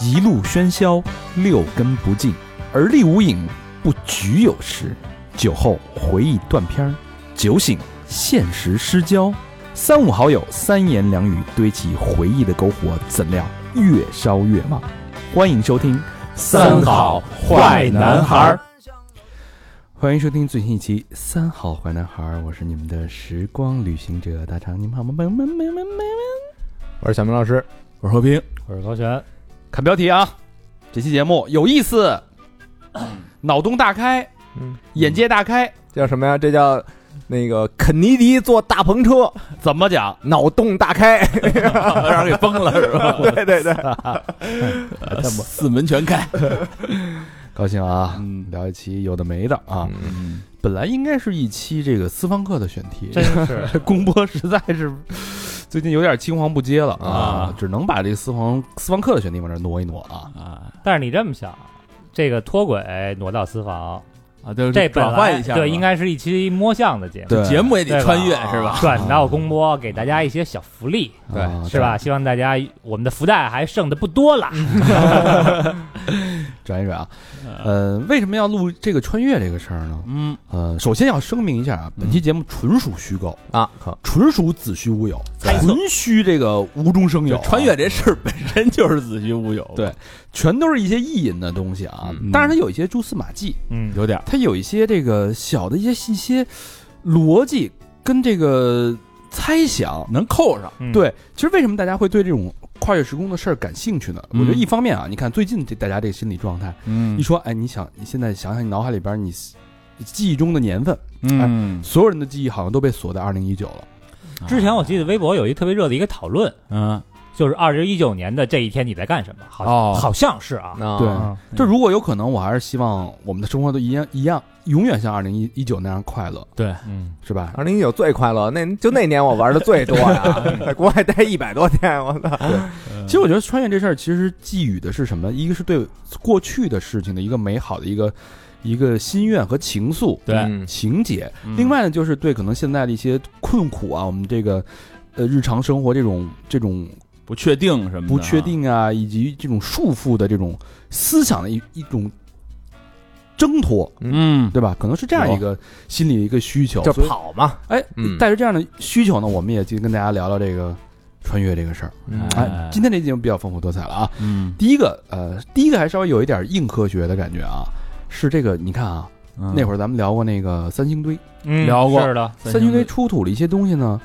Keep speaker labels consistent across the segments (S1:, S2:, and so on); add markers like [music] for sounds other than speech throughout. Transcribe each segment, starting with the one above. S1: 一路喧嚣，六根不净，而立无影，不局有时。酒后回忆断片儿，酒醒现实失焦。三五好友，三言两语堆起回忆的篝火，怎料越烧越旺。欢迎收听《
S2: 儿》，
S1: 欢迎收听最新一期《三好坏男孩儿》，我是你们的时光旅行者大肠，你们好吗？们们们们们。
S2: 我是小明老师，
S1: 我是和平。
S2: 我是高璇。
S1: 看标题啊，这期节目有意思，脑洞大开，
S2: 嗯，
S1: 眼界大开。
S2: 这叫什么呀？这叫那个肯尼迪坐大篷车，
S1: 怎么
S3: [laughs]
S1: 讲？
S2: 脑洞大开。
S3: 让人给崩了是吧？
S2: 对对对，
S3: 四门全开，
S1: 高兴啊！
S3: 嗯
S1: 聊一期有的没的啊。
S2: 嗯
S1: 本来应该是一期这个私房课的选题，
S4: 真
S3: [laughs]
S4: 是
S1: [laughs] 公播实在是最近有点青黄不接了
S3: 啊
S1: 只能把这私房私房课的选题往这挪一挪啊。
S3: 啊
S4: 但是你这么想，这个脱轨挪到私房，
S3: 啊，就是
S4: 这本
S3: 转
S4: 来
S3: 换一下，
S4: 对，应该是一期摸象的节目，
S1: 对
S3: 节目也得
S4: 对吧
S3: 穿越是吧？啊
S4: 转到公播，给大家一些小福利，
S3: 对
S1: 啊
S4: 是吧？？希望大家我们的福袋还剩的不多了，
S1: [laughs]
S3: 嗯
S1: 转一转啊。呃，为什么要录这个穿越这个事儿呢？
S3: 嗯，
S1: 呃，首先要声明一下啊，本期节目纯属虚构，
S2: 啊，好，
S1: 纯属子虚乌有，
S3: 猜测
S1: 纯虚这个无中生有
S3: 就
S1: 啊，
S3: 穿越这事儿本身就是子虚乌有，
S1: 对全都是一些意淫的东西啊。
S3: 嗯
S1: 当然，它有一些蛛丝马迹，
S4: 嗯，
S3: 有点儿
S1: 它有一些这个小的一些一些逻辑跟这个猜想。
S3: 能扣上，
S4: 嗯，
S1: 对，其实为什么大家会对这种跨越时空的事儿感兴趣呢？我
S3: 嗯
S1: 觉得一方面啊，你看最近这大家这个心理状态，
S3: 嗯
S1: 一说哎，你想你现在想想你脑海里边你记忆中的年份，
S3: 嗯
S1: 所有人的记忆好像都被锁在二零一九了。
S4: 之前我记得微博有一特别热的一个讨论，
S3: 嗯
S4: 就是二零一九年的这一天你在干什么？好，
S3: 哦
S4: 好像是啊，
S2: 那
S1: 对
S4: 嗯
S1: 这如果有可能，我还是希望我们的生活都一样一样，永远像二零一一九那样快乐，
S3: 对，
S4: 嗯，
S1: 是吧？
S2: 二零一九最快乐，那就那年我玩的最多呀，在国外待一百多天，我操！
S3: 嗯
S1: 其实我觉得穿越这事儿，其实寄予的是什么？一个是对过去的事情的一个美好的一个一个心愿和情愫、
S3: 对
S2: 嗯
S1: 情节。
S3: 嗯
S1: 另外呢，就是对可能现在的一些困苦啊，我们这个呃日常生活这种这种
S3: 不确定什么的啊
S1: 不确，定啊，以及这种束缚的这种思想的一一种挣脱，
S3: 嗯，
S1: 对吧？可能是这样一个心理的一个需求。
S2: 就
S1: 所以
S2: 跑嘛，
S1: 哎，
S2: 嗯
S1: 带着这样的需求呢，我们也就跟大家聊聊这个穿越这个事儿。哎
S2: 嗯
S3: 哎，
S1: 今天这节目比较丰富多彩了啊。
S3: 嗯
S1: 第一个，呃，第一个还稍微有一点硬科学的感觉啊，是这个，你看啊，那会
S3: 儿
S1: 儿咱们聊过那个三星堆，
S4: 嗯
S3: 聊过
S4: 是的，
S1: 三星堆，出土了一些东西呢，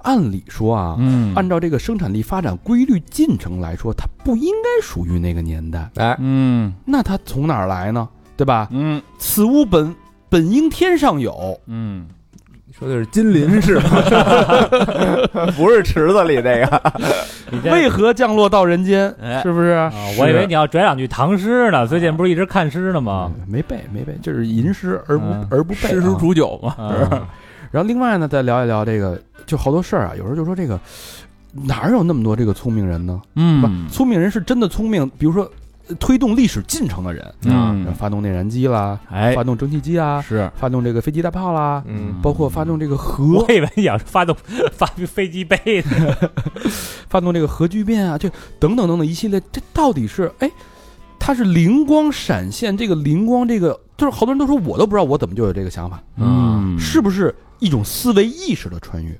S1: 按理说啊，
S3: 嗯，
S1: 按照这个生产力发展规律进程来说，它不应该属于那个年代，
S2: 哎，
S3: 嗯
S1: 那它从哪儿来呢？对吧？
S3: 嗯
S1: 此物本本应天上有，
S3: 嗯，
S2: 说的是金鳞是吗？ [laughs] 不是池子里那个，
S4: 你这
S1: 为何降落到人间？
S3: 哎，
S1: 是不是？
S4: 啊？我以为你要转两句唐诗呢，
S3: 哦
S4: 最近不是一直看诗呢吗？
S1: 没背，没背，这是吟诗而不
S3: 啊嗯
S1: 而不背啊。
S3: 诗书煮酒嘛，
S4: 嗯
S1: [laughs] 然后另外呢，再聊一聊这个，就好多事儿啊，有时候就说这个哪儿有那么多这个聪明人呢？对吧？
S3: 嗯
S1: 聪明人是真的聪明，比如说呃推动历史进程的人，
S3: 嗯
S1: 发动内燃机啦，
S3: 哎
S1: 发动蒸汽机啊，
S3: 是，
S1: 发动这个飞机大炮啦，
S2: 嗯
S1: 包括发动这个核
S3: [laughs]
S4: 我，以为你要发动发飞机杯呢，
S1: 发动这个核聚变啊，这等等等等一系列，这到底是哎，它是灵光闪现，这个灵光这个就是好多人都说我都不知道我怎么就有这个想法，
S3: 嗯
S1: 是不是一种思维意识的穿越，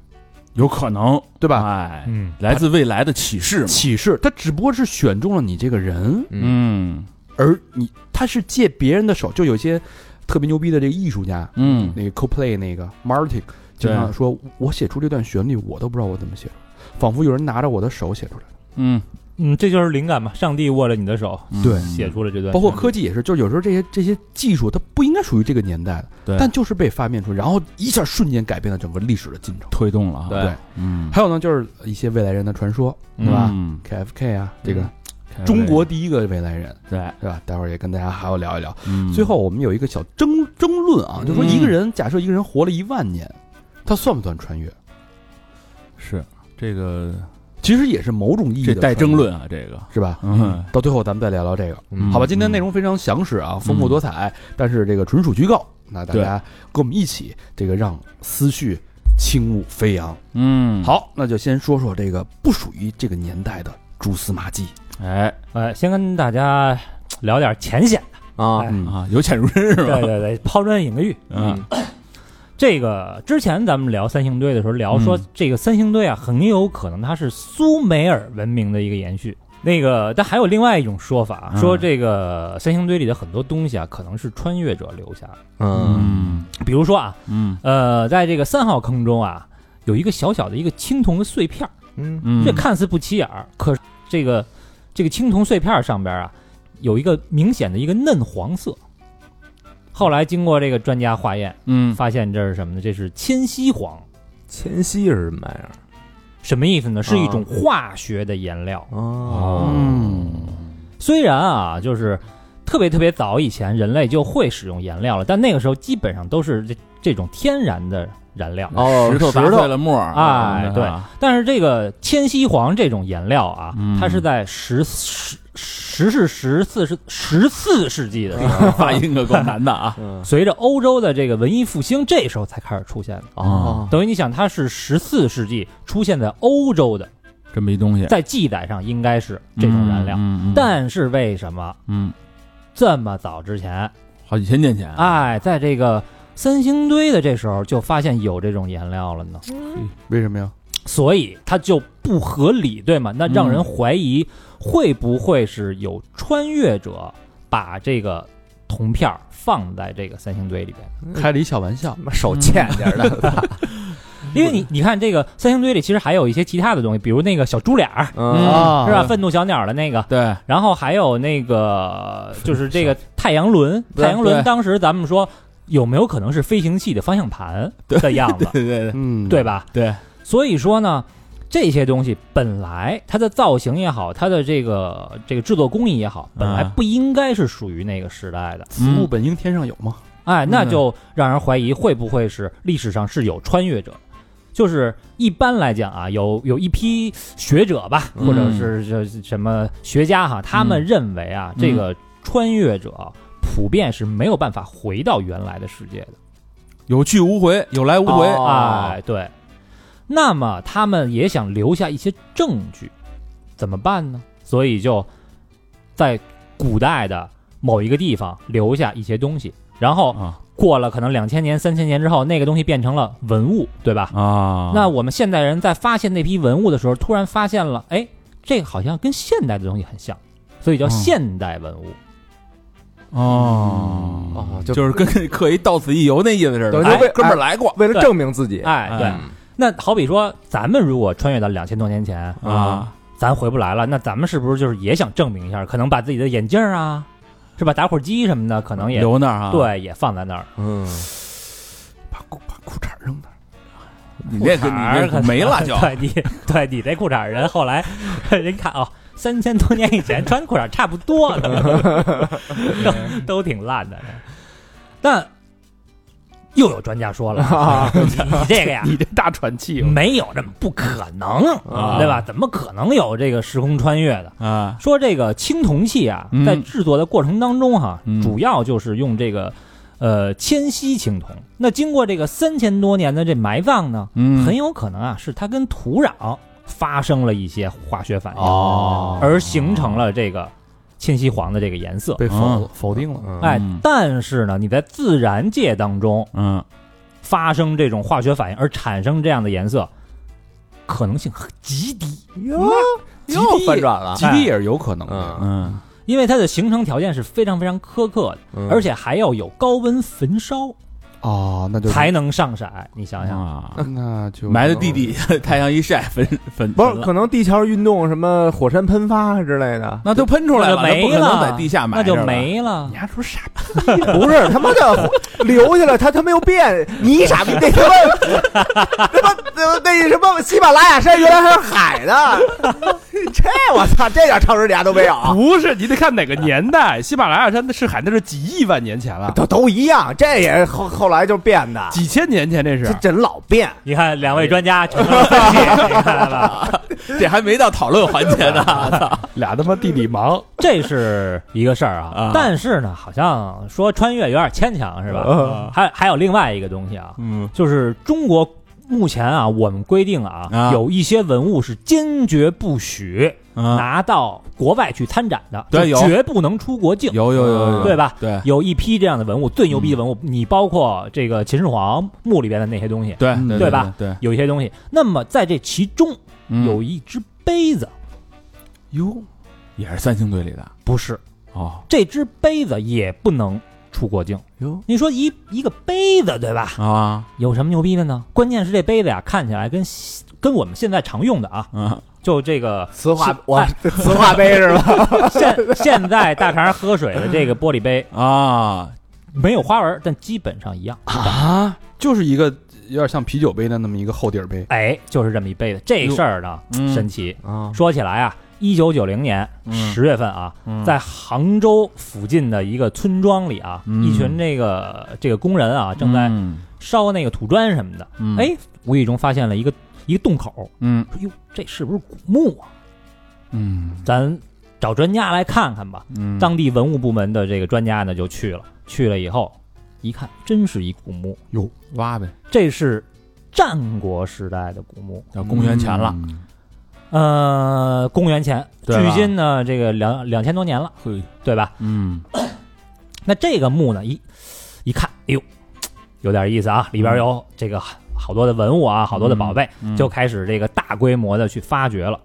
S3: 有可能，
S1: 对吧？
S3: 哎，
S4: 嗯，
S3: 来自未来的启示嘛，
S1: 启示，它只不过是选中了你这个人，
S2: 嗯
S3: 嗯
S1: 而你他是借别人的手，就有些特别牛逼的这个艺术家，
S3: 嗯，
S1: 那个 CoPlay 那个 Martin 经常说，我写出这段旋律，我都不知道我怎么写出来，仿佛有人拿着我的手写出来的。
S3: 嗯，
S4: 嗯，这就是灵感嘛，上帝握着你的手，
S1: 对
S4: 写出了这段旋律，
S1: 包括科技也是，就是有时候这些这些技术它不应该属于这个年代的，
S3: 对
S1: 但就是被发明出来，然后一下瞬间改变了整个历史的进程。
S3: 推动了啊，
S2: 对
S1: 对
S3: 嗯，
S1: 还有呢，就是一些未来人的传说，
S4: 嗯
S1: 对吧
S3: 嗯？
S1: ？KFK 啊，这个
S2: 嗯
S1: 中国第一个未来人，
S3: 对，
S1: 对吧？待会儿也跟大家还要聊一聊。
S3: 嗯
S1: 最后我们有一个小争争论啊，就说
S3: 嗯
S1: 一个人，假设一个人活了一万年，他算不算穿越？
S3: 是这个
S1: 其实也是某种意义
S3: 这
S1: 的
S3: 带
S1: 穿
S3: 争
S1: 越，
S3: 论啊，这个
S1: 是吧？
S3: 嗯，
S1: 到最后咱们再聊聊这个，
S2: 嗯
S1: 好吧？今天内容非常详实啊，丰富多彩，但是这个纯属虚构。那大
S3: 对
S1: 家跟我们一起，这个让思绪轻舞飞扬。
S3: 嗯，
S1: 好，那就先说说这个不属于这个年代的蛛丝马迹。
S3: 哎
S4: 呃，先跟大家聊点浅显的，
S2: 啊
S4: 哎，
S5: 嗯，
S3: 啊，有浅入深是
S4: 对
S3: 吧？
S4: 对对，抛砖引玉。
S3: 嗯，
S4: [coughs] 这个之前咱们聊三星堆的时候聊说
S3: 嗯，
S4: 这个三星堆啊，很有可能它是苏美尔文明的一个延续。那个，但还有另外一种说法，
S3: 嗯
S4: 说这个三星堆里的很多东西啊，可能是穿越者留下的。
S2: 嗯
S3: 嗯
S4: 比如说啊，
S3: 嗯
S4: 呃，在这个三号坑中啊，有一个小小的一个青铜的碎片儿，
S2: 嗯
S3: 嗯，
S4: 这看似不起眼儿，可是这个这个青铜碎片儿上边啊，有一个明显的一个嫩黄色。后来经过这个专家化验，
S3: 嗯
S4: 发现这是什么呢？这是铅锡黄，
S2: 千禧是什么玩意儿？
S4: 什么意思呢？是一种
S2: 啊
S4: 化学的颜料。
S2: 哦
S3: 嗯
S4: 虽然啊，就是特别特别早以前人类就会使用颜料了，但那个时候基本上都是这这种天然的燃料。
S2: 哦
S3: 石头
S2: 石
S3: 砸
S2: 头。
S3: 碎了沫儿，
S4: 哎
S3: 嗯
S4: 对
S3: 啊
S4: 但是这个铅锡黄这种颜料啊，
S3: 嗯
S4: 它是在十十十是十四是十四世纪的时候，
S3: 发音可够难的啊
S2: 嗯
S4: 随着欧洲的这个文艺复兴，这时候才开始出现的。
S3: 嗯
S2: 哦，
S4: 等于你想，它是十四世纪出现在欧洲的，
S3: [laughs] 这么一东西，
S4: 在记载上应该是这种燃料。
S3: 嗯，嗯嗯
S4: 但是为什么
S3: 嗯，啊
S4: 这么早之前，
S3: 好几千年前，
S4: 哎，在这个三星堆的这时候就发现有这种颜料了呢？
S5: 为什么呀？
S4: 所以它就不合理，对吗？那让人
S3: 嗯
S4: 怀疑会不会是有穿越者把这个铜片儿放在这个三星堆里边？
S5: 开了一小玩笑
S2: 他，妈手欠点儿的，
S3: 嗯
S4: 因为你你看这个三星堆里其实还有一些其他的东西，比如那个小猪脸儿。
S2: 嗯
S5: 啊
S4: 是吧？愤怒小鸟的那个，
S3: 对，
S4: 然后还有那个就是这个太阳轮，太阳轮
S3: 对
S4: 当时咱们说有没有可能是飞行器的方向盘的样子，
S3: 对对对，
S5: 嗯，
S4: 对吧？
S3: 对，
S4: 所以说呢，这些东西本来它的造型也好，它的这个这个制作工艺也好，本来
S3: 嗯
S4: 不应该是属于那个时代的。
S1: 嗯
S5: 此物本应天上有嘛。
S4: 哎，
S3: 嗯
S4: 那就让人怀疑会不会是历史上是有穿越者。就是一般来讲啊，有有一批学者吧，
S2: 嗯
S4: 或者是这什么学家哈，他们认为啊，
S3: 嗯
S4: 这个穿越者啊普遍是没有办法回到原来的世界的。
S3: 有去无回，有来无回，
S2: 哦
S4: 哎，对。那么他们也想留下一些证据，怎么办呢？所以就在古代的某一个地方留下一些东西，然后
S3: 啊
S4: 过了可能两千年、三千年之后，那个东西变成了文物，对吧？
S3: 啊，
S4: 那我们现代人在发现那批文物的时候，突然发现了，哎，这好像跟现代的东西很像，所以叫
S3: 嗯
S4: 现代文物。
S3: 哦
S2: 哦，就
S3: 就是跟刻一到此一游那意思似
S2: 等于
S3: 的，
S2: 就
S3: 哎
S2: 为
S3: 哥们儿来过
S2: 为了证明自己，
S4: 哎，对。
S3: 嗯
S4: 那好比说，咱们如果穿越到两千多年前
S3: 啊，
S4: 咱回不来了，那咱们是不是就是也想证明一下？可能把自己的眼镜儿啊，是吧？打火机什么的，可能也、
S3: 留那儿啊，，
S4: 对，也放在那儿。
S2: 嗯，
S5: 把裤衩扔那儿，
S3: 你那个你
S4: 可
S3: 那
S4: 能
S3: 没了就，
S4: [laughs] 对你，对你这裤衩儿人后来 [laughs] 人看哦，三千多年以前穿裤衩儿差不多的，都都挺烂的。但又有专家说了，你你这个
S3: [laughs]
S4: 呀，
S5: 你这大喘气哦，
S4: 没有这么不可能，
S2: 啊
S4: 对吧？怎么可能有这个时空穿越的？
S3: 啊，
S4: 说这个青铜器啊，
S3: 嗯
S4: 在制作的过程当中哈，
S3: 嗯
S4: 主要就是用这个呃铅锡青铜。那经过这个三千多年的这埋葬呢，
S3: 嗯，
S4: 很有可能啊是它跟土壤发生了一些化学反应，
S2: 哦
S4: 而形成了这个铅锡黄的这个颜色。
S5: 被否、
S3: 啊
S5: 否定了。
S4: 哎
S3: 嗯，
S4: 但是呢，你在自然界当中
S3: 嗯
S4: 发生这种化学反应而产生这样的颜色，可能性很极低，
S2: 哟，
S5: 极
S2: 嗯又
S5: 地
S2: 翻转了，
S5: 极地也是有可能的，
S2: 嗯，
S3: 嗯，
S4: 因为它的形成条件是非常非常苛刻的，
S2: 嗯
S4: 而且还要有高温焚烧。
S5: 哦，那就
S4: 才能上色。你想想，
S3: 啊，
S5: 那就
S3: [laughs] 埋在地底下，太阳一晒，粉粉
S2: 不
S3: 粉
S2: 是
S3: 了
S2: 可能地壳运动什么火山喷发之类
S3: [laughs]
S2: 的，
S3: 那都喷出来
S4: 那
S3: 了，
S4: 就
S3: 那不可
S4: 没了
S3: 能在地下埋
S4: 那就
S3: 着了
S4: 没了
S5: 你。还是不是傻逼？
S2: 不是他妈的留下了，他他妈又变，你傻逼那他妈他妈那那什么喜马拉雅山原来还是海呢，这我操，这点常识你还都没
S3: 啊
S2: 有，
S5: 不是，你得看哪个年代。喜马拉雅山那是海，那是几亿万年前
S3: 嗯
S5: 了，
S2: 都都一样，这也是后后来就变的，
S5: [laughs] 几千年前这
S2: 这
S3: 啊
S5: 是。
S2: 这人老变，
S4: 你看两位专 [laughs] 家成了分析，你看吧，
S3: 这还没到讨论环
S5: [laughs]
S3: 节呢。
S5: 俩他妈地理盲，
S4: [laughs] 这是一个事儿啊
S3: 啊。
S4: 但是呢，好像说穿越有点牵强，是吧？还还有另外一个东西啊，
S3: 嗯
S4: 就是中国目前啊，我们规定啊，
S3: 啊
S4: 有一些文物是坚决不许
S3: 啊，
S4: 拿到国外去参展的，
S3: 对
S4: 就
S3: 有
S4: 绝不能出国境，
S3: 有有有有，
S4: 对吧？
S3: [laughs] 对
S4: 有一批这样的文物，最牛逼的文物，你包括这个秦始皇墓里边的那些东西，
S3: 嗯对
S5: 嗯
S4: 对吧？
S3: 对，
S4: 有一些东西。那么在这其中
S3: 嗯
S4: 有一只杯子，
S3: [laughs] 哟，也是三星堆里的
S4: 不是
S3: 哦
S4: 这只杯子也不能出国境。
S3: 哟
S4: 你说一一个杯子对吧？
S3: 啊
S4: 有什么牛逼的呢？关键是这杯子呀，看起来跟西跟我们现在常用的啊，
S3: 啊
S4: 就这个
S2: 磁化
S4: 是
S2: 我磁化杯是 [laughs] 吧？
S4: 现 [laughs] 现在大肠喝水的这个玻璃杯嗯
S3: 啊
S4: 没有花纹，但基本上一样。
S5: 啊，就是一个有点像啤酒杯的那么一个厚底儿杯，
S4: 哎，就是这么一杯子。这事儿呢，
S3: 嗯
S4: 神奇。
S2: 啊，
S4: 说起来啊，一九九零年
S3: 嗯
S4: 十月份啊，
S3: 嗯
S4: 在杭州附近的一个村庄里啊，
S3: 嗯
S4: 一群这个这个工人啊，正在
S3: 嗯
S4: 烧那个土砖什么的。
S3: 嗯
S4: 哎，无意中发现了一个一个洞口，
S3: 嗯
S4: 说哟，这是不是古墓啊？
S3: 嗯
S4: 咱找专家来看看吧。
S3: 嗯
S4: 当地文物部门的这个专家呢就去了，去了以后一看，真是一古墓，
S3: 哟挖呗，
S4: 这是战国时代的古墓，
S3: 到公元前了，
S5: 嗯
S4: 呃，公元前，
S3: 对
S4: 距
S3: 吧
S4: 今呢这个两两千多年了，
S3: 嘿
S4: 对吧？
S3: 嗯
S4: 那这个墓呢，一一看，哎呦，有点意思啊，里边有这个好多的文物啊，好多的宝贝，
S3: 嗯
S4: 就开始这个大规模的去发掘了。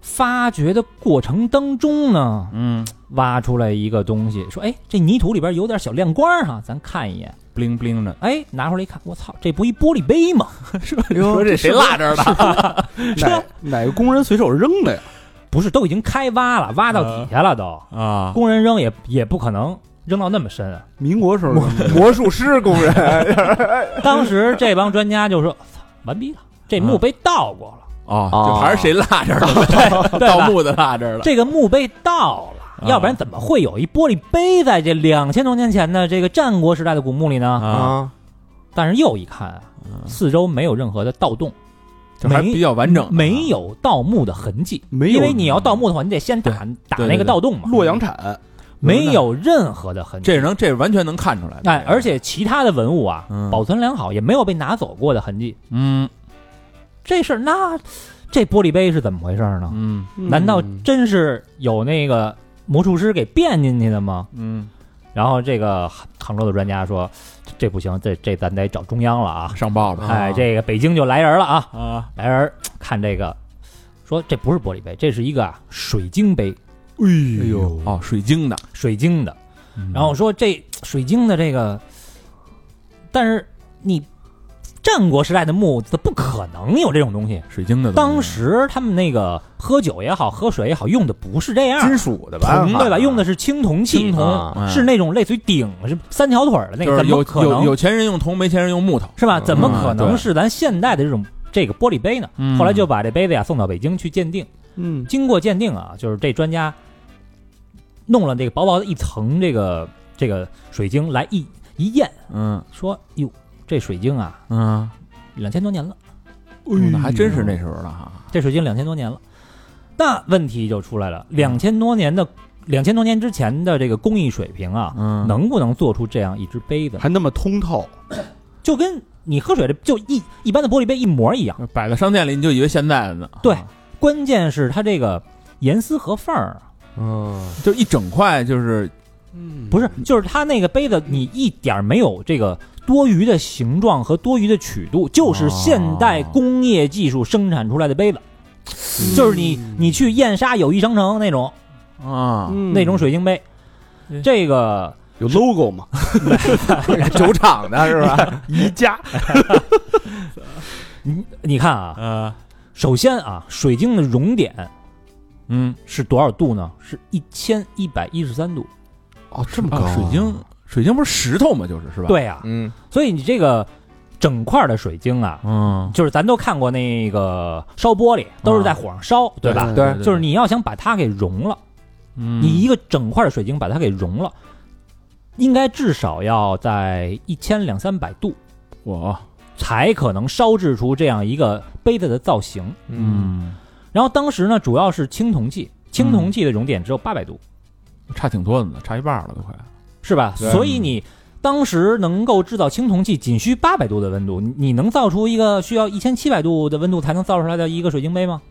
S4: 发掘的过程当中呢，
S3: 嗯
S4: 挖出来一个东西，说：“哎，这泥土里边有点小亮光啊，咱看一眼。”
S3: 不灵不灵的，
S4: 哎，拿出来一看，我操，这不一玻璃杯吗？
S2: 哟
S3: 说这谁落这儿的？
S5: 哪哪个工人随手扔的呀？
S4: 不是，都已经开挖了，挖到底下了都，
S3: 啊，
S4: 工人扔也也不可能扔到那么深啊。
S5: 民国时候
S2: 魔魔术师工人
S3: [laughs]
S4: 当时这帮专家就说：“操，完逼了，这墓碑倒过了，
S3: 哦，
S2: 哦
S3: 就还是谁落这儿了，
S4: [laughs] 对对
S3: [laughs] 盗
S4: 吧？
S3: 墓的落这儿了。
S4: 这个墓碑倒了，
S3: 啊
S4: 要不然怎么会有一玻璃杯在这两千多年前的这个战国时代的古墓里呢？
S3: 啊，，
S4: 但是又一看啊，四周没有任何的盗洞，
S3: 嗯这还
S4: 没
S3: 比较完整的啊，
S4: 没有盗墓的痕迹，
S5: 没有
S4: 因为你要盗墓的话，你得先打打
S3: 啊对对
S4: 那个
S3: 对
S4: 盗洞嘛。
S5: 洛阳铲，
S4: 没有任何的痕迹，
S3: 这能这完全能看出来的。
S4: 哎，而且其他的文物啊，
S3: 嗯
S4: 保存良好，也没有被拿走过的痕迹。
S3: 嗯
S4: 这事儿，那这玻璃杯是怎么回事儿呢？
S3: 嗯
S4: 难道真是有那个魔术师给变进去的吗？
S3: 嗯，
S4: 然后这个杭杭州的专家说，这不行，这这咱得找中央了啊！
S3: 上报了
S4: 哎，这个北京就来人了啊！
S3: 啊，
S4: 来人儿看这个，说这不是玻璃杯，这是一个啊水晶杯，
S5: 哎
S3: 哎呦，嗯哦，水晶的，
S4: 水晶的。然后说这水晶的这个，但是你战国时代的墓它不可能有这种东西。
S3: 水晶的东西，
S4: 当时他们那个喝酒也好，喝水也好，用的不是这样，
S2: 金属的吧？
S4: 铜对吧？用的是青铜器，
S3: 啊青铜
S4: 啊
S3: 嗯
S4: 是那种类似于鼎是三条腿儿的那
S3: 就
S4: 个，
S3: 是
S4: 怎么
S3: 有
S4: 可
S3: 有
S4: 能
S3: 有钱人用铜，没钱人用木头。
S4: 是吧？怎么可
S3: 嗯
S4: 能
S3: 对
S4: 是咱现代的这种这个玻璃杯呢？
S3: 嗯
S4: 后来就把这杯子呀送到北京去鉴定，
S5: 嗯
S4: 经过鉴定啊，就是这专家弄了这个薄薄的一层这个这个水晶来一一验。
S3: 嗯
S4: 说：“哟，这水晶啊，
S3: 嗯，
S4: 两千多年了，
S3: 那还真是那时候了哈。
S4: 这水晶两千多年了。那问题就出来了，
S3: 嗯
S4: 两千多年的两千多年之前的这个工艺水平啊，
S3: 嗯
S4: 能不能做出这样一只杯子，
S5: 还那么通透，
S4: 就跟你喝水的就一一般的玻璃杯一模一样？
S3: 摆到商店里，你就以为现在的呢。啊
S4: 对，关键是它这个严丝合缝儿啊，
S2: 嗯，
S3: 就一整块，就是嗯
S4: 不是，就是它那个杯子你一点儿没有这个。”多余的形状和多余的曲度，就是现代
S3: 哦
S4: 工业技术生产出来的杯子，就是你
S3: 嗯
S4: 你去燕莎友谊商城那种，
S3: 啊，
S4: 那种水晶杯
S3: 对。
S4: 这个
S5: 有 logo
S4: [laughs]
S5: 嘛？
S2: [laughs] 酒厂的是吧？
S5: 宜家
S4: 你你看啊，
S3: 呃，
S4: 首先啊，水晶的熔点
S3: 嗯，
S4: 是多少度呢？是一千一百一十三度。
S2: 哦，这么
S3: 啊水晶，水晶不是石头吗？就是是吧？，
S4: 对啊，
S2: 嗯，
S4: 所以你这个整块的水晶啊，
S3: 嗯，
S4: 就是咱都看过那个烧玻璃，都是在火上烧，对吧？
S2: 对
S4: 就是，你要想把它给融了，你
S3: 你
S4: 一个整块的水晶把它给融了，应该至少要在一千两三百度
S3: 我，
S4: 才可能烧制出这样一个杯子的造型。
S3: 嗯，
S4: 然后当时呢，主要是青铜器，青铜
S2: 嗯
S4: 器的熔点只有八百度，
S3: 嗯差挺多的呢，差一半了都快。
S4: 是吧？
S2: 对
S4: 所以你当时能够制造青铜器仅需八百度的温度，你你能造出一个需要一千七百度的温度才能造出来的一个水晶杯吗？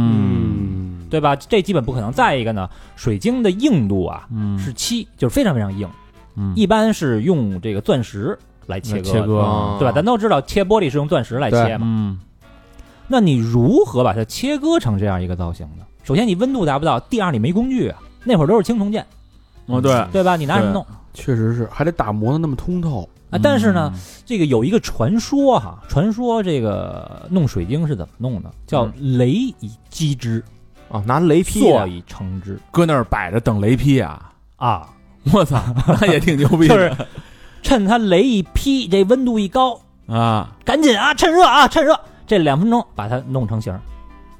S3: 嗯
S4: 对吧？这基本不可能。再一个呢，水晶的硬度啊
S3: 嗯
S4: 是七，就是非常非常硬，
S3: 嗯
S4: 一般是用这个钻石来切割的，
S3: 切割
S2: 啊
S4: 对吧？咱都知道切玻璃是用钻石来切嘛，
S3: 嗯
S4: 那你如何把它切割成这样一个造型呢？首先你温度达不到，第二你没工具啊。那会儿都是青铜剑，
S3: 哦对啊
S4: 对吧？你拿什么
S3: 对
S4: 弄
S1: 确实是，还得打磨的那么通透。
S4: 啊？但是
S3: 嗯
S4: 呢，这个有一个传说哈，传说这个弄水晶是怎么弄的？叫
S3: 嗯
S4: 雷以击之，
S2: 啊，拿雷劈
S4: 塑
S2: 的
S4: 以成之
S3: 搁那儿摆着等雷劈 [laughs] 啊，
S4: 啊，
S3: 我操，那也挺牛逼
S4: 就
S3: 的，
S4: 是趁它雷一劈，这温度一高，
S3: 啊
S4: 赶紧啊，趁热啊，趁热，这两分钟把它弄成型儿。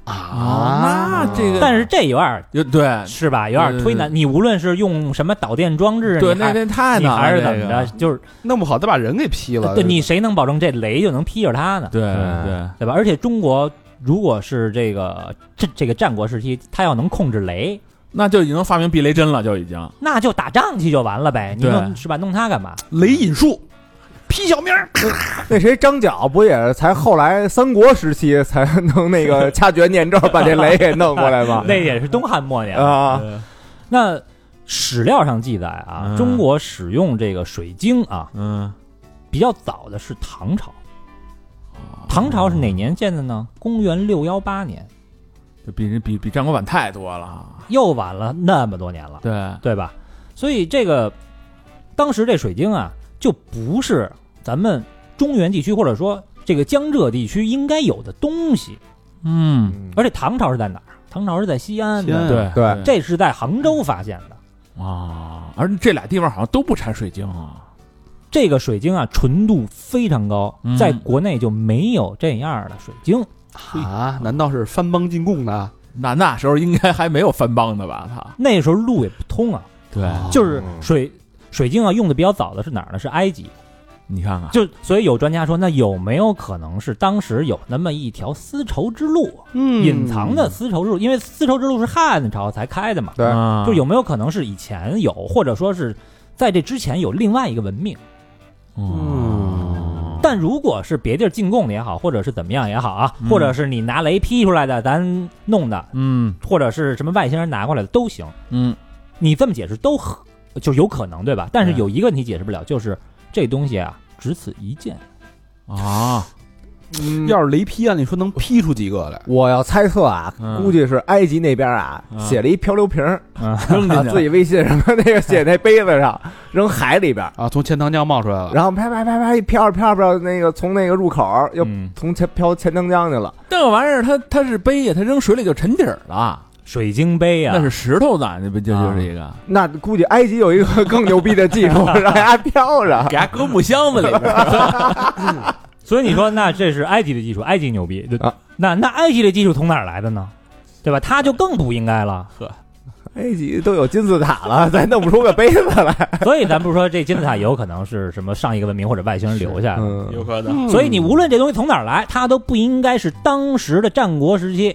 S3: 啊，那这个
S4: 但是这有点儿
S3: 有对
S4: 是吧？有点儿推难。你无论是用什么导电装置，
S3: 对，
S4: 你
S3: 那
S4: 还
S3: 那太
S4: 你
S3: 难了，
S4: 还是怎
S3: 这
S4: 么
S3: 个
S4: 着，就是
S1: 弄不好再把人给劈了。
S4: 对你谁能保证这雷就能劈着他呢？
S3: 对
S2: 嗯
S3: 对，
S4: 对吧？而且中国如果是这个这这个战国时期，他要能控制雷，
S3: 那就已经能发明避雷针了，就已经
S4: 那就打仗去就完了呗。你
S3: 对
S4: 弄是吧？弄他干嘛？
S1: 雷引术，
S4: [laughs]
S1: 劈小明儿，
S2: 那谁张角不也是才后来三国时期才能那个掐诀念咒把这雷给弄过来吗？
S4: [laughs] 那也是东汉末年
S2: 啊
S4: 对那史料上记载啊，
S3: 嗯
S4: 中国使用这个水晶啊，
S3: 嗯，
S4: 比较早的是唐朝。唐朝是哪年建的呢？公元六幺八年，
S3: 就比人比比战国版太多了啊，
S4: 又晚了那么多年了。
S3: 对，
S4: 对吧？所以这个当时这水晶啊，就不是咱们中原地区或者说这个江浙地区应该有的东西。
S3: 嗯，
S4: 而且唐朝是在哪儿？唐朝是在西安
S1: 西安
S4: 的，
S3: 对
S2: 对
S4: 嗯这是在杭州发现的。
S3: 啊，而这俩地方好像都不产水晶啊，
S4: 这个水晶啊，纯度非常高
S3: 嗯，
S4: 在国内就没有这样的水晶。
S1: 啊？难道是番邦进贡的？
S3: 那那时候应该还没有番邦的吧？他
S4: 那时候路也不通啊，
S3: 对，
S1: 哦
S4: 就是水水晶啊，用的比较早的是哪儿呢？是埃及。
S3: 你看看，
S4: 就所以有专家说，那有没有可能是当时有那么一条丝绸之路？
S1: 嗯
S4: 隐藏的丝绸之路，因为丝绸之路是汉朝才开的嘛，
S2: 对
S3: 啊
S4: 就有没有可能是以前有，或者说是在这之前有另外一个文明？
S1: 嗯
S4: 但如果是别地儿进贡的也好，或者是怎么样也好啊，
S3: 嗯
S4: 或者是你拿雷劈出来的，咱弄的，
S3: 嗯
S4: 或者是什么外星人拿过来的都行，
S3: 嗯
S4: 你这么解释都合就有可能对吧？但是
S3: 对
S4: 有一个你解释不了，就是这东西啊，只此一件。
S3: 啊，
S2: 嗯
S1: 要是雷劈，按理说能劈出几个来。
S2: 我要猜测啊
S3: 嗯，
S2: 估计是埃及那边啊
S3: 嗯
S2: 写了一漂流瓶儿，
S3: 扔进去了
S2: [laughs] 自己微信什么那个写那杯子上扔海里边儿，
S1: 啊，从钱塘江冒出来了，
S2: 然后啪啪啪啪一飘着飘着飘着那个从那个入口儿又
S4: 嗯，
S2: 从钱飘钱塘江去了，
S3: 那个玩意儿，它它是杯呀，它扔水里就沉底儿了，
S4: 水晶杯啊，
S3: 那是石头的，那不就就是一个
S2: 那估计埃及有一个更牛逼的技术， [laughs] 让它飘着。
S3: 给它搁木箱子里边，
S4: [laughs] 所以你说，那这是埃及的技术，埃及牛逼。对
S2: 啊
S4: 那那埃及的技术从哪儿来的呢？对吧？他就更不应该 [laughs] 了。
S2: 埃及都有金字塔了，咱弄不出个杯子来。
S4: 所以咱不是说这金字塔也有可能是什么上一个文明或者外星人留下的。
S2: 嗯，
S3: 有可能，
S4: 所以你无论这东西从哪儿来，它都不应该是当时的战国时期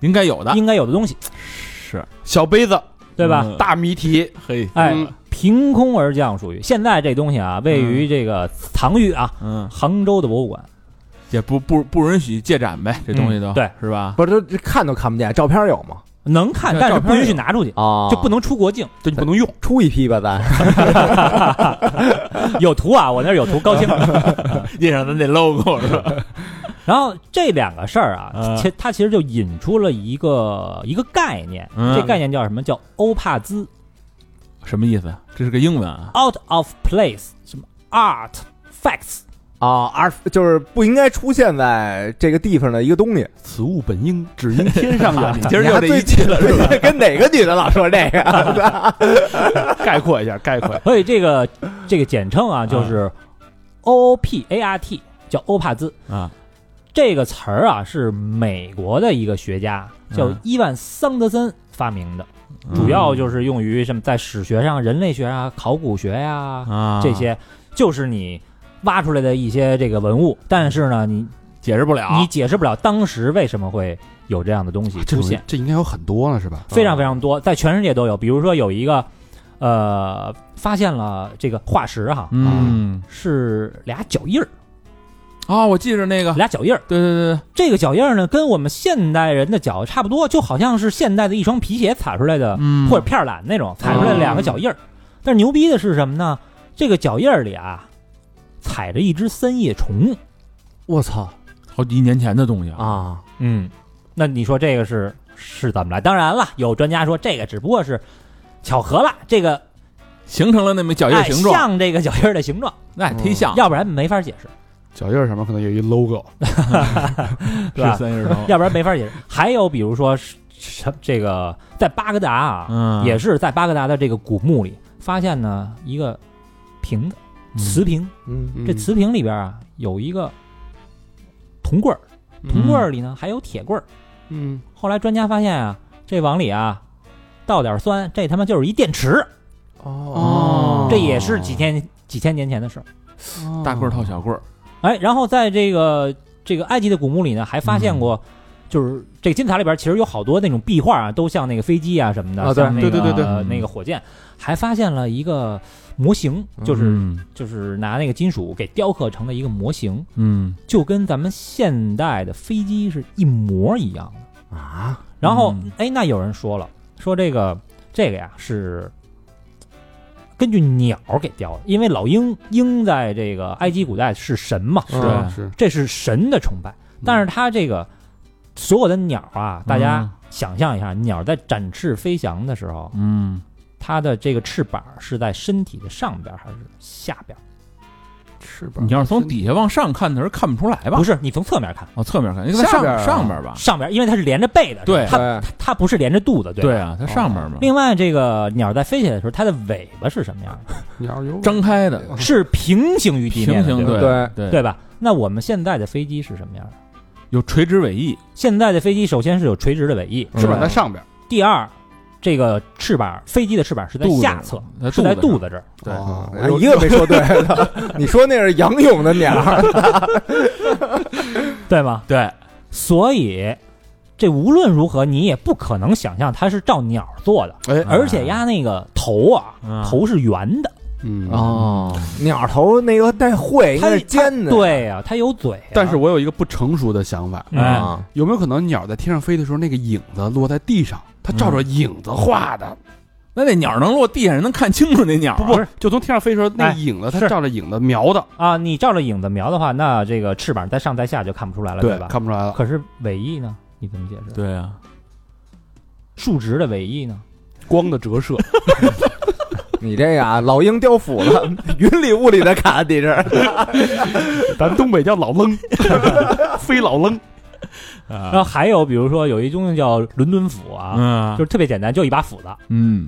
S3: 应该有的，
S4: 应该有的东西，
S3: [laughs] 是
S1: 小杯子，
S4: 对吧？
S3: 嗯
S1: 大谜题，
S3: 嘿，
S4: 哎
S1: 嗯，
S4: 凭空而降属于现在这东西啊，位于这个藏玉啊，
S3: 嗯，
S4: 杭州的博物馆。
S3: 也不不不允许借展呗，这东西都
S4: 嗯对，
S3: 是吧？
S2: 不是，这看都看不见，照片有吗？
S4: 能看，
S3: 这
S4: 但是
S3: 照片哦
S4: 不允许拿出去，
S2: 啊
S4: 就不能出国境。
S1: 这就不能用。
S2: 出一批吧，咱
S4: [laughs] 有图啊，我那儿有图，高
S3: [laughs]
S4: 清。
S3: 印上咱那 logo 是吧？
S4: 然后这两个事儿啊，
S3: 嗯
S4: 其它其实就引出了一个一个概念，
S3: 嗯
S4: 这概念叫什么？叫欧帕兹
S3: [laughs] 什么意思？这是个英文啊？
S4: （out of place），什么 art facts，
S2: 啊，而就是不应该出现在这个地方的一个 [laughs] 东西。
S1: 此物本应，只应天上有。你
S3: 今儿又这一期了，是吧？
S2: 吧？跟哪个女的老说 [laughs] 这个？
S1: 概括一下，概括。
S4: 所以这个这个简称啊，就是
S3: 嗯
S4: O O P A R T，叫欧帕兹。
S3: 啊，
S4: 这个词儿啊，是美国的一个学家叫
S3: 嗯
S4: 伊万·桑德森发明的，主要就是用于什么，在史学上、人类学啊、考古学呀、
S3: 啊
S4: 这些，就是你挖出来的一些这个文物，但是呢，你
S3: 解释不了，
S4: 你解释不了当时为什么会有
S3: 啊
S4: 这样的东西
S1: 这
S4: 啊出
S1: 种
S4: 现，
S1: 这应该有很多了，是吧？
S4: 非常非常多，在全世界都有。比如说有一个呃，发现了这个化石哈，
S3: 嗯，
S4: 是俩脚印儿，
S3: 啊，我记着那个，
S4: 俩脚印儿。
S3: 对对对，
S4: 这个脚印儿呢，跟我们现代人的脚差不多，就好像是现代的一双皮鞋踩出来的，
S3: 嗯
S4: 或者片儿懒那种踩出来的两个脚印儿。但是牛逼的是什么呢？这个脚印儿里啊，踩着一只三叶虫。
S1: 嗯
S2: 我操
S3: 好几年前的东西啊，
S2: 啊！
S4: 嗯，那你说这个是是怎么来？当然了，有专家说这个只不过是巧合了，这个
S3: 形成了那么脚印
S4: 哎
S3: 形状，啊
S4: 像这个脚印儿的形状，
S3: 那也忒像，
S4: 要不然没法解释，
S1: 脚印儿上面可能有一 logo，
S4: 对吧
S3: 是三叶虫，
S4: 要不然没法解释。还有比如说是是这个在巴格达啊，
S3: 嗯，
S4: 也是在巴格达的这个古墓里发现呢一个瓶子，瓷瓶，
S2: 嗯，
S4: 这瓷瓶里边啊有一个铜棍儿，
S3: 嗯
S4: 铜棍儿里呢还有铁棍儿。
S2: 嗯，
S4: 后来专家发现啊，这往里啊倒点酸，这他妈就是一电池，
S2: 哦
S4: 这也是几千几千年前的事儿。
S3: 嗯大棍儿套小棍儿，
S4: 哎，然后在这个这个埃及的古墓里呢，还发现过，就是这个金字塔里边其实有好多那种壁画啊，都像那个飞机啊什么的，
S2: 啊对
S4: 像那个
S1: 对对对对
S4: 呃那个火箭，还发现了一个模型，就是、
S3: 嗯
S4: 就是拿那个金属给雕刻成的一个模型，
S3: 嗯，
S4: 就跟咱们现代的飞机是一模一样的。
S2: 啊，
S4: 然后
S3: 嗯，
S4: 哎、那有人说了，说这个这个呀是根据鸟给雕的，因为老鹰鹰在这个埃及古代是神嘛，
S2: 是嗯
S3: 对
S1: 是
S4: 这是神的崇拜。但是它这个所有的鸟啊，大家想象一下，鸟在展翅飞翔的时候，
S3: 嗯，
S4: 它的这个翅膀是在身体的上边还是下边？
S1: 嗯
S2: 翅膀
S3: 你要是从底下往上看的时候看不出来吧
S4: 不？是，你从侧面看，
S3: 哦，侧面看，应该在
S2: 下边儿啊
S3: 上上边儿吧？
S4: 上边，因为它是连着背的，
S3: 对
S4: 它
S2: 对
S4: 它不是连着肚子，对吧。
S3: 对
S2: 哦
S3: 啊，它上边儿嘛，
S4: 另外，这个鸟在飞起来的时候，它的尾巴是什么样的？
S2: 鸟有
S3: 张开的，
S4: 是平行于地面
S3: 平
S4: 的，
S3: 行，
S4: 对吧
S2: 对
S3: 对
S4: 对，吧？那我们现在的飞机是什么样的？
S3: 有垂直尾翼，
S4: 现在的飞机首先是有垂直的尾翼，
S1: 翅膀在上边儿，
S4: 第二，这个翅膀飞机的翅膀是在
S3: 肚子
S4: 下侧，
S3: 它
S4: 是在肚
S3: 子
S4: 子这儿。
S3: 对
S2: 哦
S1: 嗯
S2: 哎一个没说对的， [laughs] 你说那是仰泳的鸟，
S4: 对吗？
S3: 对，
S4: 所以这无论如何你也不可能想象它是照鸟做的，
S1: 哎
S4: 而且呀那个头啊，头是圆的，
S1: 嗯
S3: 哦，
S2: 鸟头那个带喙，应
S4: 它
S2: 该是尖的，
S4: 它对呀、它有嘴啊、
S1: 但是我有一个不成熟的想法，
S3: 哎
S4: 嗯
S2: 啊，
S1: 有没有可能鸟在天上飞的时候，那个影子落在地上，它照着影子画
S4: 嗯
S1: 的？
S3: 那那鸟能落地上，人能看清楚那鸟啊，
S1: 不不，就从天上飞的时候，那
S4: 哎
S1: 影子
S4: 是
S1: 它照着影子描的，
S4: 啊，你照着影子描的话，那这个翅膀在上在下就看不出来了，对吧？
S1: 看不出来了。
S4: 可是尾翼呢？你怎么解释？
S3: 对
S4: [laughs]
S3: 啊，
S4: 竖直的尾翼呢？
S1: 光的折射，
S2: 你这个啊，老鹰雕斧子，
S4: [laughs]
S2: 云里雾里的砍，你这是
S1: 咱东北叫老
S4: [laughs]
S1: 愣，飞老愣。啊
S4: 然后还有比如说有一东西叫伦敦斧啊，
S3: 嗯，
S4: 就是特别简单，就一把斧子，
S3: 嗯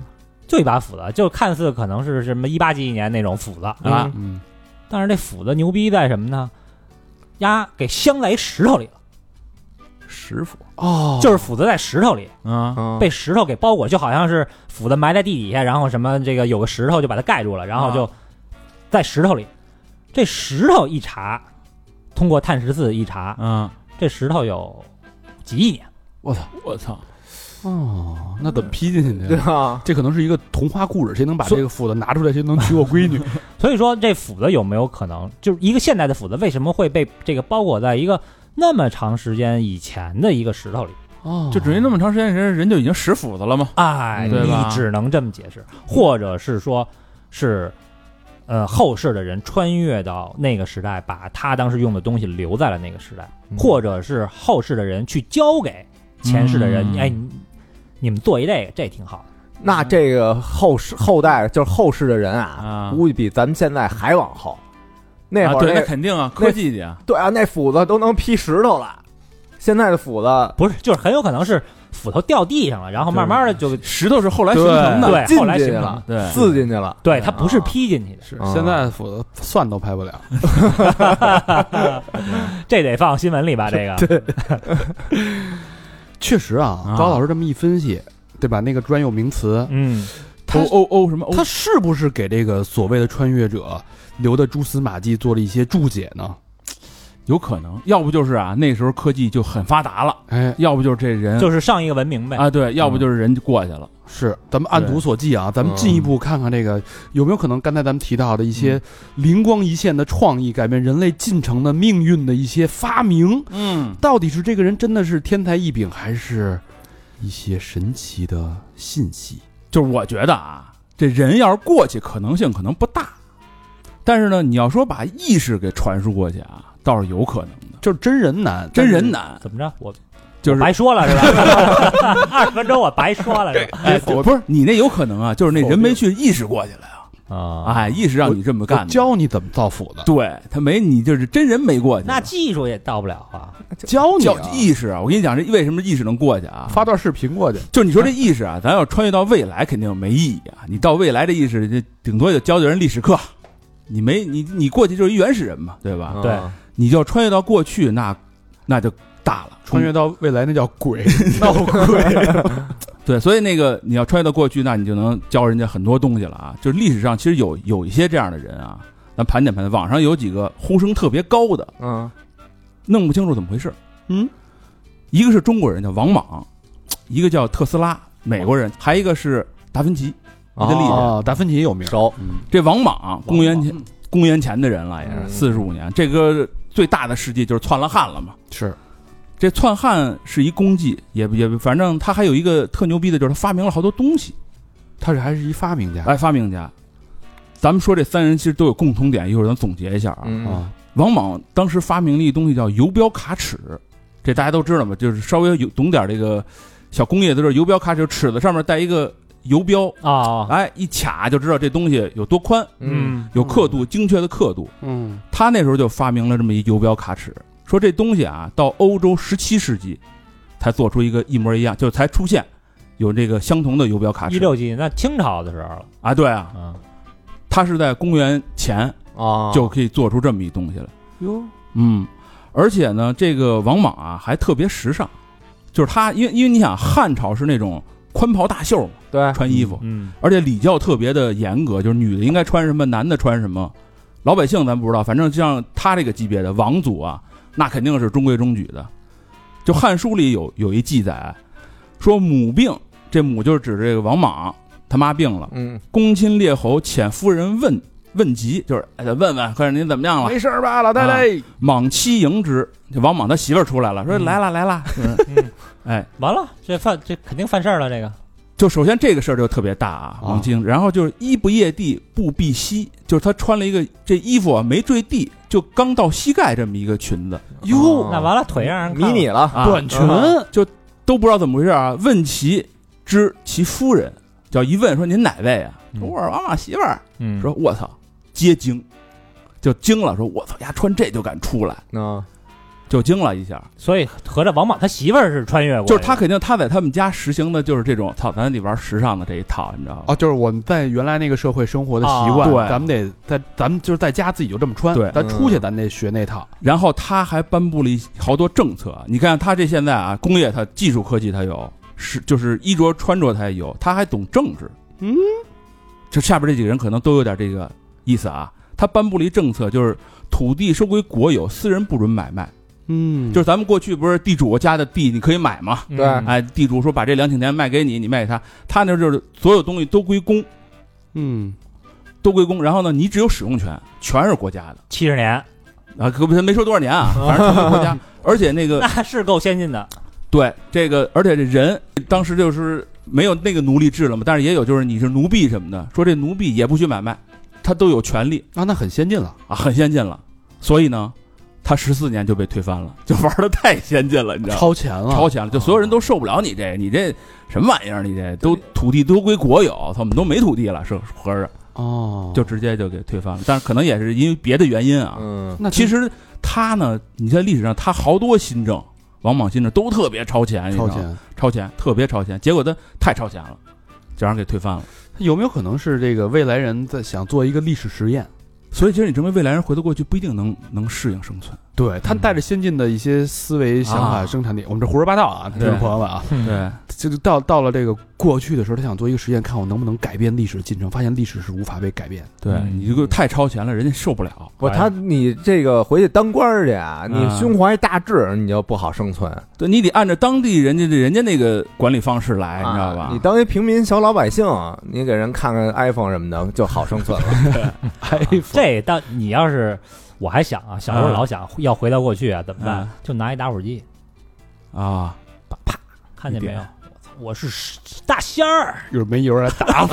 S4: 就一把斧子，就看似可能是什么一八几几年那种斧子，
S3: 啊，
S1: 嗯，
S4: 但是这斧子牛逼在什么呢？压给镶在一石头里了，
S3: 石斧
S1: 哦，
S4: 就是斧子在石头里
S3: 啊，
S2: 嗯
S4: 被石头给包裹，就好像是斧子埋在地底下，然后什么这个有个石头就把它盖住了，然后就在石头里。这石头一查，通过碳十四一查，
S3: 嗯，
S4: 这石头有几亿年，
S1: 我操，
S3: 我操，
S1: 哦，那怎么劈进去
S2: [laughs] 对
S1: 的？
S2: 啊，
S1: 这可能是一个童话故事，谁能把这个斧子拿出来，谁能娶我闺女？
S4: 所以说这斧子有没有可能，就是一个现代的斧子为什么会被这个包裹在一个那么长时间以前的一个石头里？
S1: [laughs] 哦
S3: 就等于那么长时间，人人就已经使斧子了嘛，
S4: 哎，
S1: 对
S4: 你
S3: 嗯吧
S4: 只能这么解释，或者是说，是，呃，后世的人穿越到那个时代，把他当时用的东西留在了那个时代，
S3: 嗯
S4: 或者是后世的人去交给前世的人，
S3: 嗯
S4: 哎，你你们做一这个，这挺好的
S2: 那这个后世后代就是后世的人啊
S3: 啊，
S2: 估计比咱们现在还往后。那
S3: 啊，
S2: 会儿
S3: 对，那
S2: 那
S3: 肯定啊，科技去啊，
S2: 对啊，那斧子都能劈石头了，现在的斧子
S4: 不是，就是很有可能是斧头掉地上了，然后慢慢的就
S3: 石头是后来形成的，
S4: 对
S2: 进
S4: 后来
S2: 去
S4: 形成
S2: 了，
S3: 对
S2: 刺进去了。
S4: 对，它
S3: 啊
S4: 不是劈进去的，
S1: 是
S2: 嗯
S1: 现在斧子蒜都拍不了，
S4: 这得放新闻里吧？这
S3: [laughs]
S4: 个，
S1: 确实啊
S3: 啊，
S1: 高老师这么一分析，对吧？那个专有名词，
S4: 嗯，
S1: 它
S3: 哦哦哦，什么
S1: 它
S3: 哦，
S1: 是不是给这个所谓的穿越者留的蛛丝马迹做了一些注解呢？
S3: 有可能，要不就是啊，那时候科技就很发达了，
S1: 哎，
S3: 要不就是这人啊
S4: 就是上一个文明呗。
S3: 啊，对，要不就是人就过去了，
S1: 是，咱们按图索骥啊，咱们进一步看看这个有没有可能，刚才咱们提到的一些灵光一现的创意，改变人类进程的命运的一些发明，
S3: 嗯，
S1: 到底是这个人真的是天才异禀，还是一些神奇的信息？
S3: 就是我觉得啊，这人要是过去，可能性可能不大，但是呢，你要说把意识给传输过去啊，倒是有可能的，
S1: 就是真人难，
S3: 真人难，
S4: 怎么着？我
S3: 就是
S4: 白说了是吧？
S3: [laughs]
S4: 二十分钟我白说了是吧？
S3: 哎，不不是你那有可能啊，就是那人没去意识过去了呀，
S5: 啊，
S3: 哎，意识让你这么
S1: 我
S3: 干的，
S1: 教你怎么造斧子，
S3: 对他没你就是真人没过去，
S4: 那技术也到不了啊！
S1: 教你、
S3: 叫
S1: 啊、
S3: 意识啊！我跟你讲，这为什么意识能过去啊？
S1: 发段视频过去，
S3: 就是你说这意识啊，咱要穿越到未来，肯定没意义啊！你到未来这意识，这顶多就教教人历史课，你没你你过去就是一原始人嘛，对吧？
S1: 嗯
S4: 对
S5: 啊
S3: 你就穿越到过去，那那就大了，
S1: 穿越到未来那叫鬼，
S3: 闹鬼。对，所以那个你要穿越到过去，那你就能教人家很多东西了啊！就是历史上其实有有一些这样的人啊，咱盘点盘点，网上有几个呼声特别高的，
S2: 嗯，
S4: 啊
S3: 弄不清楚怎么回事。
S1: 嗯，
S3: 一个是中国人叫王莽，一个叫特斯拉，美国
S1: 哦
S3: 人，还一个是达芬奇。意大利人
S1: 啊，达芬奇也有名，
S5: 熟
S3: 这王莽，啊公元前公元前的人了，也
S2: 嗯
S3: 是四十五年。这个最大的事迹就是篡了汉了嘛。
S1: 是
S3: 这篡汉是一功绩，也也反正他还有一个特牛逼的，就是他发明了好多东西。
S1: 他是还是一发明家、
S3: 哎，发明家，咱们说这三人其实都有共同点，一会儿咱总结一下啊。
S2: 嗯
S1: 啊，
S3: 王莽当时发明了一东西叫游标卡尺，这大家都知道嘛，就是稍微有懂点这个小工业的，就是游标卡尺，尺子上面带一个游标，
S4: 哦，
S3: 哎，一卡就知道这东西有多宽，
S2: 嗯，
S3: 有刻度，精确的刻度。
S1: 嗯，
S3: 他那时候就发明了这么一游标卡尺，说这东西啊，到欧洲十七世纪才做出一个一模一样，就是才出现有这个相同的游标卡尺。
S4: 一六几那清朝的时候了，
S3: 啊，对啊，
S4: 嗯，
S3: 他是在公元前
S2: 啊，
S3: 就可以做出这么一东西来。
S1: 哟，
S3: 嗯，而且呢，这个王莽啊还特别时尚，就是他，因为因为你想汉朝是那种宽袍大袖嘛
S2: 对，
S3: 穿衣服，
S4: 嗯，
S3: 而且礼教特别的严格，就是女的应该穿什么，男的穿什么。老百姓咱不知道，反正像他这个级别的王族啊，那肯定是中规中矩的。就《汉书》里有有一记载，说母病，这母就是指这个王莽他妈病了，
S2: 嗯，
S3: 公亲列侯遣夫人问问疾，就是哎得问问，快点您怎么样
S4: 哎
S3: 了？
S1: 嗯没事儿吧，老太太？
S3: 莽妻迎之，这王莽他媳妇儿出来了，说
S4: 嗯
S3: 来了来了，
S4: 嗯
S3: [laughs] 哎，
S4: 完了，这犯这肯定犯事儿了，这个
S3: 就首先这个事儿就特别大啊，
S1: 啊
S3: 莽妻迎之，然后就是衣不曳地，步必膝，就是他穿了一个这衣服啊没坠地，就刚到膝盖这么一个裙子哦
S2: 哟
S4: 那完了腿让人看
S2: 啊迷
S4: 了
S2: 你了，
S3: 啊，
S1: 短裙，
S2: 啊
S3: 都不知道怎么回事啊。问其知其夫人，叫一问说您哪位啊？
S4: 嗯
S3: 说我是王莽媳妇儿，
S4: 嗯，
S3: 说我操，皆惊，就惊了，说我操，丫穿这就敢出来，
S2: 嗯，
S3: 就惊了一下。
S4: 所以合着王莽他媳妇儿是穿越过，
S3: 就是他，肯定他在他们家实行的就是这种操，咱得玩时尚的这一套，你知道吗？
S1: 哦，就是我们在原来那个社会生活的习惯，
S3: 啊对
S1: 咱们得在咱们就是在家自己就这么穿，
S3: 对
S1: 咱出去
S2: 嗯
S1: 咱得学那套，
S3: 然后他还颁布了一好多政策，你看他这现在啊，工业他技术科技他有，是就是衣着穿着他也有，他还懂政治。
S1: 嗯，
S3: 这下边这几个人可能都有点这个意思啊。他颁布了一政策，就是土地收归国有，私人不准买卖。
S1: 嗯
S3: 就
S1: 就是
S3: 咱们过去不是地主家的地你可以买吗？
S2: 对
S4: 嗯
S3: 哎，地主说把这两顷田卖给你，你卖给他，他那就是所有东西都归公，
S1: 嗯，
S3: 都归公。然后呢，你只有使用权，全是国家的。
S4: 七十年，
S3: 啊，可不，他没说多少年啊，反正成为国家，而且那个
S4: 那是够先进的，
S3: 对这个，而且这人当时就是没有那个奴隶制了嘛，但是也有就是你是奴婢什么的，说这奴婢也不许买卖，他都有权利
S1: 啊，那很先进了，
S3: 啊，很先进了，所以呢，他十四年就被推翻了，就玩的太先进了，你知道吗？
S1: 超前了，
S3: [laughs] 超前了，就所有人都受不了你这，你这什么玩意儿？你这都土地都归国有，他们都没土地了，是合着
S1: 哦，
S3: 就直接就给推翻了。但是可能也是因为别的原因啊，
S2: 嗯，
S1: 那
S3: 其
S1: 实
S3: 实他呢，你在历史上他好多新政，王莽新政都特别超前，你知道
S1: 超
S3: 吗，
S1: 前，
S3: 超前，特别超前。结果他太超前了，就让人给推翻了。
S1: 有没有可能是这个未来人在想做一个历史实验？
S3: 所以，其实你成为未来人，回到过去不一定能能适应生存。
S1: 对他
S4: 嗯
S1: 带着先进的一些思维想法
S3: 啊
S1: 生产力，我们这胡说八道啊，听众朋友们啊，
S4: 对，
S3: 对，
S1: 就就到到了这个过去的时候，他想做一个实验，看我能不能改变历史进程，发现历史是无法被改变的。
S3: 对
S4: 嗯
S3: 你这个太超前了，人家受不了。
S2: 我他你这个回去当官儿去啊，你
S3: 哎嗯
S2: 胸怀大志，你就不好生存，
S3: 对你得按照当地人家的人家那个管理方式来，哎你知道
S2: 啊
S3: 吧？
S2: 你当一平民小老百姓，你给人看看 iPhone 什么的就好生
S3: [laughs]
S2: 存了。
S1: 哎，
S4: 这当你要是我还想啊，小时候
S3: 嗯
S4: 老想要回到过去啊，怎么办
S3: 嗯？
S4: 就拿一打火机，
S3: 啊，
S4: 看见
S3: 一
S4: 没
S3: 点
S4: 有？我操我是大仙儿，
S1: 有没油来打，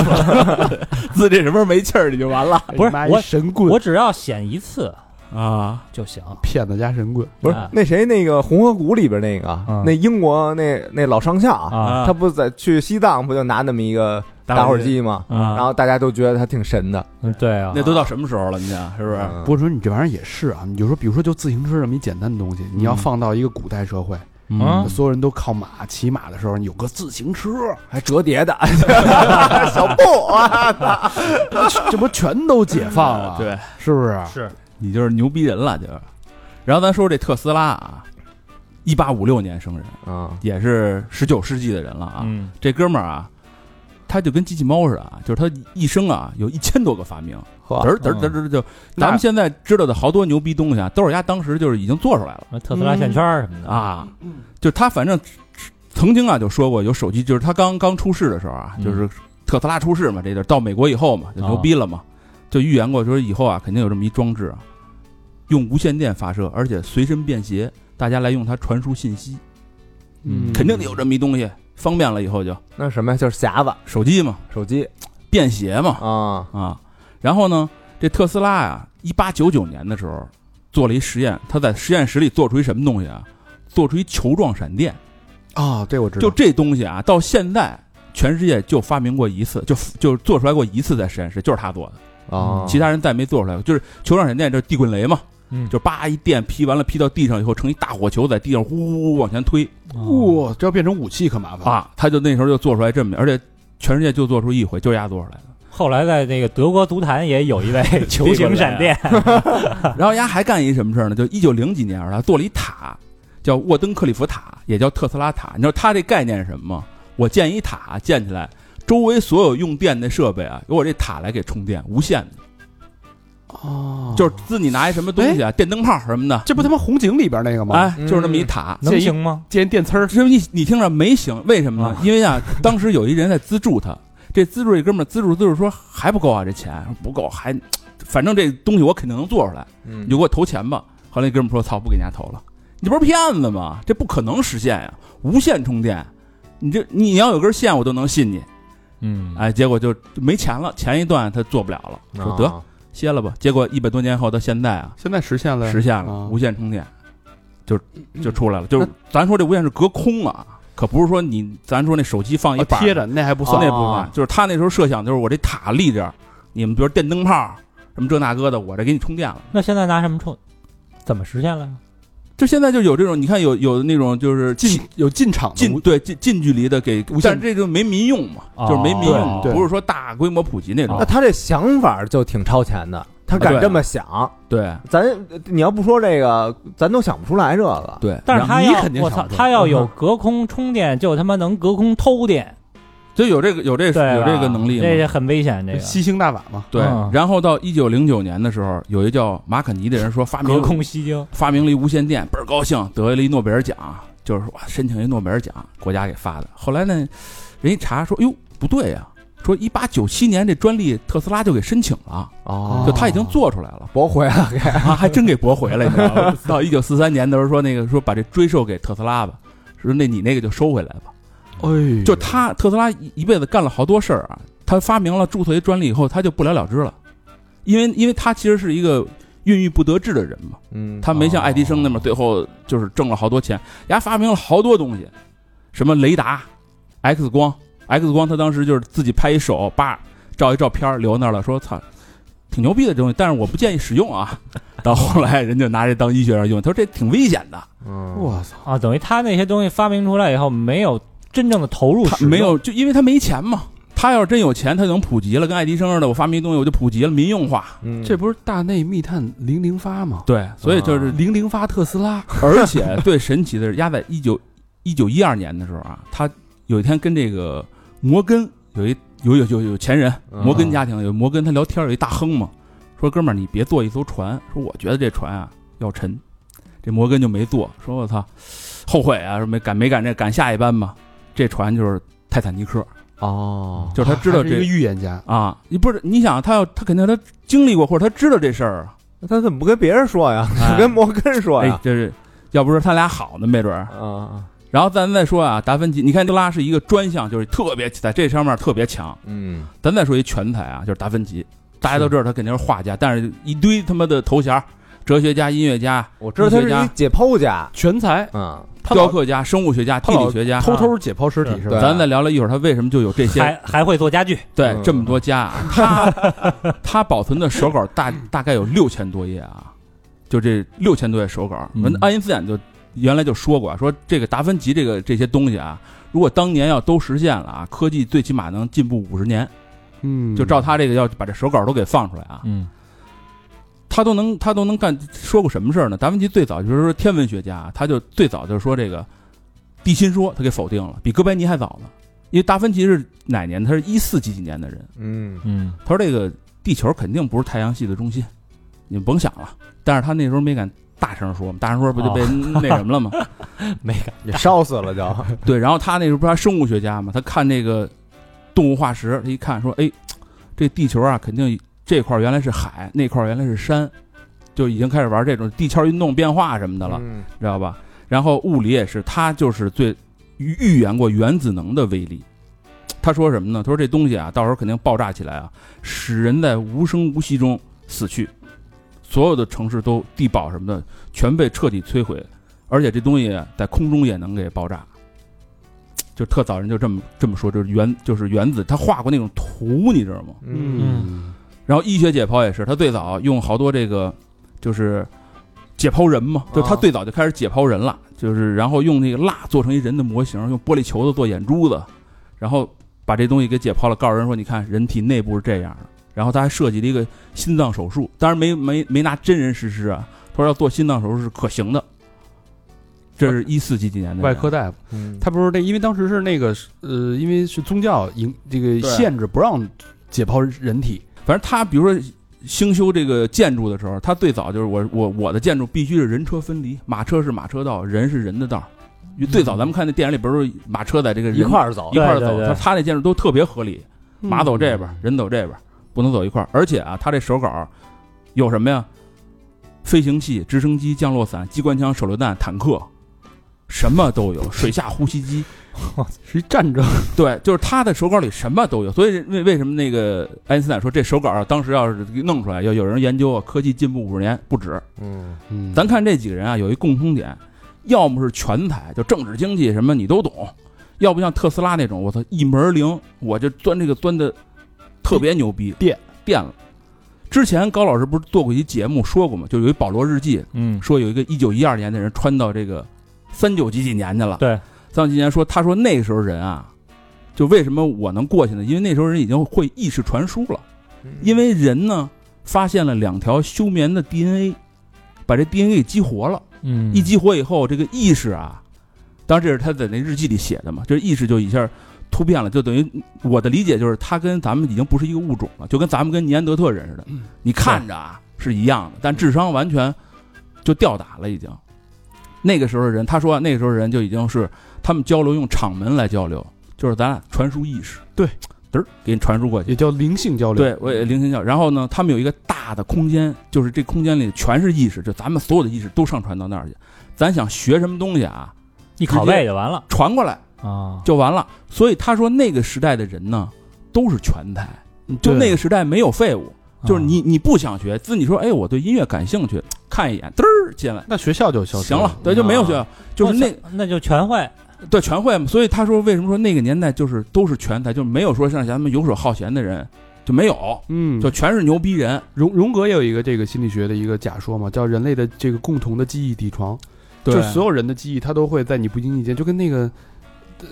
S3: 自这什么时候没气儿你就完了
S4: 不是
S1: 拿
S4: 我
S1: 一神棍
S4: 我，只要显一次
S3: 啊！
S4: 就行。
S1: 骗子加神棍，
S2: 不是
S4: 啊
S2: 那谁那个《红河谷》里边那个、
S3: 啊
S4: 嗯
S2: 那英国那那老上校啊，
S4: 啊
S2: 他不在去西藏不就拿那么一个
S3: 打
S2: 打
S3: 火
S2: 火机吗？
S4: 啊
S2: 然后大家都觉得他挺神的，
S4: 嗯，对啊，
S3: 那都到什么时候了？你想是不是？
S2: 嗯
S1: 不是说你这玩意儿也是啊，你就说比如说就自行车这么一简单的东西，你要
S3: 嗯
S1: 放到一个古代社会，
S4: 嗯
S1: 所有人都靠马骑马的时候，你有个自行车，
S2: 还折叠的
S3: 啊
S2: 小布啊，
S1: 这不全都解放 [laughs] 了？，
S3: 对
S1: 是啊不是？
S4: 是
S3: 你就是牛逼人了，就是。然后咱说这特斯拉啊，一八五六年生人，
S2: 嗯
S3: 也是十九世纪的人了啊。
S4: 嗯
S3: 这哥们儿啊，他就跟机器猫似的啊，就是他一生啊有一千多个发明，
S2: 呵
S3: 嘚儿嘚儿嘚儿嘚儿就，
S2: 那
S3: 咱们现在知道的好多牛逼东西啊，都是丫当时就是已经做出来了
S4: 什么特斯拉线圈儿什么的，
S3: 啊。就是他反正曾经啊就说过有手机，就是他刚刚出世的时候啊，
S4: 嗯
S3: 就是特斯拉出世嘛，这地儿到美国以后嘛就牛逼了嘛，就预言过说以后啊肯定有这么一装置啊，用无线电发射，而且随身便携，大家来用它传输信息，
S4: 嗯
S3: 肯定得有这么一东西，方便了以后就
S2: 那什么呀，就是匣子
S3: 手机嘛，
S2: 手机
S3: 便携嘛。
S2: 啊，
S3: 啊。然后呢，这特斯拉呀，一八九九年的时候做了一实验，他在实验室里做出一什么东西啊？做出一球状闪电。
S1: 啊，这我知道，
S3: 就这东西啊，到现在全世界就发明过一次，就就做出来过一次，在实验室就是他做的，
S2: 啊，
S3: 嗯其他人再没做出来过。就是球状闪电，就是地滚雷嘛，
S4: 嗯
S3: 就叭一电劈完了，劈到地上以后成一大火球，在地上呼呼呼往前推
S4: 哦
S1: 哇，这要变成武器可麻烦了。
S3: 啊，他就那时候就做出来这么，而且全世界就做出一回，就丫做出来的。
S4: 后来在那个德国足坛也有一位 [laughs] 球
S3: 地
S4: 形
S3: 滚
S4: 闪电，
S3: 然后丫还干一什么事儿呢？就一九零几年时候，啊他做了一塔，叫沃登克里夫塔，也叫特斯拉塔。你知道他这概念是什么吗？我建一塔建起来，周围所有用电的设备啊，由我这塔来给充电，无线的，
S1: 哦
S3: 就是自己拿一什么东西啊，电灯泡什么的，
S1: 哎这不他妈红警里边那个吗？
S3: 哎，
S2: 嗯
S3: 就是这么一塔。
S4: 能行吗？
S1: 建电呲儿，
S3: 是不是你你听着没行？为什么呢？因为啊，当时有一人在资助他，这资助这哥们儿资助资助说还不够啊，这钱说不够，还反正这东西我肯定能做出来。
S2: 嗯
S3: 你就给我投钱吧。后来那哥们说：“操，不给人家投了，你这不是骗子吗？这不可能实现呀！无线充电，你这你要有根线，我都能信你。
S4: 嗯”
S3: 哎，结果就没钱了，前一段他做不了了，
S1: 嗯
S3: 说得
S2: 啊
S3: 歇了吧。结果一百多年后到现在啊，
S1: 现在实现了，
S3: 实现了
S1: 啊
S3: 无线充电，就
S1: 嗯
S3: 就出来了。就是咱说这无线是隔空啊，可不是说你咱说那手机放一
S1: 啊
S3: 板儿哦
S1: 贴着那还不算
S3: 那
S2: 啊
S3: 部分，就是他那时候设想就是我这塔立这儿，你们比如电灯泡什么这那个的，我这给你充电了。
S4: 那现在拿什么充？怎么实现了？
S3: 就现在就有这种，你看有有那种就是
S1: 近有进场的
S3: 近
S1: 武
S3: 对近近距离的给，但是这就没民用嘛，
S4: 哦
S3: 就是没民用，
S1: 对对
S3: 不是说大规模普及那种。
S2: 那他这想法就挺超前的，他
S3: 啊
S2: 敢
S3: 对
S2: 这么想，
S3: 对
S2: 咱你要不说这个，咱都想不出来这个。
S3: 对，
S4: 但是
S3: 然后
S4: 他
S3: 你
S4: 要
S3: 肯定
S4: 我
S3: 想
S4: 操，
S3: 不出
S4: 他要有
S2: 嗯
S4: 隔空充电，就他妈能隔空偷电，
S3: 就有这个有这
S4: 对吧，
S3: 有这个能力
S4: 这
S3: 嘛。
S4: 是很危险，这个
S1: 吸星大法嘛，
S3: 对
S4: 嗯，
S3: 然后到一九零九年的时候，有一叫马肯尼的人说发
S4: [laughs] 隔
S3: 明
S4: 空吸睛，
S3: 发明了一无线电，倍儿高兴，得了一诺贝尔奖，就是说哇申请一诺贝尔奖，国家给发的。后来呢，人一查说，哟不对呀、说一八九七年这专利特斯拉就给申请了，
S2: 哦
S3: 就他已经做出来了。
S2: 驳回
S3: [laughs]
S2: 了，给
S3: 啊，还真给驳回了，你知道吗？ [laughs] 到一九四三年的时候说那个说把这追授给特斯拉吧，说那你那个就收回来吧。
S1: 哎，
S3: 就他特斯拉一一辈子干了好多事儿啊，他发明了注册一专利以后，他就不了了之了，因为因为他其实是一个孕育不得志的人嘛，
S2: 嗯，
S3: 他没像爱迪生那么最后就是挣了好多钱，人家发明了好多东西，什么雷达、X 光、X 光，他当时就是自己拍一手，叭照一照片儿留那儿了，说操，挺牛逼的东西，但是我不建议使用啊。 [laughs] 到后来人就拿这当医学上用，他说这挺危险的，
S2: 哇，
S1: 我操，
S4: 啊，等于他那些东西发明出来以后，没有真正的投入
S3: 他
S4: 使用，
S3: 没有就因为他没钱嘛。他要是真有钱，他就能普及了，跟爱迪生似的，我发明一东西我就普及了，民用化。
S2: 嗯
S1: 这不是大内密探零零发吗？
S3: 对，所以就是
S1: 零零
S3: [laughs]
S1: 发特斯拉，
S3: 而且最神奇的是，压在一九一九一二年的时候啊，他有一天跟这个摩根有一有有有有钱人，
S2: 嗯
S3: 摩根家庭有摩根，他聊天有一大亨嘛，说哥们儿你别坐一艘船，说我觉得这船啊要沉，这摩根就没坐，说我操，后悔啊，说没赶没赶这赶下一班嘛，这船就是泰坦尼克，
S2: 哦，
S3: 就是他知道
S1: 还是
S3: [laughs]
S1: 一
S3: 这
S1: 个预言家，
S3: 啊，你不是你想他要他肯定他经历过或者他知道这事儿啊，
S2: 那他怎么不跟别人说呀？
S3: 哎
S2: 跟摩根说
S3: 哎
S2: 呀？，
S3: 这是要不是他俩好呢，没准儿。
S2: 啊，
S3: 然后咱再说啊，达芬奇，你看拉是一个专项，就是特别在这上面特别强。
S2: 嗯，
S3: 咱再说一全才啊，就是达芬奇，大家都知道他肯定是画家，但是一堆他妈的头衔儿，哲学家、音乐家、
S2: 我知道他是一解剖家，
S1: 全才，
S2: 嗯，
S1: 他
S3: 雕
S1: 老
S3: 刻家、生物学家、
S1: 他
S3: 地
S1: 老
S3: 理学家。
S1: 偷偷解剖尸体
S4: 是
S1: 是吧？
S2: 对
S3: 咱再聊聊一会儿他为什么就有这些
S4: 还还会做家具，
S3: 对
S2: 嗯
S3: 这么多家啊，他他保存的手稿大大概有六千多页啊，就这六千多页手稿，
S5: 嗯
S3: 人爱因斯坦就原来就说过啊，说这个达芬奇这个这些东西啊，如果当年要都实现了啊，科技最起码能进步五十年，
S1: 嗯，
S3: 就照他这个要把这手稿都给放出来啊，
S5: 嗯
S3: 他都能他都能干，说过什么事儿呢？达芬奇最早就是说天文学家，他就最早就说这个地心说，他给否定了，比哥白尼还早呢。因为达芬奇是哪年？他是一四几几年的人。
S2: 嗯，
S5: 嗯
S3: 他说这个地球肯定不是太阳系的中心，你们甭想了。但是他那时候没敢大声说嘛，大声说不就被 [laughs] 那什么了吗？
S4: 没敢
S2: 也烧死了
S3: [laughs]
S2: 就，
S3: 对，然后他那时候不是还生物学家嘛，他看这个动物化石，他一看说，哎，这地球啊，肯定这块儿原来是海，那块儿原来是山，就已经开始玩这种地壳运动变化什么的了，
S2: 嗯
S3: 知道吧？然后物理也是，他就是最预预言过原子能的威力。他说什么呢？他说这东西啊，到时候肯定爆炸起来啊，使人在无声无息中死去，所有的城市都地堡什么的全被彻底摧毁，而且这东西在空中也能给爆炸。就特早人就这么这么说，就是原就是原子，他画过那种图，你知道吗？
S1: 嗯，
S3: 然后医学解剖也是，他最早用好多这个就是解剖人嘛，就他
S2: 啊
S3: 最早就开始解剖人了，就是然后用那个蜡做成一人的模型，用玻璃球子做眼珠子，然后把这东西给解剖了，告诉人说你看人体内部是这样的。然后他还设计了一个心脏手术，当然没没没拿真人实施啊，他说要做心脏手术是可行的。这是一四几几年的
S1: 外
S3: 人
S1: 科大夫。
S2: 嗯，
S1: 他不是那，因为当时是那个呃，因为是宗教影这个
S3: 对
S1: 限制不让解剖人体，
S3: 反正他比如说兴修这个建筑的时候，他最早就是我我我的建筑必须是人车分离，马车是马车道，人是人的道。因为最早咱们看那电影里边都是马车在这个人
S2: 嗯一块儿走
S3: 一，块儿
S4: 对
S3: 走，
S4: 对对
S3: 他他那建筑都特别合理，马走这
S2: 嗯
S3: 边，人走这边，不能走一块儿。而且啊，他这手稿有什么呀？飞行器、直升机、降落伞、机关枪、手榴弹、坦克，什么都有，水下呼吸机，
S1: 是一战争，
S3: 对，就是他的手稿里什么都有，所以为为什么那个爱因斯坦说这手稿啊当时要是弄出来，要有人研究啊，科技进步五十年不止。
S2: 嗯
S1: 嗯
S3: 咱看这几个人啊，有一共通点，要么是全才，就政治经济什么你都懂；要不像特斯拉那种，我操一门儿灵，我就钻这个钻的特别牛逼，
S1: 电
S3: 电了。之前高老师不是做过一节目说过吗？就有一保罗日记，
S5: 嗯
S3: 说有一个一九一二年的人穿到这个三九几几年去了。
S4: 对，
S3: 三九几年说，他说那时候人啊，就为什么我能过去呢？因为那时候人已经会意识传输了，
S2: 嗯
S3: 因为人呢发现了两条休眠的 DNA，把这 DNA 给激活了。
S5: 嗯
S3: 一激活以后，这个意识啊，当然这是他在那日记里写的嘛，这意识就一下突变了，就等于我的理解就是，他跟咱们已经不是一个物种了，就跟咱们跟尼安德特人似的，你看着啊是一样的，但智商完全就吊打了，已经。那个时候的人，他说、啊、那个时候的人就已经是他们交流用场门来交流，就是咱俩传输意识，
S1: 对，
S3: 嘚儿给你传输过去。
S1: 也叫灵性交流，嗯
S3: 对，我也零星教。然后呢，他们有一个大的空间，就是这空间里全是意识，就咱们所有的意识都上传到那儿去。咱想学什么东西啊，
S4: 一拷贝就完了
S3: 传过来
S4: 啊。
S3: 就完了。所以他说那个时代的人呢，都是全才，
S1: 嗯，
S3: 就
S1: 对啊
S3: 那个时代没有废物，就是
S4: 啊
S3: 你你不想学，自己说哎我对音乐感兴趣，看一眼，嘚儿进来。
S1: 那学校就消失啊哦
S3: 行了，对，就没有学，校，就是那
S4: 我操那就全会，
S3: 对全会嘛。所以他说，为什么说那个年代就是都是全才，就是没有说像咱们游手好闲的人就没有，
S1: 嗯，
S3: 就全是牛逼人。
S1: 荣荣格也有一个这个心理学的一个假说嘛，叫人类的这个共同的记忆底床，
S3: 对
S1: 就所有人的记忆，它都会在你不经意间，就跟那个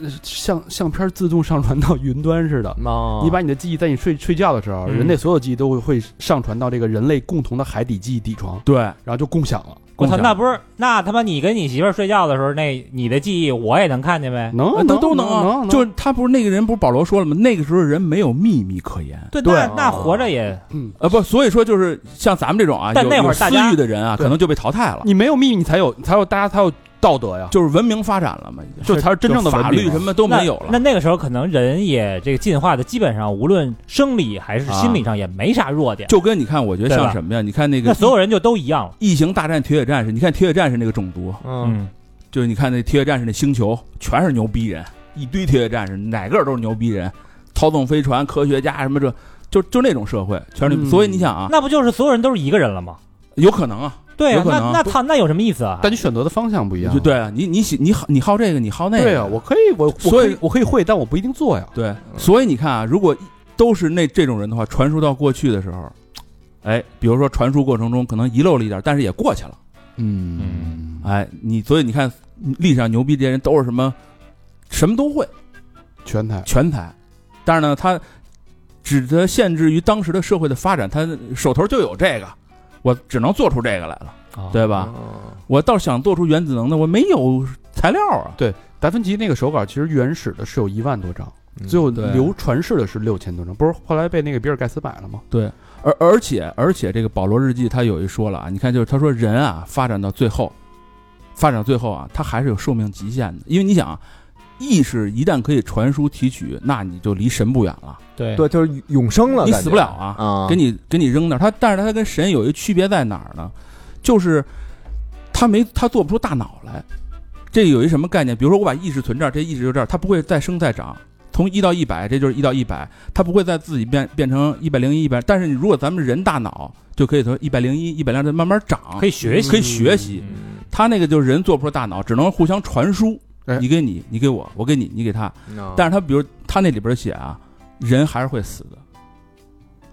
S1: 呃相相片自动上传到云端似的。
S2: 哦
S1: 你把你的记忆在你睡睡觉的时候，
S4: 嗯
S1: 人类所有记忆都会会上传到这个人类共同的海底记忆底床，
S3: 对，
S1: 然后就共享了。
S4: 我操，
S1: 共享
S4: 那不是那他妈你跟你媳妇儿睡觉的时候，那你的记忆我也能看见呗？
S1: 能
S3: 啊，
S1: 能
S3: 都都
S1: 哎能
S3: 啊
S1: 能
S3: 就是他不是那个人，不是保罗说了吗？那个时候人没有秘密可言，
S4: 对，
S1: 对
S4: 那
S2: 啊
S4: 那哦活着也
S1: 嗯，
S3: 呃，不，所以说就是像咱们这种啊，
S4: 但
S3: 有
S4: 那会儿
S3: 有
S4: 大家
S3: 私欲的人啊，
S1: 对
S3: 可能就被淘汰了，
S1: 你没有秘密，你才有才有大家才有道德呀，
S3: 就是文明发展了嘛，已经
S1: 就才是真正的
S3: 就法
S1: 文明啊
S3: 律什么都
S4: 那
S3: 没有
S4: 那
S3: 了。
S4: 那个时候可能人也这个进化的基本上无论生理还是心理上也没啥弱点，
S3: 就跟你看，我觉得
S4: 对
S3: 像
S4: 吧
S3: 什么呀？你看那个
S4: 那所有人就都一样了。
S3: 异形大战铁血战士，你看铁血战士那个种族，
S2: 嗯，
S4: 嗯，
S3: 就是你看那铁血战士那星球，全是牛逼人，一堆铁血战士，哪个都是牛逼人，操纵飞船、科学家什么这，就就那种社会，全是牛
S1: 嗯
S3: 逼。所以你想啊，
S4: 那不就是所有人都是一个人了吗？
S3: 有可能啊，
S4: 对啊
S3: 有，可
S4: 那
S3: 能
S4: 那操，那有什么意思啊？
S1: 但你选择的方向不一样。
S3: 就对啊，你你喜你好你好这个，你好那个，
S1: 对啊，我可以，我我
S3: 哎所以
S1: 可以我可以会，但我不一定做呀。
S3: 对，所以你看啊，如果都是那这种人的话，传输到过去的时候，哎，比如说传输过程中可能遗漏了一点，但是也过去了，
S1: 嗯，
S3: 哎，你所以你看历史上牛逼这些人都是什么，什么都会，
S1: 全台
S3: 全才，但是呢，他只得限制于当时的社会的发展，他手头就有这个，我只能做出这个来了，
S4: 啊
S3: 嗯对吧？
S2: 吧？
S3: 我倒想做出原子能的，我没有材料啊，
S1: 达芬奇那个手稿其实原始的是有一万多张，
S2: 嗯
S1: 最后
S3: 嗯对
S1: 流传世的是六千多张，不是后来被那个比尔盖茨买了吗？
S3: 而而且而且这个保罗日记他有一说了啊，你看就是他说人啊发展到最后，发展到最后啊，他还是有寿命极限的，因为你想啊，意识一旦可以传输提取，那你就离神不远了，
S4: 对
S2: 对，就是永生了，
S3: 你
S2: 感觉
S3: 死不了啊
S2: 啊！
S3: 给你给你扔那儿。他但是他跟神有一区别在哪儿呢？就是他没他做不出大脑来。这有一什么概念？比如说我把意识存这儿，这意识就这儿，它不会再升再长。从一到一百，这就是一到一百，它不会再自己变变成一百零一、一百。但是你如果咱们人大脑就可以从一百零一、一百零二再慢慢长，
S4: 可以学习
S3: 可以学习。
S2: 嗯
S3: 他那个就是人做不出大脑，只能互相传输
S1: 哎。
S3: 你给你，你给我，我给你，你给他。
S2: 啊
S3: 但是他比如他那里边写啊，人还是会死的，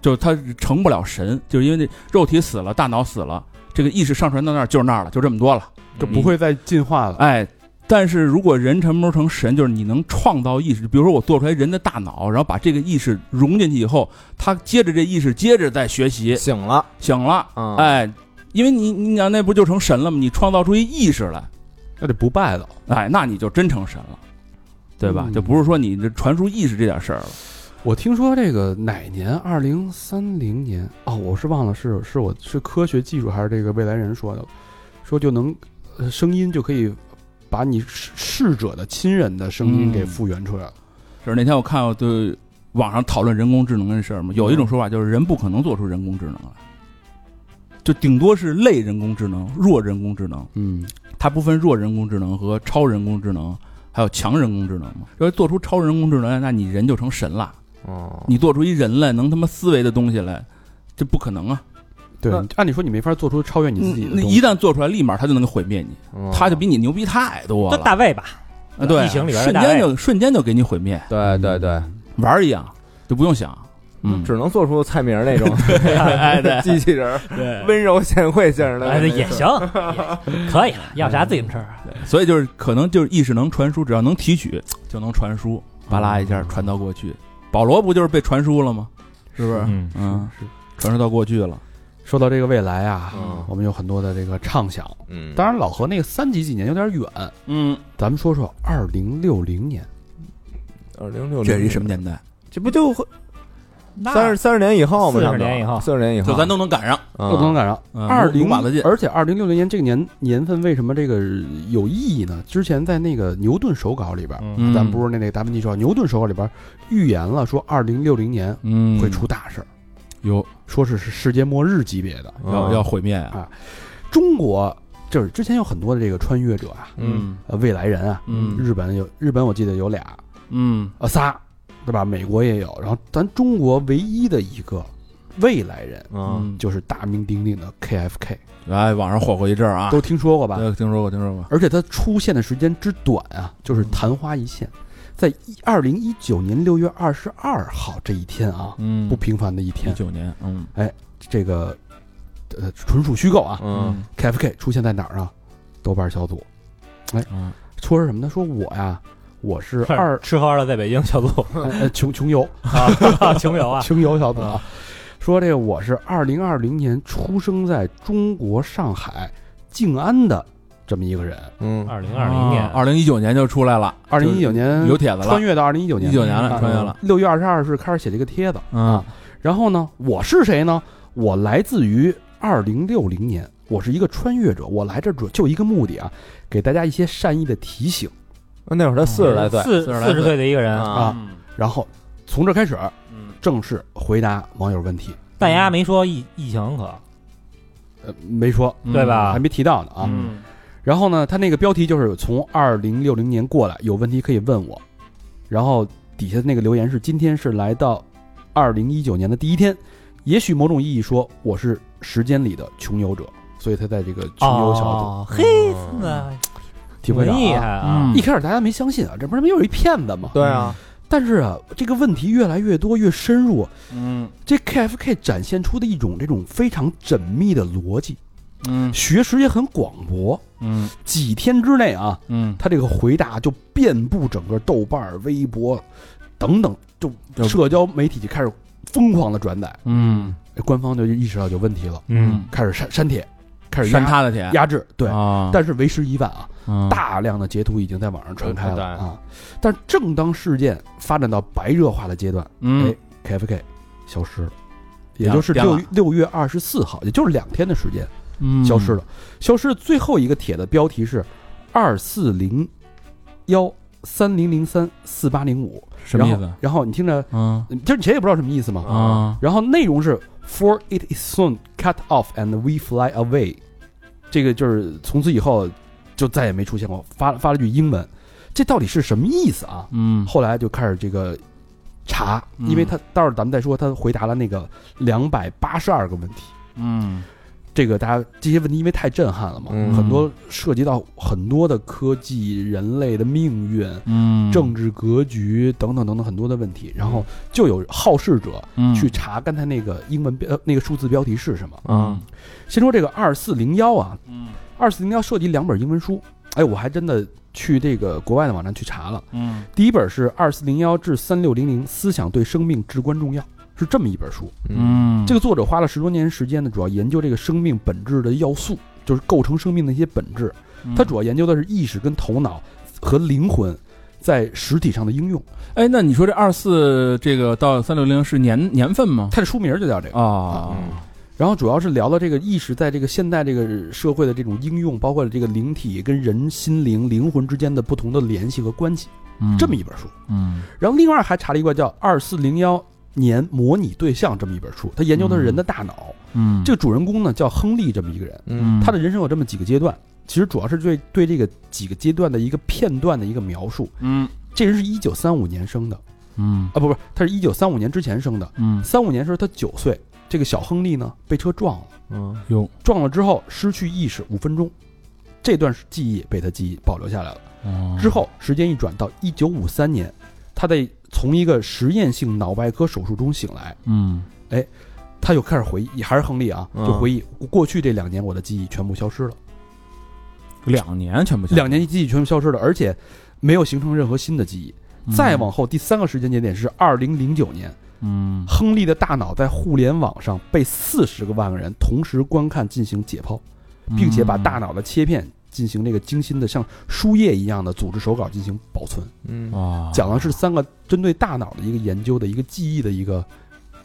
S3: 就是他成不了神，就是因为那肉体死了，大脑死了，这个意识上传到那儿就是那儿了，就这么多了。
S1: 就不会再进化了。
S3: 哎，但是如果人成不成神，就是你能创造意识，比如说我做出来人的大脑，然后把这个意识融进去以后，他接着这意识接着再学习，
S2: 醒了，
S3: 醒了，
S2: 嗯
S3: 哎，因为你你想那不就成神了吗？你创造出一意识来，
S1: 那得不败了。
S3: 哎，那你就真成神了。对吧？
S1: 嗯
S3: 就不是说你这传输意识这点事儿了，
S1: 我听说这个哪年？二零三零年哦，我是忘了是是我是科学技术还是这个未来人说的了，说就能、呃、声音就可以把你逝逝者的亲人的声音
S3: 嗯
S1: 给复原出来了。
S3: 就是那天我看我对网上讨论人工智能这事儿嘛，有一种说法就是人不可能做出人工智能来，就顶多是类人工智能、弱人工智能，
S1: 嗯，
S3: 它不分弱人工智能和超人工智能，还有强人工智能嘛。要是做出超人工智能来，那你人就成神了。
S2: 哦，
S3: 你做出一人来能他妈思维的东西来，这不可能啊！
S1: 对
S2: 那，
S1: 按理说你没法做出超越你自己的
S3: 那
S1: 东
S3: 嗯一
S1: 西。
S3: 旦做出来，立马他就能毁灭你，
S2: 哦
S3: 他就比你牛逼太多
S4: 就
S3: 了。
S4: 大卫吧，
S3: 啊对啊，
S4: 异形里边的
S3: 瞬
S4: 大
S3: 间
S4: 卫
S3: 就瞬间就给你毁灭，
S2: 对对对，
S3: 玩儿一样，就不用想。嗯，
S2: 只能做出蔡明那种
S4: [laughs] 哎对
S2: [laughs] 机器人儿，
S4: [laughs] 对
S2: 温柔贤惠型的
S4: 哎
S2: 那种，
S4: 也行，也可以了，要啥自行车啊？
S3: 所以就是可能就是意识能传输，只要能提取就能传输，巴拉一下传到过去。保罗不就是被传输了吗？是不是？
S4: 嗯
S3: 嗯，
S1: 是
S3: 传输到过去了。
S1: 说到这个未来啊，
S2: 嗯
S1: 我们有很多的这个畅想。
S2: 嗯，
S1: 当然，老和那个三级几年有点远，
S3: 嗯，
S1: 咱们说说二零六零年。
S2: 二零六
S3: 这是一什么？年代？
S2: 这不就会
S4: 那
S2: 三十三十年以后吗？
S4: 40年以后
S2: 四十年以后，
S3: 就咱都能赶上。
S1: 又能赶上
S3: 嗯
S1: 二
S3: 鲁
S1: 零
S3: 马的进
S1: 而且二零六零年这个年年份为什么这个有意义呢？之前在那个牛顿手稿里边，
S4: 嗯
S3: 嗯
S1: 咱不是那那个达芬奇手稿，牛顿手稿里边预言了说二零六零年
S3: 嗯
S1: 会出大事儿，
S3: 有
S1: 说是是世界末日级别的。
S2: 嗯
S3: 要要毁灭
S1: 啊
S3: 啊。
S1: 中国就是之前有很多的这个穿越者啊，
S2: 嗯
S1: 呃，未来人啊，
S3: 嗯
S1: 日本有日本我记得有俩，
S3: 嗯
S1: 呃仨，对吧？美国也有，然后咱中国唯一的一个未来人
S2: 嗯，
S1: 就是大名鼎鼎的 KFK，
S3: 哎，网上火过一阵儿啊。
S1: 都听说过吧？
S3: 对，听说过，听说过。
S1: 而且它出现的时间之短啊，就是
S3: 嗯
S1: 昙花一现，在一二零一九年六月二十二号这一天啊，
S3: 嗯
S1: 不平凡的一
S3: 一
S1: 天，
S3: 九年，嗯
S1: 这个呃纯属虚构啊。
S2: 嗯
S1: KFK 出现在哪儿啊？豆瓣小组
S3: 嗯
S1: 说是什么呢？说我呀，我
S3: [laughs]
S1: 是二
S4: 吃喝了在北京小组
S1: 呃呃穷穷游
S4: 啊，穷游啊，
S1: 穷游小组啊，说这个我是二零二零年出生在中国上海，静安的这么一个人。
S2: 嗯
S4: 二零二零年，
S3: 啊二零一九年就出来了，
S1: 二零一九年
S3: 有帖子了
S1: 穿越到二零一九年，
S3: 19年了
S1: 啊
S3: 穿越了。
S1: 六月二十二日开始写这个帖子，
S3: 嗯
S1: 然后呢，我是谁呢？我来自于二零六零年，我是一个穿越者，我来这主就一个目的啊，给大家一些善意的提醒。
S2: 那会儿他四十来岁，
S4: 嗯四
S3: 40来
S4: 四十岁的一个人，
S2: 啊
S1: 啊，然后从这开始
S3: 嗯
S1: 正式回答网友问题，
S4: 大家
S1: 嗯
S4: 没说疫疫情可
S1: 呃，没说
S4: 对吧
S1: 还没提到呢啊。
S3: 嗯
S1: 然后呢，他那个标题就是从二零六零年过来，有问题可以问我。然后底下那个留言是：今天是来到二零一九年的第一天，也许某种意义说我是时间里的穷游者，所以他在这个穷游小组
S4: 哦，嘿，
S2: 嗯
S4: 那
S1: 体会到、
S4: 厉害
S1: 啊。
S4: 啊
S3: 嗯！
S1: 一开始大家没相信啊，这不是没有一骗子吗？
S2: 对啊，
S1: 但是啊，这个问题越来越多，越深入，啊
S3: 嗯
S1: 这 KFK 展现出的一种这种非常缜密的逻辑，
S3: 嗯
S1: 学识也很广博。
S3: 嗯
S1: 几天之内啊，
S3: 嗯，
S1: 他这个回答就遍布整个豆瓣儿、微博等等，就
S3: 就
S1: 社交媒体就开始疯狂的转载。
S3: 嗯
S1: 哎官方就意识到有问题了，
S4: 嗯，
S1: 开始删删帖，开始压
S3: 删他的帖，
S1: 压制。对，
S3: 啊，
S1: 但是为时已晚啊，
S3: 嗯
S1: 大量的截图已经在网上传开了
S2: 呃对
S1: 啊。但正当事件发展到白热化的阶段
S3: 嗯
S1: ，KFK 消失了。也
S3: 变
S1: 就是
S3: 变
S1: 六
S3: 了
S1: 六月二十四号，也就是两天的时间，
S3: 嗯
S1: 消失了。消失的最后一个帖的标题是二四零幺三零零三四八零五，
S3: 什么
S1: 然
S3: 意
S1: 后
S3: 思？
S1: 然后你听着，
S3: 嗯
S1: 就是你谁也不知道什么意思嘛。
S3: 啊
S1: 然后内容是 For it is soon cut off and we fly away，这个就是从此以后就再也没出现过。发发了句英文，这到底是什么意思啊？
S3: 嗯
S1: 后来就开始这个查，
S3: 嗯
S1: 因为他待会儿咱们再说，他回答了那个两百八十二个问题。
S3: 嗯
S1: 这个大家这些问题因为太震撼了嘛，
S2: 嗯
S1: 很多涉及到很多的科技、人类的命运、
S3: 嗯
S1: 政治格局等等等等很多的问题，然后就有好事者去查刚才那个英文标、呃那个数字标题是什么。
S3: 嗯
S1: 先说这个二四零幺啊，
S3: 嗯
S1: 二四零幺涉及两本英文书，哎，我还真的去这个国外的网站去查了，
S3: 嗯
S1: 第一本是《二四零幺至三六零零：思想对生命至关重要》，是这么一本书。
S3: 嗯
S1: 这个作者花了十多年时间呢，主要研究这个生命本质的要素，就是构成生命的一些本质。他主要研究的是意识跟头脑和灵魂在实体上的应用。
S3: 哎，那你说这二四这个到三六零是年年份吗？
S1: 他的书名就叫这个。
S3: 啊，
S2: 嗯
S1: 然后主要是聊到这个意识在这个现代这个社会的这种应用，包括这个灵体跟人心灵、灵魂之间的不同的联系和关系，这么一本书。
S3: 嗯
S1: 然后另外还查了一个叫《二四零幺年模拟对象》这么一本书，他研究的是人的大脑。
S3: 嗯
S1: 这个主人公呢叫亨利这么一个人。
S2: 嗯
S1: 他的人生有这么几个阶段，其实主要是对对这个几个阶段的一个片段的一个描述。
S3: 嗯
S1: 这人是一九三五年生的啊，
S3: 嗯
S1: 不不，他是一九三五年之前生的。
S3: 嗯
S1: 三五年时候他九岁，这个小亨利呢被车撞了，
S2: 嗯
S3: 有
S1: 撞了之后失去意识五分钟，这段记忆被他记忆保留下来了。之后时间一转到一九五三年，他在从一个实验性脑外科手术中醒来，
S3: 嗯
S1: 他又开始回忆，还是亨利啊，就
S2: 嗯
S1: 回忆过去这两年我的记忆全部消失了。
S3: 两年全部
S1: 两年记忆全部消失了，而且没有形成任何新的记忆。再往后，第三个时间节点是二零零九年，
S3: 嗯
S1: 亨利的大脑在互联网上被四十个万个人同时观看进行解剖，
S3: 嗯
S1: 并且把大脑的切片进行这个精心的像输液一样的组织手稿进行保存。
S2: 嗯
S3: 啊
S1: 讲的是三个针对大脑的一个研究的一个记忆的一个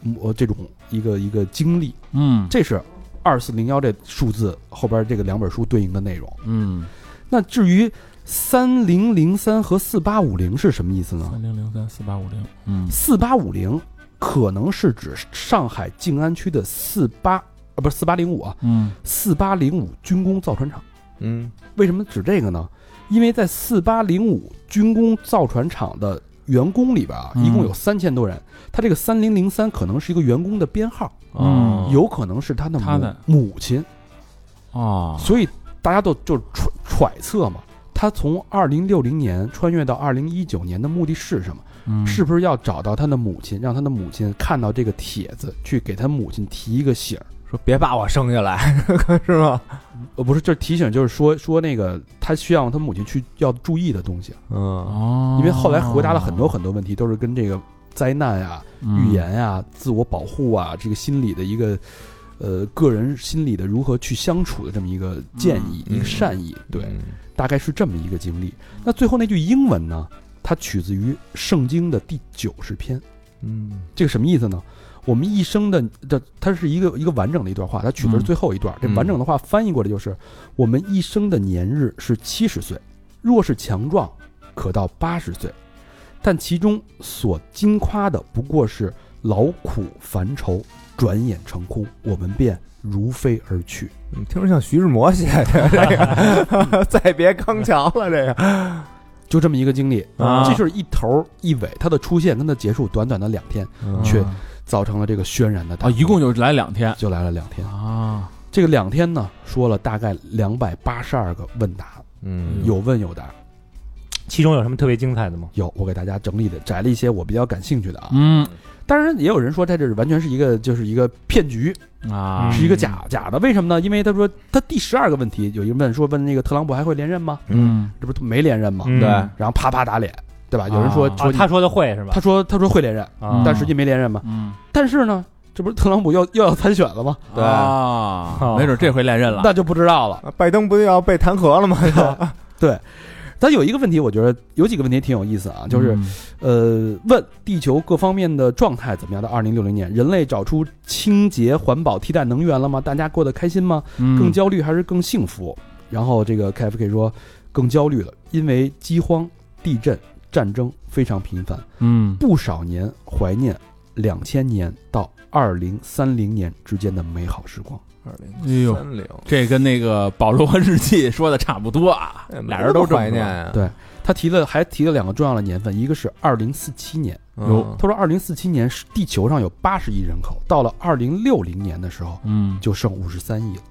S1: 嗯呃这种一个一个经历，
S3: 嗯
S1: 这是二四零幺这数字后边这个两本书对应的内容。
S3: 嗯
S1: 那至于三零零三和四八五零是什么意思呢？
S3: 三零零三四八五零嗯
S1: 四八五零可能是指上海静安区的四八啊，不是四八零五啊，
S3: 嗯
S1: 四八零五军工造船厂。
S2: 嗯
S1: 为什么指这个呢？因为在四八零五军工造船厂的员工里边啊，
S3: 嗯
S1: 一共有三千多人，他这个三零零三可能是一个员工的编号，
S3: 嗯
S2: 哦
S1: 有可能是他的母
S3: 他的
S1: 母亲，
S3: 啊
S1: 所以大家都就是揣揣测嘛。他从二零六零年穿越到二零一九年的目的是什么？是不是要找到他的母亲，让他的母亲看到这个帖子，去给他母亲提一个醒儿？
S2: 说别把我生下来， [laughs] 是吗？
S1: 呃，不是，就是提醒，就是说说那个他需要他母亲去要注意的东西，啊
S2: 嗯
S3: 哦，
S1: 因为后来回答了很
S2: 哦
S1: 多很多问题，都是
S2: 嗯
S3: 嗯
S1: 跟这个灾难啊、预言啊、自我保护啊这个心理的一个呃个人心理的如何去相处的这么一个建议，
S2: 嗯
S1: 一个
S2: 嗯
S1: 善意，对，
S2: 嗯
S1: 大概是这么一个经历。那最后那句英文呢，它取自于圣经的第九十篇。
S2: 嗯
S1: 这个什么意思呢？我们一生的这，它是一个一个完整的一段话，它取的是
S3: 嗯
S1: 最后一段。这完整的话翻译过来就是：我们一生的年日是七十岁，若是强壮，可到八十岁，但其中所矜夸的不过是劳苦烦愁，转眼成空，我们便如飞而去。
S2: 嗯，听着像徐志摩写的这个， [laughs] 再别康桥了，这个
S1: 就这么一个经历，
S2: 啊
S1: 这就是一头一尾，它的出现跟它结束短短的两天，确造成了这个轩然的大
S3: 啊，
S1: 波
S3: 嗯一共就来两天
S1: 就来了两天。
S3: 啊，
S1: 这个两天呢，说了大概两百八十二个问答，
S2: 嗯
S1: 有问有答，
S4: 其中有什么特别精彩的吗？
S1: 有我给大家整理的摘了一些我比较感兴趣的啊。
S3: 嗯
S1: 当然，也有人说这就是完全是一个就是一个骗局，
S3: 啊
S1: 是一个假假的。为什么呢？因为他说他第十二个问题有一个问说问那个特朗普还会连任吗？
S3: 嗯，
S1: 这不是没连任吗？
S4: 嗯
S2: 对
S4: 啊，
S1: 然后啪啪打脸，对吧？有人说
S3: 啊
S1: 说你
S4: 他说的会是吧
S1: 他？说他说会连任，
S4: 啊
S1: 但实际没连任嘛。
S3: 嗯
S1: 但是呢，这不是特朗普又又要参选了吗？
S2: 对
S3: 啊，
S1: 哦
S3: 没准这回连任了，
S1: 那就不知道了。
S2: 拜登不就要被弹劾了 [laughs] 吗？
S1: 但有一个问题，我觉得有几个问题挺有意思啊，就是呃，问地球各方面的状态怎么样？到二零六零年，人类找出清洁环保替代能源了吗？大家过得开心吗？
S3: 嗯
S1: 更焦虑还是更幸福？然后这个 KFK 说更焦虑了，因为饥荒、地震、战争非常频繁，
S3: 嗯
S1: 不少年怀念两千年到二零三零年之间的美好时光。
S2: 二零
S3: 哎呦，
S2: 三零，
S3: 这跟那个保罗日记说的差不多啊
S2: 哎，
S3: 俩人都这么
S2: 怀念
S3: 说
S2: 啊，
S1: 对他提了，还提了两个重要的年份，一个是二零四七年。
S2: 嗯
S3: 有
S1: 他说，二零四七年是地球上有八十亿人口，到了二零六零年的时候
S3: 嗯，
S1: 就剩五十三亿了。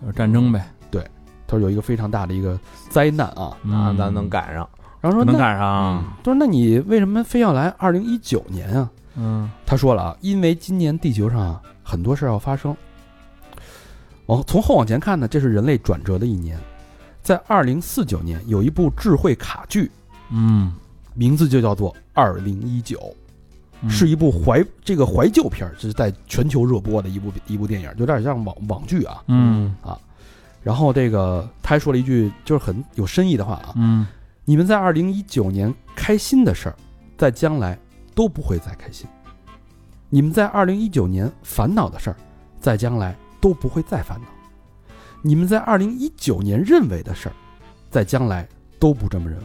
S3: 就是战争呗，
S1: 他说有一个非常大的一个灾难啊。
S2: 那
S3: 嗯
S2: 咱能赶上，
S1: 然后说
S3: 能
S1: 那
S3: 赶上，
S1: 他说那你为什么非要来二零一九年啊？
S3: 嗯
S1: 他说了啊，因为今年地球上啊很多事儿要发生。往从后往前看呢，这是人类转折的一年。在二零四九年有一部智慧卡剧，
S3: 嗯，
S1: 名字就叫做《二零一九》。
S3: 嗯
S1: 是一部怀这个怀旧片儿，这是在全球热播的一部一部电影，有点像网网剧啊。
S3: 嗯
S1: 然后这个他还说了一句就是很有深意的话啊，
S3: 嗯
S1: 你们在二零一九年开心的事儿，在将来都不会再开心；你们在二零一九年烦恼的事儿，在将来都不会再烦恼；你们在二零一九年认为的事儿，在将来都不这么认为。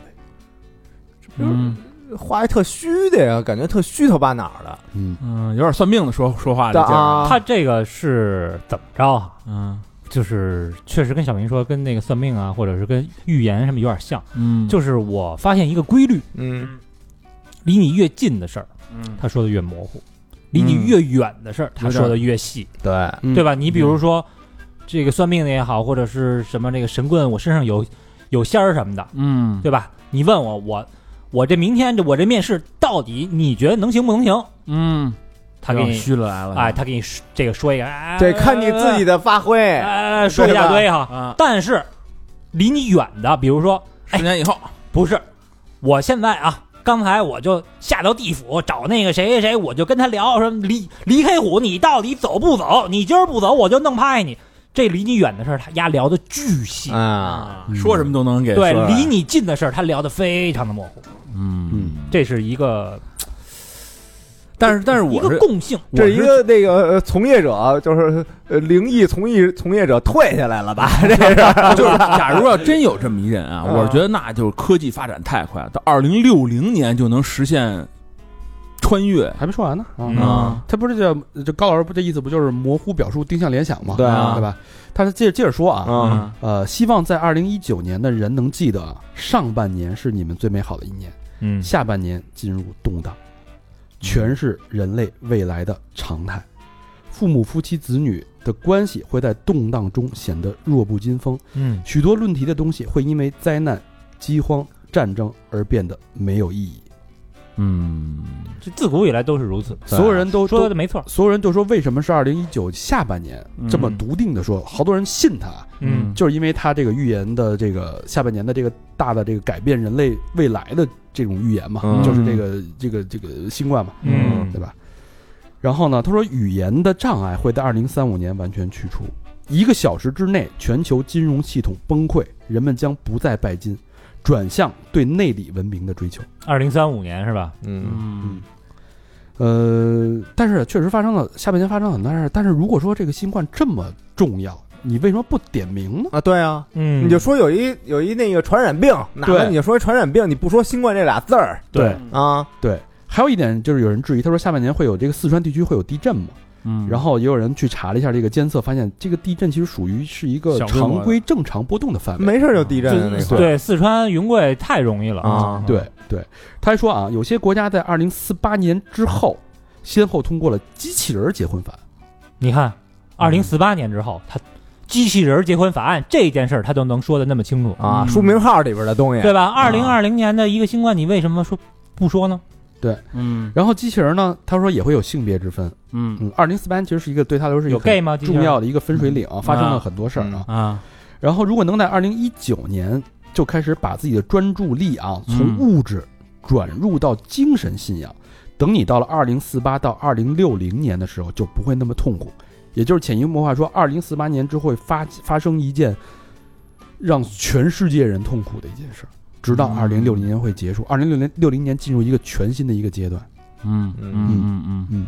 S3: 嗯
S2: 画一特虚的呀，感觉特虚头巴脑的，
S1: 嗯，
S3: 嗯，有点算命的说说话这劲儿，
S2: 啊，
S4: 他这个是怎么着啊？
S3: 嗯
S4: 就是确实跟小明说，跟那个算命啊，或者是跟预言什么有点像。
S3: 嗯，
S4: 就是我发现一个规律，
S2: 嗯
S4: 离你越近的事儿，
S3: 嗯
S4: 他说的越模糊；离你越远的事儿，他说的越细，
S2: 对，
S1: 嗯
S4: 对吧？你比如说，这个算命的也好，或者是什么这个神棍，我身上有有仙儿什么的，
S3: 嗯
S4: 对吧？你问我，我我这明天这我这面试到底你觉得能行不能行？
S3: 嗯，
S4: 他给你
S3: 虚了来了，
S4: 哎，他给你说这个说一个，哎
S2: 得看你自己的发挥，
S4: 哎，说一大堆哈。
S3: 啊，
S4: 但是离你远的，比如说
S3: 十年以后，
S4: 不是，我现在啊，刚才我就下到地府找那个谁谁谁，我就跟他聊说离离黑虎，你到底走不走？你今儿不走，我就弄趴下你。这离你远的事儿，他丫聊的巨细。
S2: 啊，
S3: 说什么都能给
S4: 对
S3: 说出，来
S4: 离，你近的事儿，他聊的非常的模糊，
S3: 嗯，
S4: 这是一个
S3: 但是但是
S4: 一
S3: 我
S4: 个
S3: 是
S4: 共性。
S2: 这一个那个呃从业者，就是呃灵异从业从业者退下来了吧？这是
S3: 就是，假如要真有这么一人啊，
S2: 嗯
S3: 我觉得那就是科技发展太快，到二零六零年就能实现穿越
S1: 还没说完呢啊。
S4: 嗯
S3: 啊，
S1: 他不是叫这高老师不这意思不就是模糊表述定向联想吗？
S2: 对啊
S1: 对吧？他接着接着说啊，
S2: 嗯
S1: 呃，希望在二零一九年的人能记得啊，上半年是你们最美好的一年，
S4: 嗯
S1: 下半年进入动荡，全是人类未来的常态。父母、夫妻、子女的关系会在动荡中显得弱不禁风，
S4: 嗯
S1: 许多论题的东西会因为灾难、饥荒、战争而变得没有意义。
S3: 嗯
S4: 这自古以来都是如此，
S1: 所有人都
S4: 啊说
S1: 都
S4: 的没错。
S1: 所有人就说为什么是二零一九下半年
S3: 嗯
S1: 这么笃定的说，好多人信他，
S4: 嗯
S1: 就是因为他这个预言的这个下半年的这个大的这个改变人类未来的这种预言嘛，
S2: 嗯
S1: 就是这个这个这个新冠嘛，
S4: 嗯
S1: 对吧？然后呢，他说语言的障碍会在二零三五年完全去除，一个小时之内，全球金融系统崩溃，人们将不再拜金，转向对内里文明的追求。
S4: 二零三五年是吧？
S2: 嗯，
S4: 嗯
S1: 呃，但是确实发生了下半年发生了很大事儿。但是如果说这个新冠这么重要，你为什么不点名呢？
S2: 啊，对啊，
S4: 嗯，
S2: 你就说有一有一那个传染病，哪怕
S1: 对
S2: 你就说传染病，你不说新冠这俩字儿
S1: 对
S2: 啊，
S1: 还有一点就是有人质疑，他说下半年会有这个四川地区会有地震嘛？
S3: 嗯
S1: 然后也有人去查了一下这个监测，发现这个地震其实属于是一个
S3: 小规模的
S1: 常规正常波动的范围。
S2: 没事儿就地震的那
S4: 就
S2: 块儿
S4: 对四川云贵太容易了嗯
S2: 啊
S1: 对对，他还说啊，有些国家在二零四八年之后，先后通过了机器人结婚法。
S4: 你
S1: 嗯
S4: 看，二零四八年之后，他机器人结婚法案这件事儿，他都能说的那么清楚，
S2: 啊，
S3: 嗯
S2: 书名号里边的东西，
S4: 对
S1: 啊
S4: 吧？二零二零年的一个新冠，你为什么说不说呢？
S3: 嗯
S1: 然后机器人呢，他说也会有性别之分。
S3: 嗯
S1: 嗯，二零四八年其实是一个对他来说是一个
S4: 有
S1: 很
S4: gay 吗？机器人
S1: 重要的一个分水岭
S3: 嗯
S1: 啊，发生了很多事儿啊。
S3: 啊，
S1: 然后如果能在二零一九年就开始把自己的专注力啊，
S3: 嗯
S1: 从物质转入到精神信仰，等你到了二零四八到二零六零年的时候，就不会那么痛苦。也就是潜移默化说，二零四八年之后会发发生一件让全世界人痛苦的一件事儿，直到
S3: 嗯
S1: 二零六零年会结束，二零六零六零年进入一个全新的一个阶段。
S3: 嗯嗯嗯嗯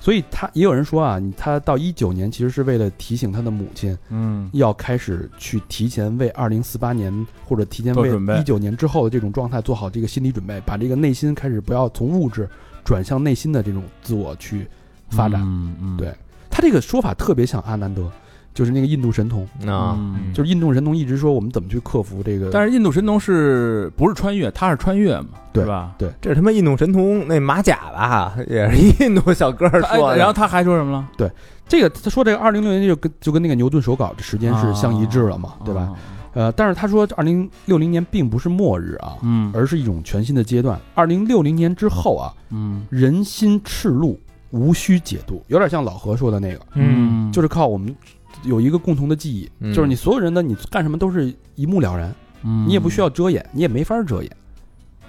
S1: 所以他也有人说啊，你他到一九年其实是为了提醒他的母亲，
S3: 嗯
S1: 要开始去提前为二零四八年或者提前
S3: 做
S1: 为
S3: 准备
S1: 一九年之后的这种状态做好这个心理准备，把这个内心开始不要从物质转向内心的这种自我去发展。
S3: 嗯嗯
S1: 对他这个说法特别像阿南德，就是那个印度神童，
S2: 啊，
S3: 嗯
S1: 就是印度神童一直说我们怎么去克服这个，
S3: 但是印度神童是不是穿越？他是穿越嘛，
S1: 对
S3: 是吧？
S2: 这是他妈印度神童那马甲吧，也是印度小哥
S3: 他
S2: 说的，
S3: 哎然后他还说什么了？
S1: 这个他说这个二零六零就跟就跟那个牛顿手稿的时间是相一致了嘛，
S3: 嗯
S1: 对
S3: 哦
S1: 吧？？呃，但是他说二零六零年并不是末日啊，
S3: 嗯
S1: 而是一种全新的阶段。二零六零年之后啊，
S3: 嗯
S1: 人心赤露，无需解读，有点像老何说的那个，
S4: 嗯，
S1: 就是靠我们有一个共同的记忆，
S2: 嗯
S1: 就是你所有人的你干什么都是一目了然，
S3: 嗯
S4: 嗯
S1: 你也不需要遮掩，你也没法遮掩，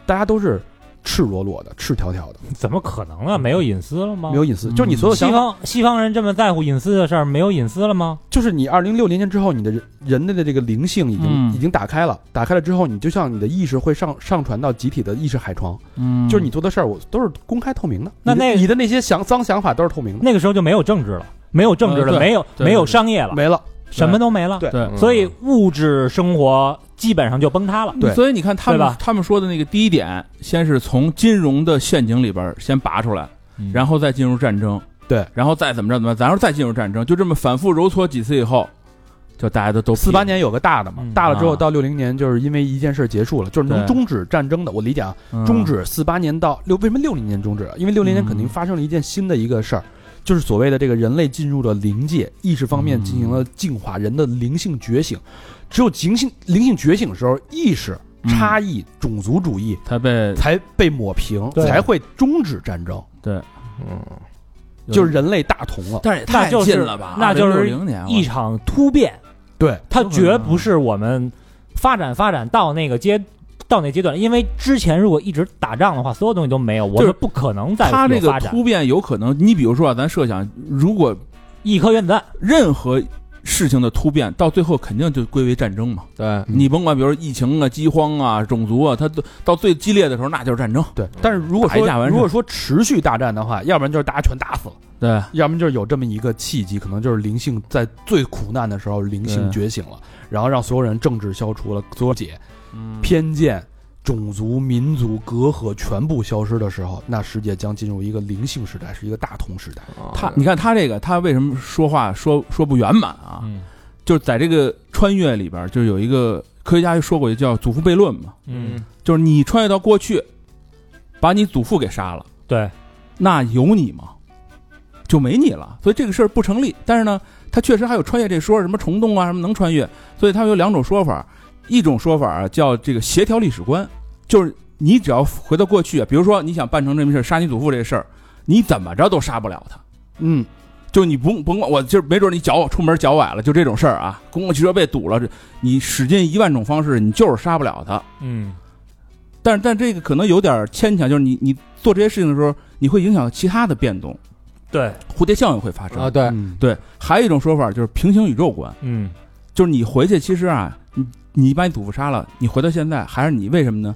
S1: 大家都是赤裸裸的、赤条条的，
S4: 怎么可能啊？没有隐私了吗？
S1: 没有隐私。就是你所有
S4: 西
S1: 想法，
S4: 方西方人这么在乎隐私的事儿，没有隐私了吗？
S1: 就是你二零六零年之后，你的人人类的这个灵性已经、
S3: 嗯
S1: 已经打开了，打开了之后，你就像你的意识会上上传到集体的意识海床，
S3: 嗯，
S1: 就是你做的事儿，我都是公开透明的。
S4: 那
S1: 你的
S4: 那
S1: 你的那些想脏想法都是透明的，
S4: 那个时候就没有政治了，没有政治
S3: 呃对
S4: 了，没有
S3: 对
S4: 没有
S3: 对对
S4: 商业了，
S1: 没了。
S4: 什么都没了。
S1: 对
S3: 对
S2: 嗯
S4: 所以物质生活基本上就崩塌了。
S1: 对
S3: 所以你看他
S4: 对
S3: 们
S4: 吧
S3: 他们说的那个第一点，先是从金融的陷阱里边儿先拔出来，
S1: 嗯
S3: 然后再进入战争，
S1: 对，
S3: 然后再怎么着怎么着，然后再进入战争，就这么反复揉搓几次以后，就大家都都
S1: 四八年有个大的嘛，
S4: 嗯
S1: 大了之后
S3: 啊
S1: 到六零年，就是因为一件事儿结束了，就是能
S3: 对
S1: 终止战争的。我理解啊，终止四八年到六，为什么六零年终止啊了？因为六零年
S3: 嗯
S1: 肯定发生了一件新的一个事儿，就是所谓的这个人类进入了灵界，意识方面
S3: 嗯
S1: 进行了进化，人的灵性觉醒。只有灵性灵性觉醒的时候，意识
S3: 嗯
S1: 差异、种族主义
S3: 才被
S1: 才被抹平，
S4: 对
S1: 才会终止战争，
S2: 嗯
S1: 就是人类大同了。
S3: 但是也
S4: 那
S3: 太
S4: 就是
S3: 近了吧？
S4: 那就是
S3: 零年
S4: 一场突变，
S1: 对，
S4: 它绝不是我们发展发展到那个阶到那阶段，因为之前如果一直打仗的话，所有东西都没有，我
S3: 就是
S4: 们不可能再
S3: 它
S4: 有
S3: 这个
S4: 发展。
S3: 突变有可能，你比如说啊，咱设想，如果
S4: 一颗原子弹，
S3: 任何事情的突变，到最后肯定就归为战争嘛。
S2: 对，
S1: 嗯
S3: 你甭管，比如说疫情啊、饥荒啊、种族啊，它都到最激烈的时候，那就是战争。
S1: 对，但是如果
S3: 打一架
S1: 说
S3: 完事
S1: 如果说持续大战的话，要不然就是大家全打死了。
S3: 对，
S1: 要么就是有这么一个契机，可能就是灵性在最苦难的时候灵性觉醒了，然后让所有人政治消除了，所有解偏见、种族、民族隔阂全部消失的时候，那世界将进入一个灵性时代，是一个大同时代。
S3: 他，你看他这个，他为什么说话说说不圆满啊？
S4: 嗯
S3: 就是在这个穿越里边儿，就是有一个科学家就说过，叫祖父悖论嘛，
S4: 嗯，
S3: 就是你穿越到过去，把你祖父给杀了，
S4: 对，
S3: 那有你吗？就没你了，所以这个事儿不成立。但是呢，他确实还有穿越这说，什么虫洞啊，什么能穿越，所以他有两种说法，一种说法啊叫这个协调历史观，就是你只要回到过去啊，比如说你想办成这么事儿，杀你祖父这事儿，你怎么着都杀不了他。
S1: 嗯，
S3: 就你不甭管我，就是没准你脚出门脚崴了，就这种事儿啊，公共汽车被堵了，这你使尽一万种方式，你就是杀不了他。
S4: 嗯，
S3: 但是但这个可能有点牵强，就是你你做这些事情的时候，你会影响其他的变动，
S4: 对，
S3: 蝴蝶效应会发生。
S2: 啊，对，
S1: 嗯
S3: 对，还有一种说法就是平行宇宙观，
S4: 嗯，
S3: 就是你回去其实啊，你你把你祖父杀了，你回到现在还是你，为什么呢？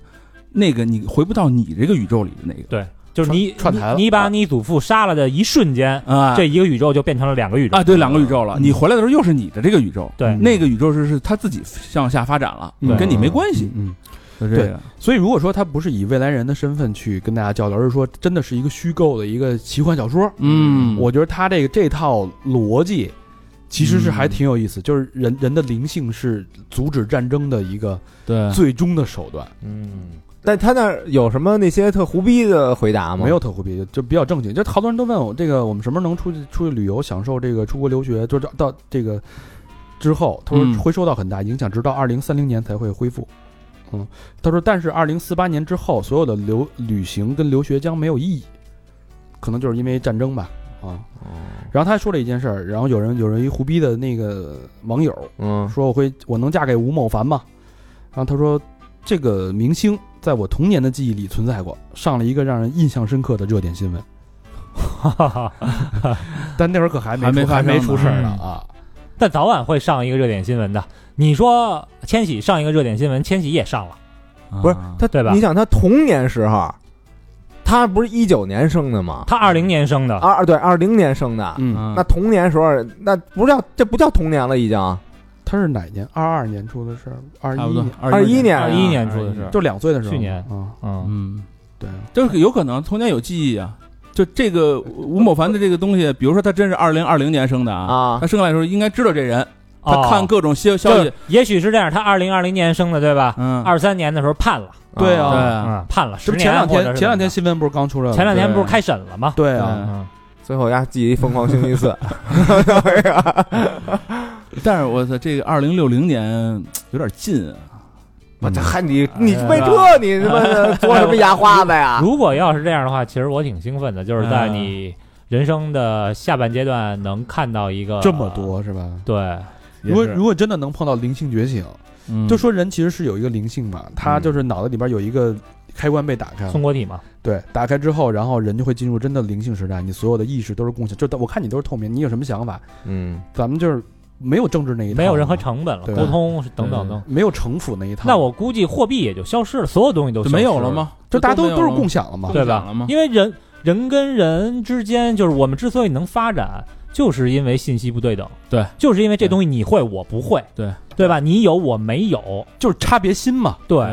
S3: 那个你回不到你这个宇宙里的那个
S4: 就是你
S1: 串串台了
S4: 你你把你祖父杀了的一瞬间，
S3: 啊，
S4: 这一个宇宙就变成了两个宇宙
S3: 啊，对，两个宇宙了。你回来的时候又是你的这个宇宙，
S4: 对
S1: 嗯
S3: 那个宇宙是是它自己向下发展了，
S1: 嗯
S3: 跟你没关系
S1: 嗯。嗯，
S3: 就这个，
S1: 所以如果说他不是以未来人的身份去跟大家交流，而是说真的是一个虚构的一个奇幻小说，
S3: 嗯
S1: 我觉得他这个这套逻辑其实是还
S3: 嗯
S1: 挺有意思，就是人人的灵性是阻止战争的一个
S3: 对
S1: 最终的手段，
S4: 嗯，
S2: 但他那儿有什么那些特胡逼的回答吗？
S1: 没有特胡逼，就比较正经。就好多人都问我，这个我们什么时候能出去出去旅游，享受这个出国留学，就到到这个之后，他说
S3: 嗯
S1: 会受到很大影响，直到二零三零年才会恢复。嗯，他说，但是二零四八年之后，所有的留旅行跟留学将没有意义，可能就是因为战争吧。啊，然后他还说了一件事儿，然后有人有人一胡逼的那个网友，
S2: 嗯，
S1: 说我会我能嫁给吴某凡吗？然后他说这个明星在我童年的记忆里存在过，上了一个让人印象深刻的热点新闻，
S4: 哈哈哈
S1: 但那会儿可还没
S3: 还没
S1: 出
S3: 发
S1: 还
S3: 生
S1: 没
S3: 呢
S1: 出事儿呢
S4: 嗯
S1: 啊。
S4: [laughs] 但早晚会上一个热点新闻的。你说千玺上一个热点新闻，千玺也上了，
S2: 不是他
S4: 对吧
S2: 你？想他童年时候，他不是一九年生的吗？
S4: 他二零年生
S3: 啊
S4: 的，
S2: 二二对二零年生的，
S1: 嗯，
S3: 嗯
S2: 那童年时候那不叫这不叫童年了，已经
S1: 他是哪年？二二年出的事
S4: 嗯
S1: 儿，二
S3: 差不
S1: 一
S3: 多
S1: 年，
S2: 二一年啊
S4: 二一年出的事，
S1: 就两岁的时候嘛，
S4: 去年
S1: 啊，
S4: 嗯，
S3: 嗯，
S1: 对，
S3: 就是有可能童年有记忆啊。就这个吴某凡的这个东西，比如说他真是二零二零年生的啊，
S2: 啊
S3: 他，生下来的时候应该知道这人，他
S4: 哦
S3: 看各种消消
S4: 就
S3: 息
S4: 是，也许是这样，他二零二零年生的，对吧？
S3: 嗯，
S4: 二三年的时候判了，
S1: 对啊
S3: 对啊
S4: 嗯，判了
S1: 这
S4: 十
S1: 不
S4: 年。
S1: 前两
S4: 或者
S1: 天
S4: 是
S1: 前两天
S4: 怎
S1: 新闻不是刚出来
S4: 么
S1: 了？
S4: 着前两天
S3: 对
S4: 不是开审了吗？
S1: 对啊，
S4: 嗯，
S2: 最后丫记一疯狂星期四，
S3: 但是我操，这个二零六零年有点近啊。
S2: 我这还你 [laughs] 你
S4: 哎
S2: 为这你他妈的做什么牙花子
S4: [laughs]
S2: 呀？
S4: 如果要是这样的话，其实我挺兴奋的，就是在
S3: 嗯
S4: 你人生的下半阶段能看到一个
S1: 这么，多是吧？
S4: 对，
S1: 如果如果真的能碰到灵性觉醒，
S3: 嗯
S1: 就说人其实是有一个灵性嘛，
S4: 嗯
S1: 他就是脑子里边有一个开关被打开了，
S4: 松果体嘛，
S1: 对，打开之后，然后人就会进入真的灵性时代，你所有的意识都是共享，就我看你都是透明，你有什么想法，
S2: 嗯，
S1: 咱们就是没有政治那一套，
S4: 没有任何成本了，
S1: 对
S4: 沟通等等等。
S1: 没有城府那一套，
S4: 那我估计货币也就消失了，所有东西都
S3: 就
S4: 消失
S3: 没有了？吗？
S1: 就大家都
S3: 没有
S1: 都是
S3: 了吗
S1: 共享了嘛，
S4: 对
S3: 共享
S4: 吧
S3: 了吗？
S4: 因为人人跟人之间，就是我们之所以能发展，就是因为信息不对等。
S3: 对，
S4: 就是因为这
S3: 对
S4: 东西你会我不会，
S3: 对
S4: 对吧？你有我没有，
S1: 就是差别心嘛。
S4: 对，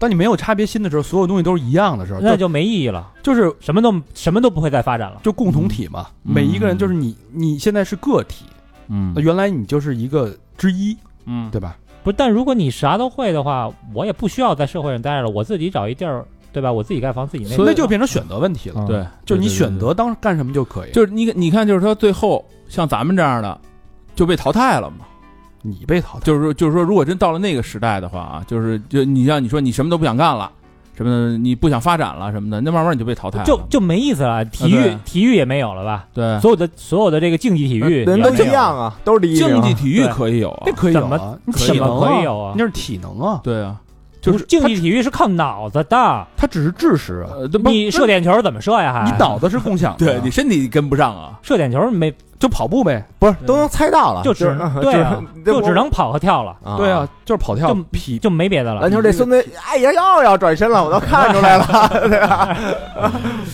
S1: 当你没有差别心的时候，所有东西都是一样的时候，
S4: 那
S1: 就
S4: 就没意义了，
S1: 就是
S4: 什么都什么都不会再发展了。
S1: 就共同体嘛，
S3: 嗯
S1: 每一个人就是你，你现在是个体，
S3: 嗯
S1: 那原来你就是一个之一，
S3: 嗯，
S1: 对吧？
S4: 不，但如果你啥都会的话，我也不需要在社会上待着了，我自己找一地儿，对吧？我自己盖房，自己那
S1: 那就变成选择问题了，
S3: 对，
S1: 就是你
S3: 对对
S1: 选
S3: 对
S1: 择当干什么就可以，
S3: 就是你你看，就是说最后像咱们这样的就被淘汰了嘛。
S1: 你被淘汰，
S3: 就是说就是说，如果真到了那个时代的话啊，就是就你像你说你什么都不想干了，什么的你不想发展了什么的，那慢慢你就被淘汰了。
S4: 就就没意思了。体育
S3: 对
S4: 体育也没有了吧？
S3: 对，
S4: 所有的所有的这个竞技体育
S2: 人都
S4: 也没有
S2: 一样啊，都是第一名
S3: 竞技体育
S4: 对
S3: 可以有啊
S1: 这，可以有啊，
S4: 怎么
S1: 你体
S4: 怎么
S1: 能
S4: 可
S1: 啊
S4: 以有啊
S1: 那是体能啊，
S3: 对啊，
S4: 不
S3: 就是
S4: 竞技体育是靠脑子的，
S1: 它只是知识啊，
S3: 呃，对不
S4: 你射点球怎么射呀？还
S1: 你脑子是共享的，
S3: 对啊你身体跟不上啊，
S4: 射点球没
S1: 就跑步呗，
S2: 不是都能猜到了，
S4: 就只
S2: 是
S4: 对啊，就只能跑和跳了，
S2: 啊
S1: 对啊，就是跑跳
S4: 就
S1: 匹 [laughs]
S4: 就没别的了
S2: 篮。球这孙子，哎呀，又要转身了，我都看出来了，对吧？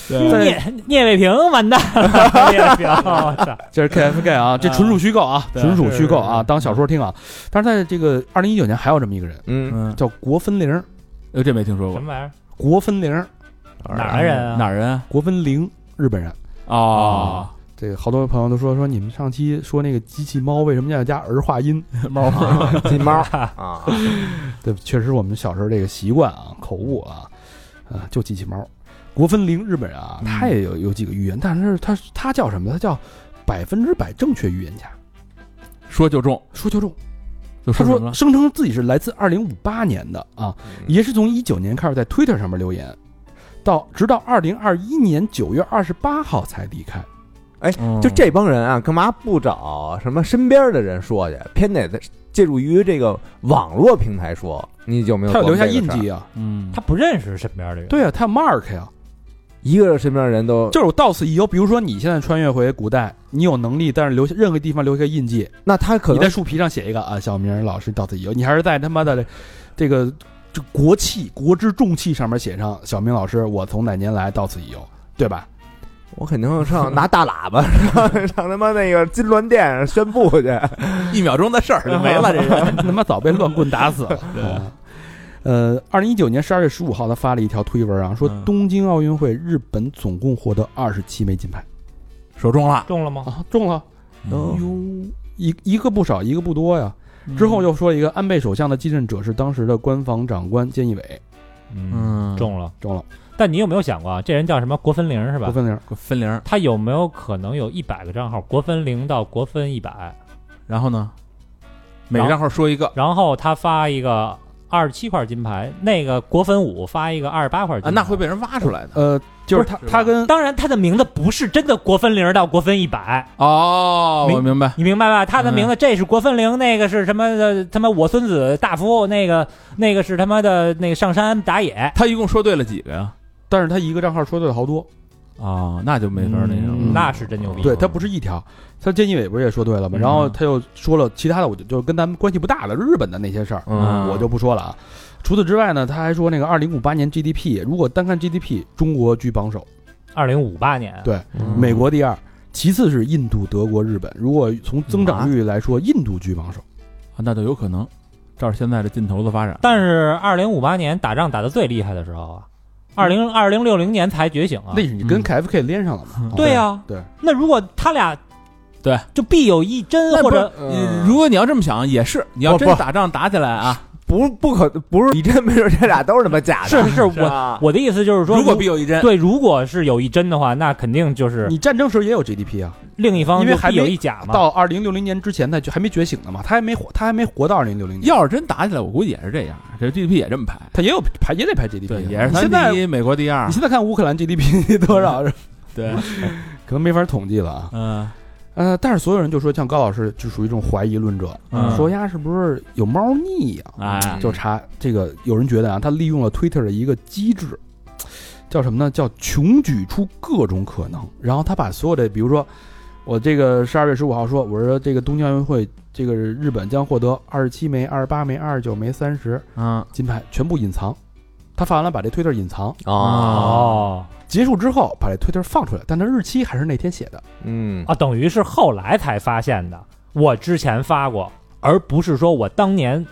S1: 对
S4: 聂聂卫平完蛋了，聂卫平，我操
S1: 这是 KFK [laughs] 啊，这纯属虚构啊，
S4: 对
S1: 纯属虚构
S4: 是
S1: 啊，
S4: 是
S1: 当小说听啊。但是在这个二零一九年还有这么一个人
S2: 嗯，
S3: 嗯，
S1: 叫国分玲，
S3: 呃，这没听说
S4: 什
S3: 过
S4: 么玩意儿？
S1: 国分玲，
S4: 哪儿的人啊？
S3: 哪儿人啊
S1: 国分玲，日本人。
S3: 哦，
S1: 这个好多朋友都说说你们上期说那个机器猫为什么要加儿化音？ [laughs]
S6: 哦
S3: 猫
S2: 啊金猫啊，
S1: 对，确实我们小时候这个习惯啊，口误啊，啊，就机器猫。国分玲，日本人啊，
S3: 嗯
S1: 他也有有几个预言，但是他他叫什么？他叫百分之百正确预言家，
S3: 说就中，
S1: 说就中。
S3: 就
S1: 他
S3: 说什么
S1: 说
S3: 了？
S1: 声称自己是来自二零五八年的啊，
S2: 嗯
S1: 也是从一九年开始在 Twitter 上面留言，到直到二零二一年九月二十八号才离开。
S6: 嗯
S2: 就这帮人啊，干嘛不找什么身边的人说去，偏得借助于这个网络平台说？你有没有
S1: 他要留下
S2: 琢磨这个
S1: 印
S2: 事儿？
S1: 记啊，
S3: 嗯，
S4: 他不认识身边的人，
S1: 对啊，他要 mark 呀、
S2: 一个身边的人都，
S1: 就是我到此一游。比如说你现在穿越回古代，你有能力，但是留下任何地方留下个印记，
S2: 那他可
S1: 你在
S2: 能
S1: 树皮上写一个啊，小明老师到此一游。你还是在他妈的这个这国气国之重器上面写上小明老师，我从哪年来到此一游，对吧？
S2: 我肯定上拿大喇叭 [laughs] 上上他妈那个金銮殿上宣布去，
S6: 一秒钟的事儿就没了，这人。
S1: [laughs] 他妈早被乱棍打死了。嗯 [laughs] 呃，二零一九年十二月十五号，他发了一条推文啊，说
S6: 嗯
S1: 东京奥运会日本总共获得二十七枚金牌
S6: [laughs] 说中了，
S4: 中了吗？
S1: 啊，中了
S6: 嗯
S1: 哟，一一个不少，一个不多呀。之后又说一个安倍首相的继任者是当时的官方长官菅义伟，
S6: 嗯，
S4: 中了。
S1: 中了，
S4: 但你有没有想过啊？这人叫什么？国分零是吧
S1: 不？分零。
S6: 分零，
S4: 他有没有可能有一百个账号？国分零到国分一百，
S6: 然后呢，每个账号说一个
S4: 然后他发一个二十七块金牌，那个国分五发一个二十八块金
S6: 啊，
S4: 牌，
S6: 那会被人挖出来的。
S1: 呃，就是
S4: 不
S1: 他
S6: 是吧
S1: 他跟
S4: 当然，他的名字不是真的国分零到国分一百，
S6: 哦，
S4: 明
S6: 我明白，
S4: 你明白吧？他的名字
S6: 嗯
S4: 这是国分零，那个是什么的？他妈我孙子大夫，那个那个是他妈的那个上山打野，
S6: 他一共说对了几个呀？
S1: 但是他一个账号说对了好多，
S6: 哦，那就没法那什么
S4: 嗯
S6: 了。
S4: 那是真牛逼。
S1: 对他不是一条，他菅义伟不是也说对了吗？
S6: 嗯
S1: 然后他又说了其他的，我就就跟咱们关系不大了，日本的那些事儿，
S6: 嗯
S1: 我就不说了啊。除此之外呢，他还说那个二零五八年 GDP，如果单看 GDP，中国居榜首，
S4: 二零五八年，
S1: 对
S2: 嗯
S1: 美国第二，其次是印度、德国、日本。如果从增长率来
S6: 嗯
S1: 说，印度居榜首。
S6: 啊那就有可能，照着现在的劲头子发展。
S4: 但是二零五八年打仗打得最厉害的时候啊，二零二零六零年才觉醒啊。
S1: 嗯那是你跟
S6: 嗯啊
S1: KFK 连上了嘛？
S4: 对呀、
S1: 对，
S4: 那如果他俩
S6: 对，
S4: 就必有一
S6: 那
S4: 针
S6: 不
S4: 或
S6: 是
S4: 者
S6: 呃如果你要这么想，也是，你要
S2: 不
S6: 真
S2: 不
S6: 打仗打起来啊，
S2: 不不可不是你真没准这俩都是他妈假的，
S4: 是是
S2: 是
S4: 我
S2: 吧
S4: 我的意思就是说，
S6: 啊如
S4: 如
S6: 果必有一针，
S4: 对，如果是有一针的话，那肯定就是
S1: 你战争时候也有 GDP 啊，
S4: 另一方
S1: 因为
S4: 就
S1: 还
S4: 必有
S1: 没
S4: 一甲
S6: 啊
S4: 嘛。
S1: 到二零六零年之前他就还没觉醒呢嘛，他还没活，他还没活到二零六零年，
S6: 要是真打起来，我估计也是这样，这 GDP 也这么排，
S1: 他也有排也得排 GDP，啊
S6: 也是
S1: 你
S6: 他
S1: 现在
S6: 第一，美国第二
S1: 你，现在看乌克兰 GDP 多少，
S6: 对，
S1: [laughs] 可能没法统计了啊。
S6: 嗯
S1: 呃，但是所有人就说，像高老师就属于一种怀疑论者，
S6: 嗯
S1: 说呀是不是有猫腻呀、
S6: 哎，
S1: 就查这个，有人觉得啊，他利用了 Twitter 的一个机制，叫什么呢？叫穷举出各种可能。然后他把所有的，比如说我这个十二月十五号说，我说这个东京奥运会，这个日本将获得二十七枚、二十八枚、二十九枚、三十
S6: 嗯
S1: 金牌，全部隐藏。他发完了，把这 Twitter 隐藏，
S6: 哦，
S4: 哦
S1: 结束之后把这 Twitter 放出来，但他日期还是那天写的。
S2: 嗯
S4: 啊，等于是后来才发现的。我之前发过，而不是说我当年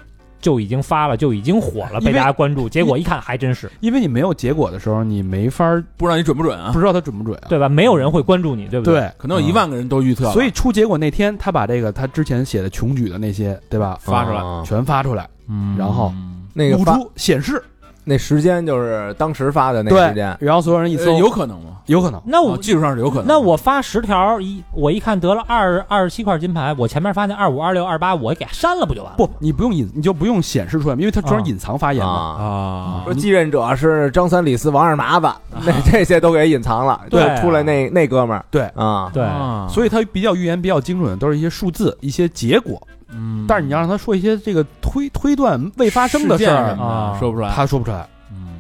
S4: 就已经发了，就已经火了，
S1: 因为
S4: 被大家关注。结果一看还真是，
S1: 因为你没有结果的时候，你没法儿
S6: 不知道你准不准啊
S1: 不？知道他准不准啊。
S4: 对吧？没有人会关注你，对不
S1: 对，
S4: 对？
S1: 嗯
S6: 可能有一万个人都预测了，
S1: 所以出结果那天，他把这个他之前写的穷举的那些，对吧，
S6: 发出来，
S2: 来
S1: 全发出来，
S6: 嗯
S1: 然后
S2: 啊那个
S1: 露
S2: 发
S1: 出显示，
S2: 那时间就是当时发的那
S1: 对
S2: 个啊时间，，
S1: 然后所有人一
S6: 呃
S1: 搜，
S6: 有可能吗？
S1: 有可能，
S4: 那
S3: 啊
S4: 我、
S6: 哦技术上是有可能，
S4: 那我发十条，一我一看得了二二十七块金牌，我前面发那二五、二六、二八，我给删了不就完了？
S1: 不，，你不用隐，你就不用显示出来，因为他专
S4: 啊
S1: 隐藏发言嘛。
S2: 啊。
S6: 啊
S2: 说，继任者是张三、李四、王二麻子，那这些都给隐藏了，
S4: 对
S2: 就出来那那哥们儿，
S1: 对
S2: 啊，
S4: 对，
S6: 啊
S1: 所以他比较预言比较精准的都是一些数字、一些结果，
S6: 嗯
S1: 但是你要让他说一些这个推推断未发生的事
S6: 件什
S1: 儿，
S6: 么的
S4: 啊
S6: 说不出来，
S1: 他说不出来。
S6: 嗯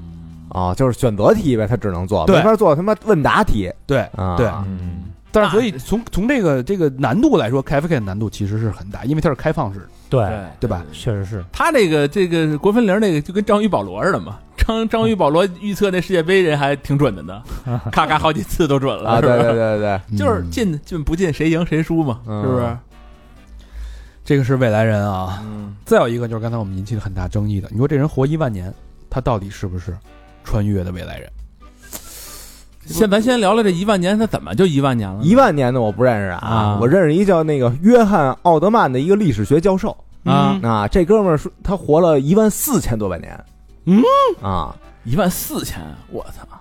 S2: 啊，就是选择题呗，他只能做，
S1: 对
S2: 没法做他妈问答题
S1: 对，
S2: 啊，
S1: 对
S6: 嗯
S1: 但是所以从从这个这个难度来说，KFK 的难度其实是很大，因为它是开放式的，
S4: 对，
S1: 对吧？
S4: 确实是。
S6: 他这个这个国分零那个就跟章鱼保罗似的嘛， [laughs] 章章鱼保罗预测那世界杯人还挺准的
S1: [laughs]
S6: 呢，咔咔好几次都准了，
S2: 啊，
S6: 是
S2: 对
S6: 吧
S2: 对对对，
S6: 就是
S1: 嗯
S6: 进进不进谁赢谁输嘛，
S2: 嗯
S6: 是不是？
S1: 这个是未来人啊。
S6: 嗯，
S1: 再有一个就是刚才我们引起了很大争议的，你说这人活一万年，他到底是不是穿越的未来人？
S6: 现咱先聊聊这一万年，他怎么就一万年
S3: 嗯
S6: 了呢？
S2: 一万年的我不认识啊
S6: 啊，
S2: 我认识一叫那个约翰奥德曼的一个历史学教授
S6: 啊
S2: 啊，这哥们儿说他活了一万四千多百年，
S1: 嗯
S2: 啊，
S6: 一万四千，我操！
S2: 呃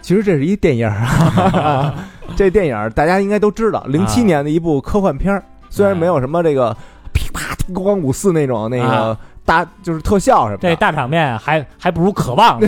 S2: 其实这是一电影儿
S6: [laughs]
S2: 啊，这电影儿大家应该都知道，零
S6: 啊
S2: 七年的一部科幻片儿，虽
S6: 哎
S2: 然没有什么这个噼啪光五四那种那个
S6: 啊
S2: 大就是特效什么
S4: 这
S2: 的，啊
S4: 大场面还还不如渴
S6: [laughs]
S4: 望呢。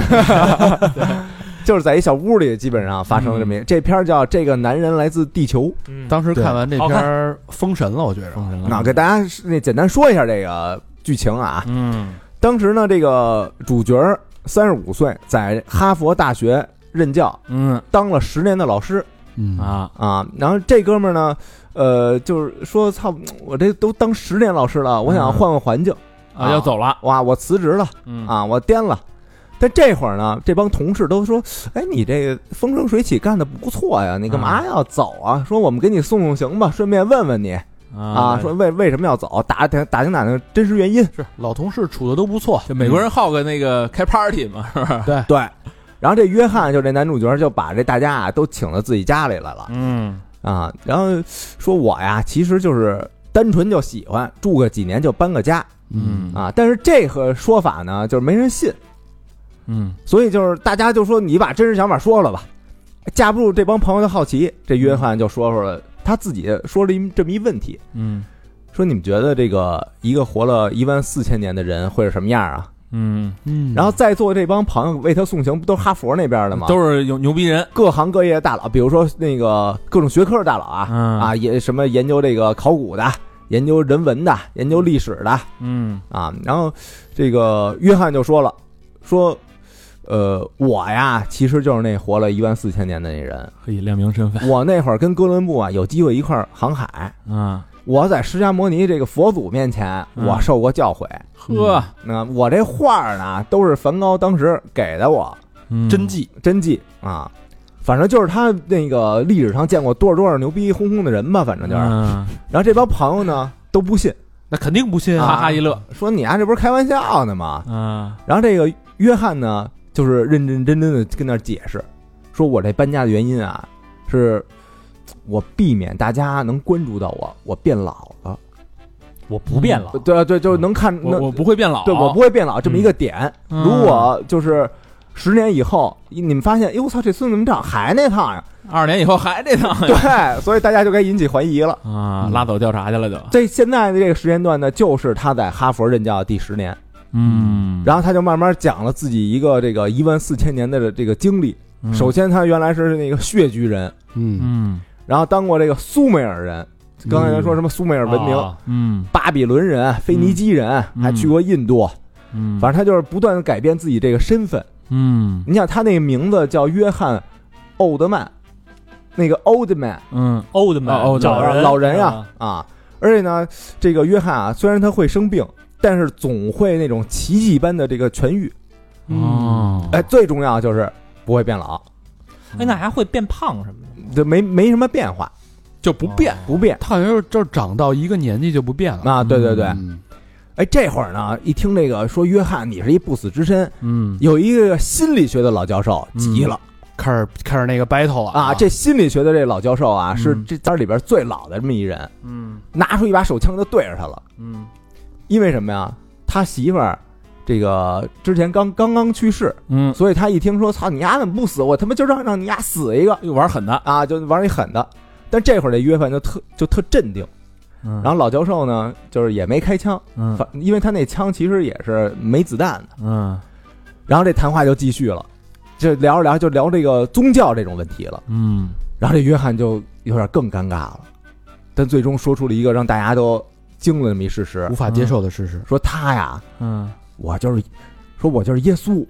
S2: 就是在一小屋里基本上发生了这么一这片儿叫《这个男人来自地球》。
S4: 嗯
S1: 当时看完这
S6: 对好
S1: 片
S6: 看
S1: 儿封神了，我觉着。
S6: 嗯
S2: 那啊给大家那简单说一下这个剧情啊，
S6: 嗯
S2: 当时呢，这个主角三十五岁，在哈佛大学任教，
S6: 嗯
S2: 当了十年的老师
S1: 嗯
S6: 啊，
S2: 啊。然后这哥们儿呢，呃，就是说，操，我这都当十年老师了，我想
S6: 嗯
S2: 换换环境，
S6: 啊要走了，
S2: 哇，我辞职了
S6: 嗯
S2: 啊，我颠了。但这会儿呢，这帮同事都说：“哎，你这个风生水起，干的不错呀，你干嘛要走啊？”说我们给你送送行吧，顺便问问你啊，说为为什么要走？打听打听打听真实原因。
S1: 是老同事处的都不错，
S6: 就美国人好个那个开 party 嘛，是不是？
S2: 对，然后这约翰就这男主角就把这大家啊都请到自己家里来了
S6: 嗯
S2: 啊，然后说我呀其实就是单纯就喜欢住个几年就搬个家
S6: 嗯
S2: 啊，但是这个说法呢就是没人信，
S6: 嗯
S2: 所以就是大家就说你把真实想法说了吧，架不住这帮朋友的好奇，这约翰就说说了他自己说了一这么一问题，
S6: 嗯
S2: 说你们觉得这个一个活了一万四千年的人会是什么样啊？
S6: 嗯，
S1: 嗯
S2: 然后在座这帮朋友为他送行，不都是哈佛那边的吗？
S6: 都是有牛逼人
S2: 各行各业的大佬，比如说那个各种学科的大佬啊，
S6: 啊
S2: 啊，也什么研究这个考古的，研究人文的，研究历史的
S6: 嗯
S2: 啊。然后这个约翰就说了，说，呃，我呀，其实就是那活了一万四千年的那人，
S6: 可以亮明身份
S2: 我那会儿跟哥伦布啊有机会一块儿航海，
S6: 啊，
S2: 我在释迦摩尼这个佛祖面前，
S6: 嗯
S2: 我受过教诲。
S6: 呵，
S2: 那我这画儿呢，都是梵高当时给的我，
S6: 嗯
S5: 真迹
S2: 真迹啊，反正就是他那个历史上见过多少多少牛逼哄哄的人吧，反正就是。
S6: 嗯
S2: 然后这帮朋友呢都不信，
S1: 那肯定不信
S2: 啊
S1: 啊，
S6: 哈哈一乐
S2: 说你啊这不是开玩笑呢吗？
S6: 啊，
S2: 然后这个约翰呢就是认认真真的跟那儿解释，说我这搬家的原因啊是。我避免大家能关注到我，我变老了。
S4: 我不变老，
S2: 对啊，对，就是能看
S6: 我
S2: 能
S6: 我不会变老，啊
S2: 对我不会变老这么一个点。
S6: 嗯
S2: 如果就是十年以后，你们发现，哎呦我操，这孙子怎么长还那胖 [laughs] 呀？
S6: 二十年以后还这趟呀
S2: 对，所以大家就该引起怀疑了。
S6: 啊，拉走调查去了就，
S2: 这现在的这个时间段呢，就是他在哈佛任教的第十年，
S6: 嗯
S2: 然后他就慢慢讲了自己一个这个一万四千年的这个经历。首先，他原来是那个穴居人，
S1: 嗯
S6: 嗯
S2: 然后当过这个苏美尔人，刚才咱说什么苏美尔文明、
S4: 啊
S6: 嗯
S2: 巴比伦人、腓尼基人，
S6: 嗯
S2: 还去过印度，
S6: 嗯，
S2: 反正他就是不断地改变自己这个身份。
S6: 嗯
S2: 你想，他那个名字叫约翰·奥德曼，那个 old man
S6: 嗯
S4: old man
S6: 哦，old man
S4: 老人
S2: 老人呀
S4: 啊，
S6: 嗯
S2: 啊，而且呢，这个约翰啊，虽然他会生病，但是总会那种奇迹般的这个痊愈。
S1: 嗯
S6: 哦，
S2: 哎，最重要就是不会变老，
S4: 哎，那还会变胖什么的吗，
S2: 就没没什么变化，
S6: 就不
S1: 哦
S6: 变，
S2: 不变
S1: 他好像就是就是长到一个年纪就不变了。
S2: 啊。对对对，
S1: 嗯
S2: 哎，这会儿呢，一听这个说约翰你是一不死之身，
S6: 嗯
S2: 有一个心理学的老教授急了、
S1: 开始开始那个 battle 啊
S2: 啊！这心理学的这老教授啊，
S6: 嗯
S2: 是这班里边最老的这么一人，
S6: 嗯
S2: 拿出一把手枪就对着他了。
S6: 嗯
S2: 因为什么呀？他媳妇儿这个之前刚刚刚去世，
S6: 嗯，
S2: 所以他一听说操你丫怎么不死，我他妈就让让你丫死一个
S6: 又玩狠的，
S2: 啊，就玩一狠的。但这会儿这约翰就特就特镇定，
S1: 嗯
S6: 然
S2: 然后老教授呢就是也没开枪，
S6: 嗯
S2: 反因为他那枪其实也是没子弹的。
S6: 嗯
S2: 然后这谈话就继续了，就聊着聊就聊这个宗教这种问题了。
S6: 嗯
S2: 然后这约翰就有点更尴尬了，但最终说出了一个让大家都惊了的一事实
S1: 无，法接受的事实。
S2: 说他呀，
S6: 嗯
S2: 我就是说我就是耶稣，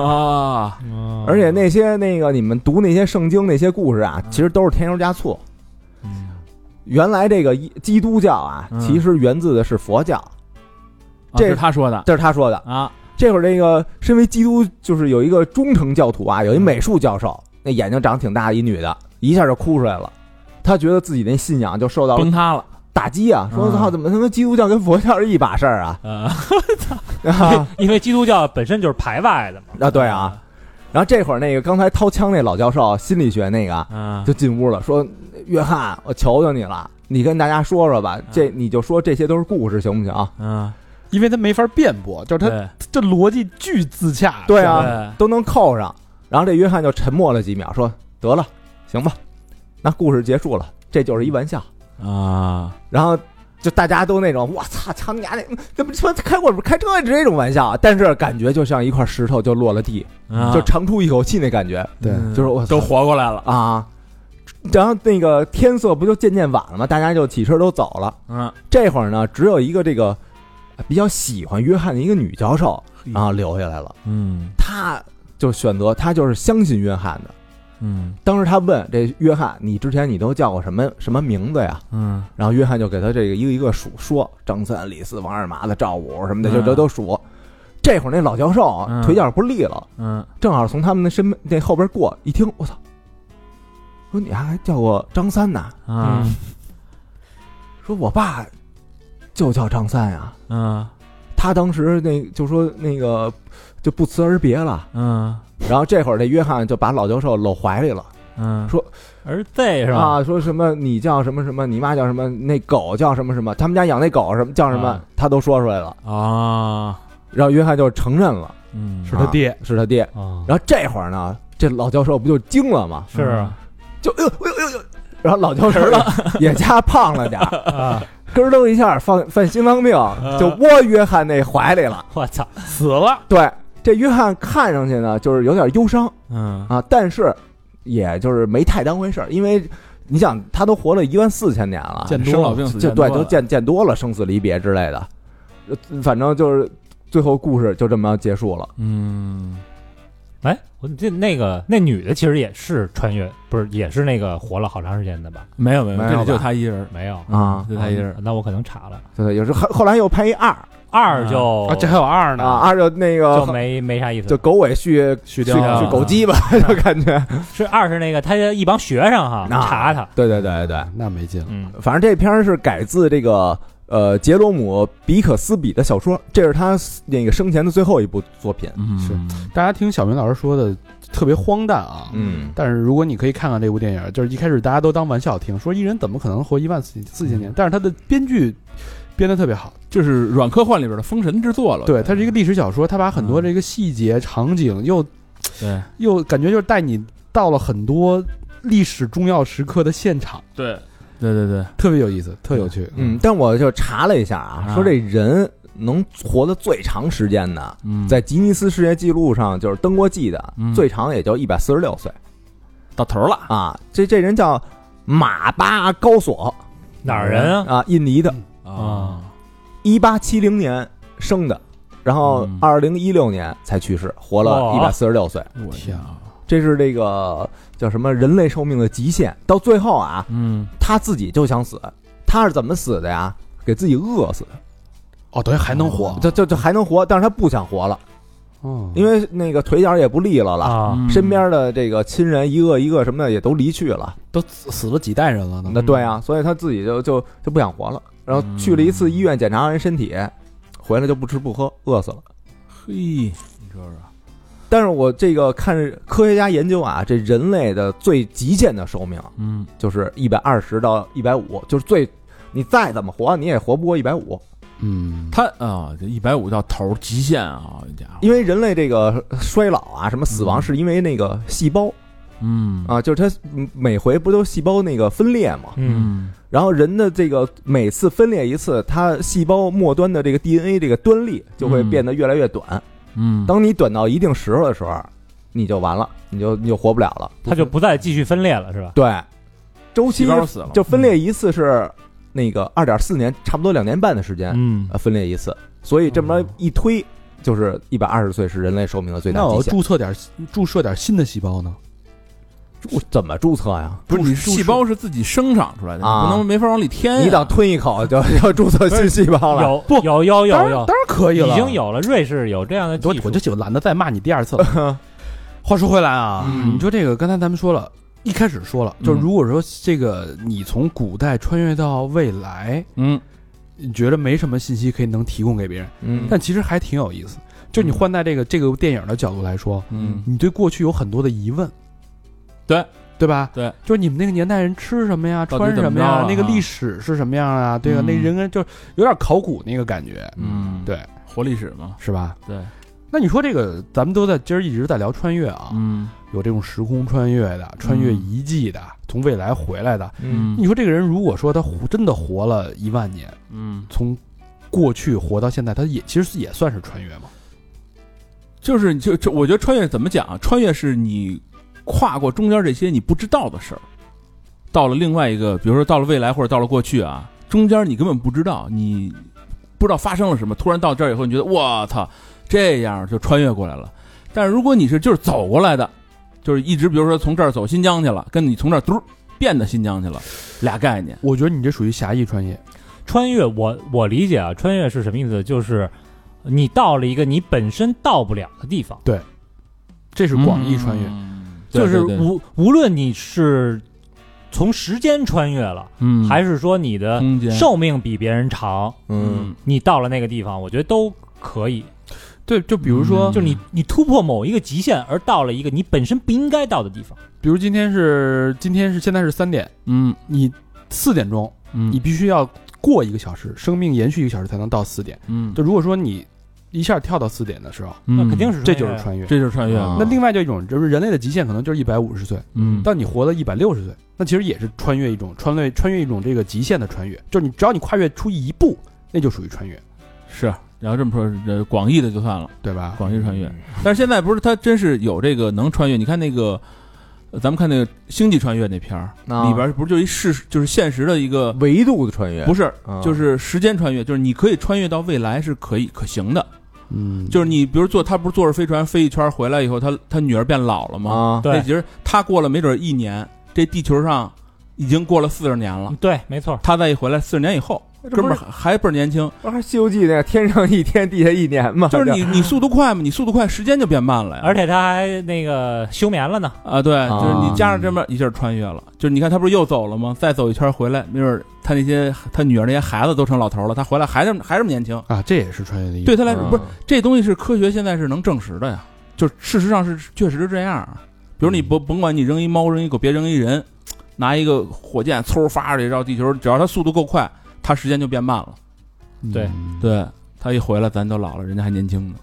S6: 啊，
S4: 嗯
S2: 而且那些那个你们读那些圣经那些故事
S6: 嗯
S2: 啊，其实都是添油加醋。原来这个一基督教啊，
S6: 嗯
S2: 其实源自的是佛教，
S6: 啊这是他说的
S2: 这是他说的。
S6: 啊，
S2: 这会儿这个身为基督，就是有一个忠诚教徒啊，有
S6: 嗯
S2: 一美术教授，那眼睛长挺大的一女的，一下就哭出来了。她觉得自己那信仰就受到了
S6: 崩塌了，
S2: 打击啊，说
S6: 嗯
S2: 操，怎么他妈基督教跟佛教是一把事儿
S6: [laughs]
S2: 啊？ [laughs]
S4: 呃，
S2: 啊，
S4: [laughs] 因为基督教本身就是排外的嘛。
S2: 啊对啊。然后这会儿那个刚才掏枪那老教授，心理学那个啊，
S4: 嗯
S6: 啊，
S2: 就进屋了，说：“约翰，我求求你了，你跟大家说说吧，这你就说这些都是故事，行不行啊？
S6: 嗯，
S1: 因为他没法辩驳，就是他啊
S6: 对
S1: 这逻辑巨自洽。
S2: 对
S6: 对
S2: 啊，都能扣上。”然后这约翰就沉默了几秒，说：“得了，行吧，那故事结束了，这就是一玩笑。
S6: 啊，”
S2: 然后就大家都那种“我操，操你丫的，怎么他妈开我开这这种玩笑啊？”但是感觉就像一块石头就落了地，
S6: 啊
S2: 就长出一口气那感觉
S1: 对，
S6: 嗯
S2: 就是我操
S6: 都活过来了，
S2: 啊。然后那个天色不就渐渐晚了吗？大家就起身都走了。
S6: 嗯
S2: 这会儿呢，只有一个这个呃比较喜欢约翰的一个女教授啊留下来了。
S6: 嗯
S2: 她就选择他就是相信约翰的。
S6: 嗯
S2: 当时他问这约翰：“你之前你都叫我什么什么名字呀
S6: 嗯？”
S2: 然后约翰就给他这个一个一个数，说张三、李四、王二麻子、赵五什么的，就
S6: 嗯
S2: 这都数。这会儿那老教授啊
S6: 嗯
S2: 腿脚不利了，
S6: 嗯
S2: 正好从他们那身边那后边过，一听我操，说你还叫我张三呢？
S6: 啊
S2: 说我爸就叫张三呀、
S6: 嗯
S2: 他当时那就说那个就不辞而别了。
S6: 嗯
S2: 然后这会儿这约翰就把老教授搂怀里了，
S6: 嗯
S4: 儿子是吧？
S2: 啊，说什么你叫什么什么，你妈叫什么，那狗叫什么什么，他们家养那狗什么叫什么
S6: 啊，
S2: 他都说出来了。
S6: 啊
S2: 然后约翰就承认了啊
S6: 嗯
S1: 是他爹
S2: 是他爹。
S4: 啊
S2: 然后这会儿呢，这老教授不就惊了吗？
S4: 是啊
S2: 就哎呦哎呦哎呦哎呦，然后老教授了也加胖了点儿，
S4: [laughs] 啊，
S2: 咯噔一下犯犯心脏病，就窝约翰那怀里了。
S4: 我操，
S6: 死了
S2: 对，这约翰看上去呢，就是有点忧伤
S6: 嗯
S2: 啊，但是也就是没太当回事儿，因为你想，他都活了一万四千年了，
S3: 见多
S2: 生
S3: 了病死
S2: 就
S3: 见
S2: 对，
S3: 多
S2: 都
S3: 了
S2: 见见多了，生死离别之类的，呃反正就是最后故事就这么结束了。
S6: 嗯
S4: 哎，我这那个那女的其实也是穿越，不是也是那个活了好长时间的吧？
S6: 没有没有
S2: 没有
S6: 这里就
S2: 吧
S6: 他一人
S4: 没有，
S2: 啊
S6: 就他一人
S4: 那我可能查了，
S2: 对，也是后后来又拍一二
S4: 二就
S1: 啊，这还有二呢
S2: 啊，二就那
S4: 就
S2: 个
S4: 没没啥意思
S2: 就，狗尾续
S1: 续
S2: 续
S1: 貂啊
S2: 续狗鸡吧， [laughs] 就感觉。
S4: 是二是那个他一帮学生哈
S2: 啊
S4: 查他，
S2: 对对对对，
S1: 那没劲了。
S4: 嗯
S2: 反正这篇儿是改自这个呃杰罗姆·比可斯比的小说，这是他那个生前的最后一部作品。
S6: 嗯
S1: 是大家听小明老师说的特别荒诞啊，
S2: 嗯，
S1: 但是如果你可以看看这部电影，就是一开始大家都当玩笑听，说一人怎么可能活一万四四
S2: 嗯
S1: 千年？但是他的编剧编的特别好，
S6: 就是软科幻里边的封神之作
S2: 哦
S6: 了
S1: 对，它是一个历史小说，它把很多
S6: 嗯
S1: 这个细节、场景又
S6: 对
S1: 又感觉就是带你到了很多历史重要时刻的现场，
S6: 对对对对
S1: 特别有意思，特有趣。
S2: 嗯，但我就查了一下啊，
S6: 啊
S2: 说这人能活得最长时间的，
S6: 嗯
S2: 在吉尼斯世界纪录上就是登过记的，
S6: 嗯
S2: 最长也就一百四十六岁
S6: 到头了
S2: 啊。这这人叫马巴高索
S4: 哪儿人啊？
S2: 啊，印尼的，
S4: 啊
S2: 一八七零年生的，然后
S6: 嗯
S2: 二零一六年才去世，活了一
S4: 哇
S2: 百四十六岁。
S6: 我
S1: 天啊！
S2: 这是这个叫什么人类寿命的极限。到最后啊，
S6: 嗯
S2: 他自己就想死，他是怎么死的呀？给自己饿死，
S1: 哦，等于还能活，
S2: 就就就还能活，但是他不想活了，
S1: 哦，
S2: 嗯因为那个腿脚也不利落了，
S4: 啊，
S6: 嗯
S2: 身边的这个亲人一个一个什么的也都离去了，
S1: 都死死了几代人了呢。
S2: 那对啊，所以他自己就就就不想活了，然后去了一次医院检查人身体，回来就不吃不喝，饿死了。
S6: 嘿，你说说，
S2: 但是我这个看科学家研究啊，这人类的最极限的寿命
S6: 嗯
S2: 就是一百二十到一百五，就是最你再怎么活你也活不过一百五，
S1: 嗯，
S6: 他啊，这一百五到头儿极限啊，好家伙！
S2: 因为人类这个衰老啊，什么死亡
S6: 嗯
S2: 是因为那个细胞
S6: 嗯
S2: 啊，就是它嗯每回不都细胞那个分裂嘛，
S4: 嗯，
S6: 嗯
S2: 然后人的这个每次分裂一次，它细胞末端的这个 DNA 这个端粒就会
S6: 嗯
S2: 变得越来越短，
S6: 嗯，
S2: 当你短到一定时候的时候，你就完了，你就你就活不了了，
S4: 他就不再继续分裂了是吧？
S2: 对，周
S6: 细
S2: 期
S6: 胞死了，
S2: 就分裂一次是那个二点四年，差不多两年半的时间，
S6: 嗯
S2: 呃，分裂一次，所以这么一推，就是一百二十岁是人类寿命的最大
S1: 那我
S2: 极
S1: 要
S2: 限。
S1: 注册点注射点新的细胞呢？
S2: 注怎么注册呀？
S6: 不是你
S1: 注射
S6: 细胞是自己生长出来的，
S2: 啊
S6: 你不能没法往里
S3: 哎
S6: 添呀。
S2: 你等吞一口就 [laughs] 要注册新细胞了。
S4: 有有有
S1: 当
S4: 有
S1: 然
S4: 有
S1: 当，然可以了，
S4: 已经有了，瑞士有这样的
S1: 我
S4: 技术
S1: 我就喜欢懒得再骂你第二次了。话说回来啊，
S6: 嗯
S1: 你说这个刚才咱们说了，一开始说了，就
S6: 嗯
S1: 如果说这个你从古代穿越到未来，
S6: 嗯
S1: 你觉得没什么信息可以能提供给别人，
S2: 嗯，
S1: 但其实还挺有意思。就你换在这个这个电影的角度来说，
S6: 嗯
S1: 你对过去有很多的疑问，
S6: 对
S1: 对吧？
S6: 对，
S1: 就是你们那个年代人吃什么呀，
S6: 到底
S1: 穿什
S6: 怎么着
S1: 呀
S6: 啊，
S1: 那个历史是什么样啊？对吧？
S6: 嗯
S1: 那人跟就是有点考古那个感觉，
S6: 嗯，
S1: 对，
S6: 活历史嘛，
S1: 是吧？
S6: 对，
S1: 那你说这个，咱们都在今儿一直在聊穿越啊，
S6: 嗯
S1: 有这种时空穿越的、穿越遗迹的、从未来回来的。
S6: 嗯
S1: 你说这个人如果说他活真的活了一万年，
S6: 嗯，
S1: 从过去活到现在，他也其实也算是穿越嘛。
S6: 就是你就就我觉得穿越怎么讲啊？穿越是你跨过中间这些你不知道的事儿，到了另外一个，比如说到了未来或者到了过去啊，中间你根本不知道，你不知道发生了什么，突然到这儿以后，你觉得我操，这样就穿越过来了。
S3: 但是如果你是就是走过来的，就是一直比如说从这儿走新疆去了，跟你从这儿嘟儿变到新疆去了，俩概念。
S1: 我觉得你这属于狭义穿越，
S4: 穿越，我我理解啊，穿越是什么意思？就是你到了一个你本身到不了的地方，
S1: 这是广义穿越。
S3: 嗯对
S4: 就是
S3: 对对
S4: 无无论你是从时间穿越了，
S3: 嗯，
S4: 还是说你的
S3: 空间
S4: 寿命比别人长，
S2: 嗯，
S4: 你到了那个地方，我觉得都可以。
S1: 对，就比如说，
S3: 嗯
S4: 就你你突破某一个极限，而到了一个你本身不应该到的地方，
S1: 比如今天是今天是现在是三点，
S3: 嗯
S1: 你四点钟
S3: 嗯
S1: 你必须要过一个小时，生命延续一个小时才能到四点。
S3: 嗯，
S1: 就如果说你一下跳到四点的时候，
S3: 那
S4: 那肯定是
S1: 嗯这就是
S4: 穿
S1: 穿越。
S4: 越
S3: 嗯这就是穿越
S2: 啊
S1: 那另外就一种就是人类的极限可能就是一百五十岁，
S3: 嗯，
S1: 但你活到一百六十岁，那其实也是穿越一种穿越穿越一种这个极限的穿越，就是你只要你跨越出一步，那就属于穿越，
S3: 是。啊然后这么说，呃，广义的就算了，
S1: 对吧？
S3: 广义穿越。
S2: 嗯
S3: 但是现在不是，它真是有这个能穿越。你看那个，呃咱们看那个《星际穿越》那片儿，
S2: 啊
S3: 里边儿不是就一事，就是现实的一个，
S2: 维度的穿越
S3: 不是，
S2: 啊
S3: 就是时间穿越，就是你可以穿越到未来是可以可行的。
S1: 嗯，
S3: 就是你比如坐，他不是坐着飞船飞一圈儿回来以后，他他女儿变老了吗？
S2: 啊，
S4: 对
S3: 那其实他过了没准一年，这地球上已经过了四十年了。
S4: 对，没错，
S3: 他再一回来，四十年以后，
S2: 这不
S3: 哥们儿
S2: 是
S3: 还还倍儿年轻。
S2: 不是《西游记》那个天上一天，地下一年嘛，
S3: [laughs] 就是
S2: 这
S3: 你你速度快嘛，你速度快，时间就变慢了呀。
S4: 而且他还那个休眠了呢。
S3: 啊，对，
S2: 啊
S3: 就是你加上这么一下穿越了，就是你看他不是又走了吗？再走一圈回来，没准儿他那些他女儿那些孩子都成老头了，他回来还这么还这么年轻。
S1: 啊，这也是穿越的一
S3: 对他来说，
S2: 嗯
S3: 不是这东西是科学现在是能证实的呀，就是事实上是确实是这样啊。比如你不甭管你扔一猫扔一狗，别扔一人，拿一个火箭嗖发出去绕地球，只要它速度够快，它时间就变慢了。
S4: 对
S1: 嗯
S3: 对他一回来，咱都老了，人家还年轻呢。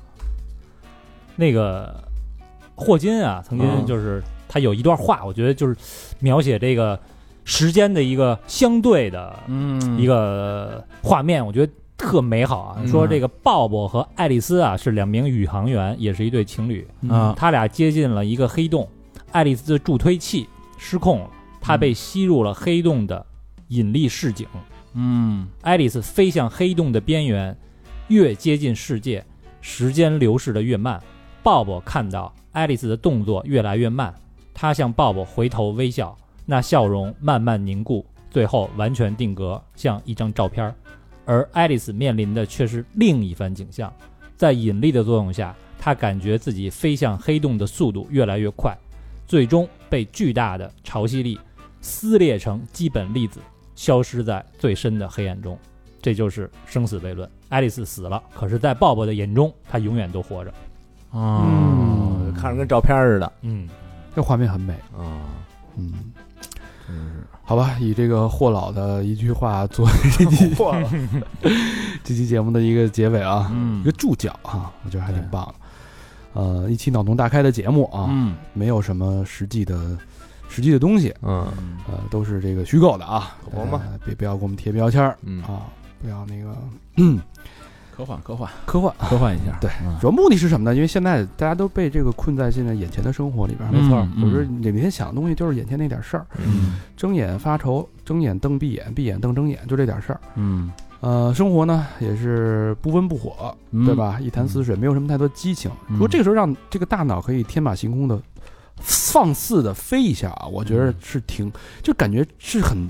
S4: 那个霍金啊，曾经
S2: 嗯
S4: 就是他有一段话，我觉得就是描写这个时间的一个相对的
S3: 嗯
S4: 一个画面，我觉得特美好啊。
S3: 嗯
S4: 说这个鲍勃和爱丽丝啊是两名宇航员，也是一对情侣，
S3: 啊，
S4: 他俩接近了一个黑洞，爱丽丝的助推器失控了，她被吸入了黑洞的引力市井。
S3: 嗯
S4: 爱丽丝飞向黑洞的边缘，越接近世界，时间流逝的越慢。鲍勃看到爱丽丝的动作越来越慢，他向鲍勃回头微笑，那笑容慢慢凝固，最后完全定格，像一张照片儿。而爱丽丝面临的却是另一番景象，在引力的作用下，她感觉自己飞向黑洞的速度越来越快，最终被巨大的潮汐力撕裂成基本粒子，消失在最深的黑暗中。这就是生死悖论。爱丽丝死了，可是，在鲍勃的眼中，她永远都活着。
S3: 嗯
S2: 嗯看着跟照片似的
S4: 嗯，
S1: 这画面很美，
S2: 啊，
S1: 嗯，
S2: 真是
S1: 好吧，以这个霍老的一句话做这期这期节目的一个结尾啊，
S3: 嗯
S1: 一个注脚啊，我觉得还挺棒的。呃，一期脑洞大开的节目啊，
S3: 嗯
S1: 没有什么实际的实际的东西，
S2: 嗯
S1: 呃，都是这个虚构的啊，
S2: 可不嘛
S1: 大家别不要给我们贴标签儿
S2: 嗯
S1: 啊，不要那个
S3: 科幻科幻
S1: 科幻。
S3: 科幻一下，
S1: 对主要目的是什么呢？因为现在大家都被这个困在现在眼前的生活里边儿，没错儿
S3: 嗯。嗯
S1: 我说你每天想的东西就是眼前那点事儿，
S3: 嗯
S1: 睁眼发愁，睁眼瞪闭眼，闭眼瞪睁眼，就这点事儿。
S3: 嗯，
S1: 呃，生活呢也是不温不火，
S3: 嗯
S1: 对？吧？一潭死水，没有什么太多激情。
S3: 嗯
S1: 如果这个时候让这个大脑可以天马行空的、放肆的飞一下啊，我觉得是挺，就感觉是很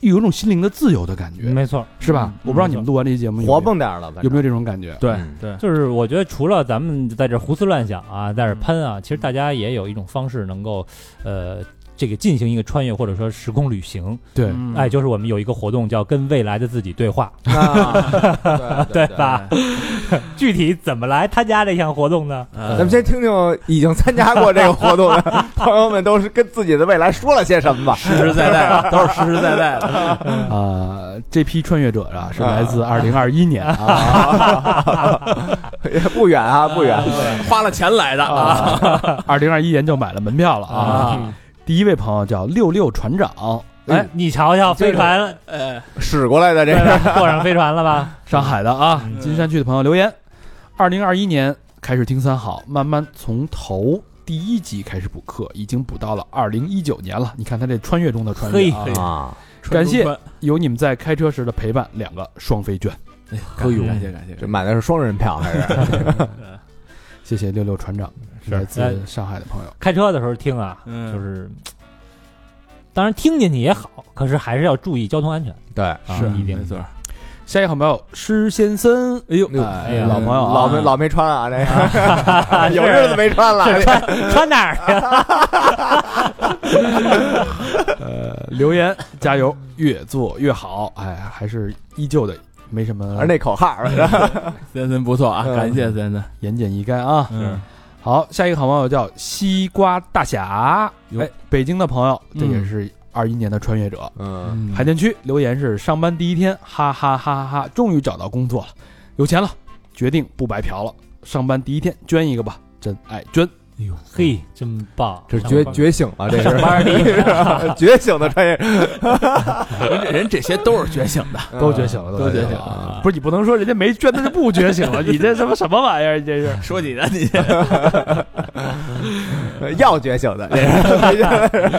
S1: 有一种心灵的自由的感觉，
S4: 没错，
S1: 是吧？
S3: 嗯
S1: 我不知道你们录完这期节目有没有
S2: [laughs] 活蹦点儿了，反正
S1: 有没有这种感觉？
S3: 对
S2: 嗯
S3: 对，
S4: 就是我觉得除了咱们在这胡思乱想啊，在这喷啊，其实大家也有一种方式能够，呃，这个进行一个穿越或者说时空旅行。
S1: 对，
S3: 嗯
S4: 哎，就是我们有一个活动叫跟未来的自己对 [laughs] 话，
S2: 啊对
S4: 对？吧？具体怎么来参加这项活动呢？
S2: 咱们先听听已经参加过这个活动的 [laughs] 朋友们都是跟自己的未来说了些什么吧。
S3: 实实在在的，都是实实在在的。
S1: 呃，这批穿越者啊，是来自二零二一年啊，
S2: [laughs] 不远啊，不远。
S3: 花了钱来的啊！
S1: 二零二一年就买了门票了啊。第一位朋友叫六六船长，
S4: 哎，你瞧瞧，
S2: 这个
S4: 飞船
S3: 呃，
S2: 驶过来的这
S4: 对
S2: 个，
S4: 吧？坐上飞船了吧？
S1: 上海的啊，
S4: 嗯
S1: 金山区的朋友留言：二零二一年开始听三好，慢慢从头第一集开始补课，已经补到了二零一九年了。你看他这穿越中的穿越啊
S3: 嘿！
S2: 啊，
S1: 感谢
S3: 穿
S1: 有你们在开车时的陪伴，两个双飞券。
S3: 哎呦，感谢感谢感谢
S2: 这买的是双人票还是？
S1: 谢谢六六船长，
S4: 是
S1: 来
S4: 哎
S1: 自上海的朋友。
S4: 开车的时候听啊，
S6: 嗯
S4: 就是，当然听进去也好，可是还是要注意交通安全。
S1: 对，
S4: 啊
S6: 是
S2: 嗯
S4: 一定
S6: 没错。
S1: 下一个好朋友施先生，哎呦，
S4: 哎呀
S1: 老朋友啊，
S2: 老没老没穿啊，这个有日子没穿了。啊
S4: 是穿穿哪儿去了？
S1: 呃，留言加油，越做越好。哎，还是依旧的，没什么
S2: 而那口号，
S6: 森森不错啊，
S2: 嗯
S6: 感谢森森。
S1: 言简意赅啊。
S6: 嗯，
S1: 好，下一个好朋友叫西瓜大侠，
S6: 哟
S1: 哎，北京的朋友，这也
S6: 嗯
S1: 是二一年的穿越者。
S2: 嗯，
S1: 海淀区留言是：上班第一天，哈哈哈哈哈，终于找到工作了，有钱了，决定不白嫖了。上班第一天捐一个吧，真爱捐。
S4: 嘿，真棒！
S2: 这觉觉醒了，这
S4: 上班
S2: [laughs]
S4: 第一
S2: 是觉醒的穿越，
S6: 人这人这些都是觉醒的，
S1: 都
S2: 嗯
S1: 哎觉醒了，
S2: 都
S1: 觉
S2: 觉
S1: 醒
S2: 醒
S1: 了
S2: 了。
S1: 不是你不能说人家没捐，他就不觉 [laughs] 醒了。你这他妈什么玩意儿？你这是
S6: 说你呢你。
S2: 呃要觉 [laughs] 醒的，这是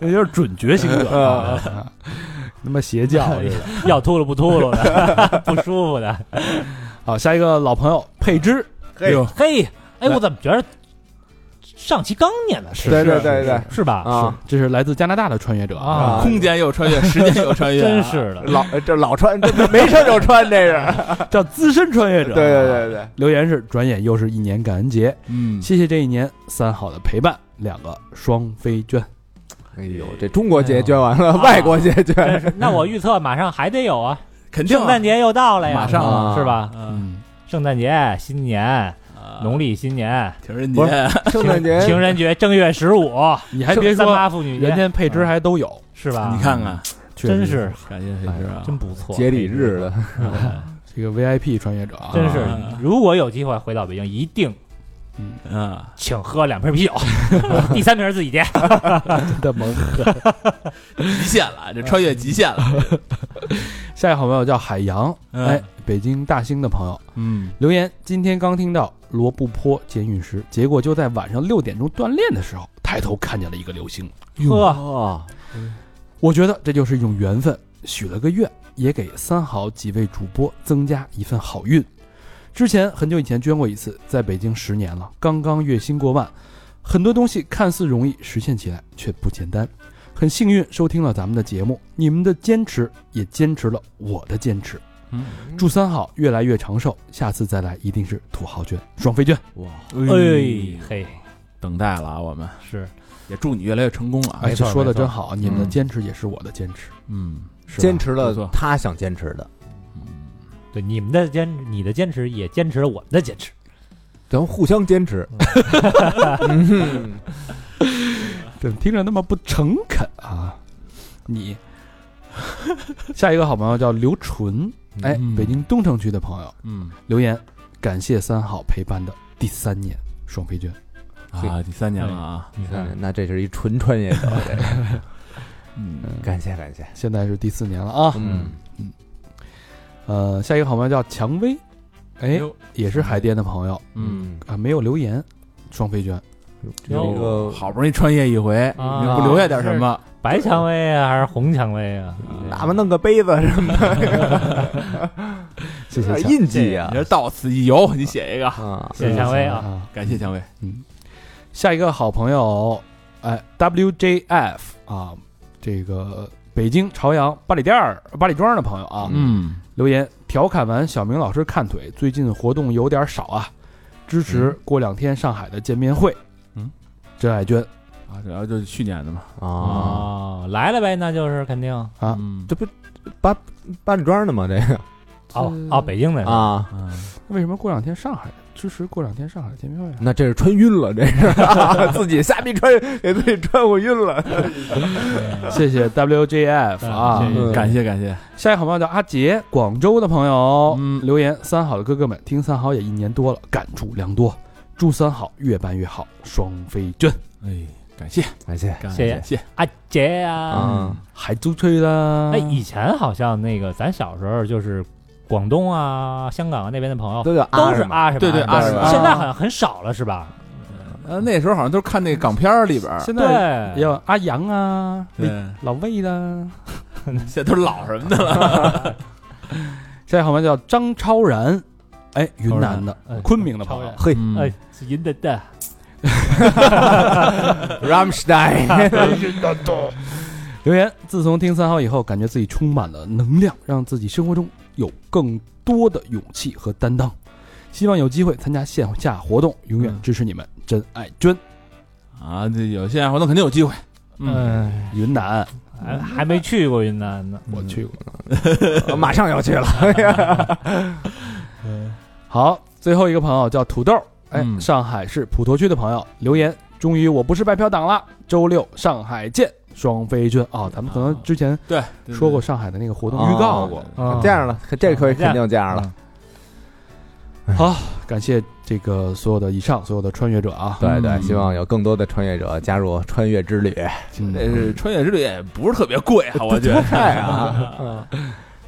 S1: 那就是准觉醒者 [laughs] 啊！哎他妈邪教啊这个。
S4: [laughs] 要秃噜不秃噜的，不舒服的。
S1: 好，下一个老朋友佩芝，
S2: 嘿
S1: 呦
S4: 嘿，哎，我怎么觉得上期刚念的是
S2: 对对对对
S4: 是吧？
S2: 啊，
S1: 这是来自加拿大的穿越者
S4: 啊
S6: 空间又穿越，时间又穿越，啊
S4: 真是的，
S2: 老呃这老穿，这这没事就穿，这 [laughs] 是。
S1: 叫资深穿越者。啊
S2: 对对对对，
S1: 留言是：转眼又是一年感恩节，
S6: 嗯，
S1: 谢谢这一年三好的陪伴，两个双飞捐。
S2: 哎呦，这中国节捐完了，外国节
S4: 真
S2: 捐
S4: 是。那我预测马上还得有啊，
S6: 肯定啊
S4: 圣诞节又到了呀，
S6: 马上
S2: 啊
S4: 是吧？
S1: 嗯，
S4: 圣诞节、新年、
S3: 啊
S4: 农历新年、
S6: 啊情人
S2: 不
S6: 节啊
S2: 是啊圣诞节，
S4: 情人节、正月十五，
S1: 你还别
S4: 三
S1: 说，
S4: 八妇女
S1: 人
S4: 节
S1: 家配置还都有，
S4: 是吧？
S6: 你看看，
S1: 确实
S4: 真是哎
S6: 感谢谁知啊？
S4: 真不错，哎
S2: 节礼日的，
S1: 这个 VIP 穿越者啊，
S4: [laughs] 真是
S6: 啊。
S4: 如果有机会回到北京，一定
S6: 啊，
S4: 请喝两瓶啤酒，第三瓶自己接。
S1: 真的萌。
S6: 极限了，这穿越极限了。
S1: [laughs] 下一个好朋友叫海洋，
S6: 嗯
S1: 哎，北京大兴的朋友
S6: 嗯，
S1: 留言，今天刚听到罗布泊监狱时，结果就在晚上六点钟锻炼的时候，抬头看见了一个流星，
S4: 呵，
S2: 哦，
S1: 我觉得这就是一种缘分，许了个愿，也给三好几位主播增加一份好运。之前很久以前捐过一次，在北京十年了，刚刚月薪过万，很多东西看似容易实现起来，却不简单。很幸运收听了咱们的节目，你们的坚持也坚持了我的坚持。祝三好越来越长寿，下次再来一定是土豪捐、双飞捐。
S6: 哇，
S4: 哎嘿，
S6: 嗯等待了啊，我们
S4: 是
S6: 也祝你越来越成功啊。
S1: 哎，这说的真
S4: 没错
S1: 好，你们的
S6: 嗯
S1: 坚持也是我的坚持，
S6: 嗯，
S1: 是吧
S2: 坚持
S6: 不错
S2: 了他想坚持的，
S4: 对你们的坚，你的坚持也坚持了我们的坚持。
S2: 咱们互相坚持。嗯
S1: 怎么听着那么不诚恳啊？你 [laughs] 下一个好朋友叫刘纯，哎，
S6: 嗯
S1: 北京东城区的朋友
S6: 嗯
S1: 留言，感谢三好陪伴的第三年双飞娟。
S6: 啊，第三年了啊，
S4: 你看，
S2: 那这是一纯穿 [laughs] 越者，这个
S6: 嗯
S2: 感谢感谢。
S1: 现在是第四年了啊。
S2: 嗯，
S1: 呃，下一个好朋友叫蔷薇，
S6: 哎
S1: 哎，
S6: 呦
S1: 也是海淀的朋友
S6: 嗯，
S1: 啊，没有留言。双飞娟，
S2: 这是一个
S6: 好不容易穿越一回，
S4: 啊
S6: 你不留下点什么？
S4: 白蔷薇啊，还是红蔷薇啊？
S2: 哪么弄个杯子什么
S1: 谢谢
S2: 的，
S1: 蔷
S2: 啊印记呀
S6: 你。这到此一游，你写一个，
S2: 啊，
S4: 谢谢蔷薇啊，
S1: 啊。
S6: 感谢蔷薇。
S1: 下一个好朋友，哎，WJF 啊，这个北京朝阳八里店儿八里庄的朋友啊，
S6: 嗯，
S1: 留言调侃完小明老师看腿，最近活动有点少啊，支
S4: 嗯
S1: 持过两天上海的见面会。
S6: 嗯，
S1: 真爱娟
S6: 啊，主要就是去年的嘛。
S2: 啊，
S4: 哦，来了呗，那就是肯定。
S1: 啊
S6: 嗯
S2: 这八里庄的嘛，这个
S4: 哦哦，北京的
S2: 啊，
S6: 嗯
S1: 为什么过两天上海支持过两天上海见面会、啊？
S2: 那这是穿晕了，这是自己瞎逼穿，给自己穿过晕了。
S1: 谢谢 WJF 啊！
S4: 嗯嗯谢谢
S2: 嗯
S6: 感谢感谢，
S1: 下一个好朋友叫阿杰，广州的朋友、
S6: 嗯
S1: 留言：三好的哥哥们，听三好也一年多了，感触良多，祝三好越办越好，双飞娟
S6: 哎，感谢
S2: 感谢
S6: 感
S4: 谢
S6: 谢谢，
S4: 阿杰啊。
S2: 啊，
S1: 海珠吹啦！
S4: 哎，以前好像那个咱小时候就是广东啊、香港啊那边的朋友
S2: 都叫
S4: 都是
S2: 啊
S4: 啊什么
S6: 对对
S4: 啊什么
S2: 啊
S4: 现在好像很少了是吧？
S6: 呃，那时候好像都是看那个港片儿里边儿，
S1: 现在也
S4: 对，
S1: 有阿阳啊、
S6: 对，
S1: 老魏啦。
S6: 现在都是老什么的了。
S1: 下一个好朋友叫张超然，哎，云南的
S4: 哎
S1: 昆明的朋
S4: 超
S1: 友
S4: 人，
S2: 嘿
S3: 嗯
S4: 哎，是云南的，
S2: ，Ramstein，
S1: 留言：自从听三好以后，感觉自己充满了能量，让自己生活中有更多的勇气和担当。希望有机会参加线下活动，永远支持你们，真爱娟，
S6: 嗯
S3: 啊，这有线下活动肯定有机会。
S4: 嗯，
S1: 云南，
S4: 还哎还没去过云南呢。
S7: 我去过，
S2: 我 [laughs] 马上要去了。
S1: 好，最后一个朋友叫土豆，哎，
S3: 嗯
S1: 上海市普陀区的朋友留言，终于我不是白嫖党了，周六上海见，双飞娟啊、咱们可能之前
S3: 对，
S6: 嗯
S1: 说过上海的那个活动
S2: 哦
S1: 预
S3: 啊
S1: 告过。
S4: 嗯
S2: 这样了，这可以肯定这样了。
S1: 好，感谢这个所有的以上所有的穿越者啊，
S2: 对对，希望有更多的穿越者加入穿越之旅。
S1: 嗯
S3: 这
S6: 呃
S3: 是穿越之旅也不是特别贵啊，
S2: [laughs]
S3: 我觉得。
S2: 哎
S4: [laughs]
S2: 啊，
S4: 嗯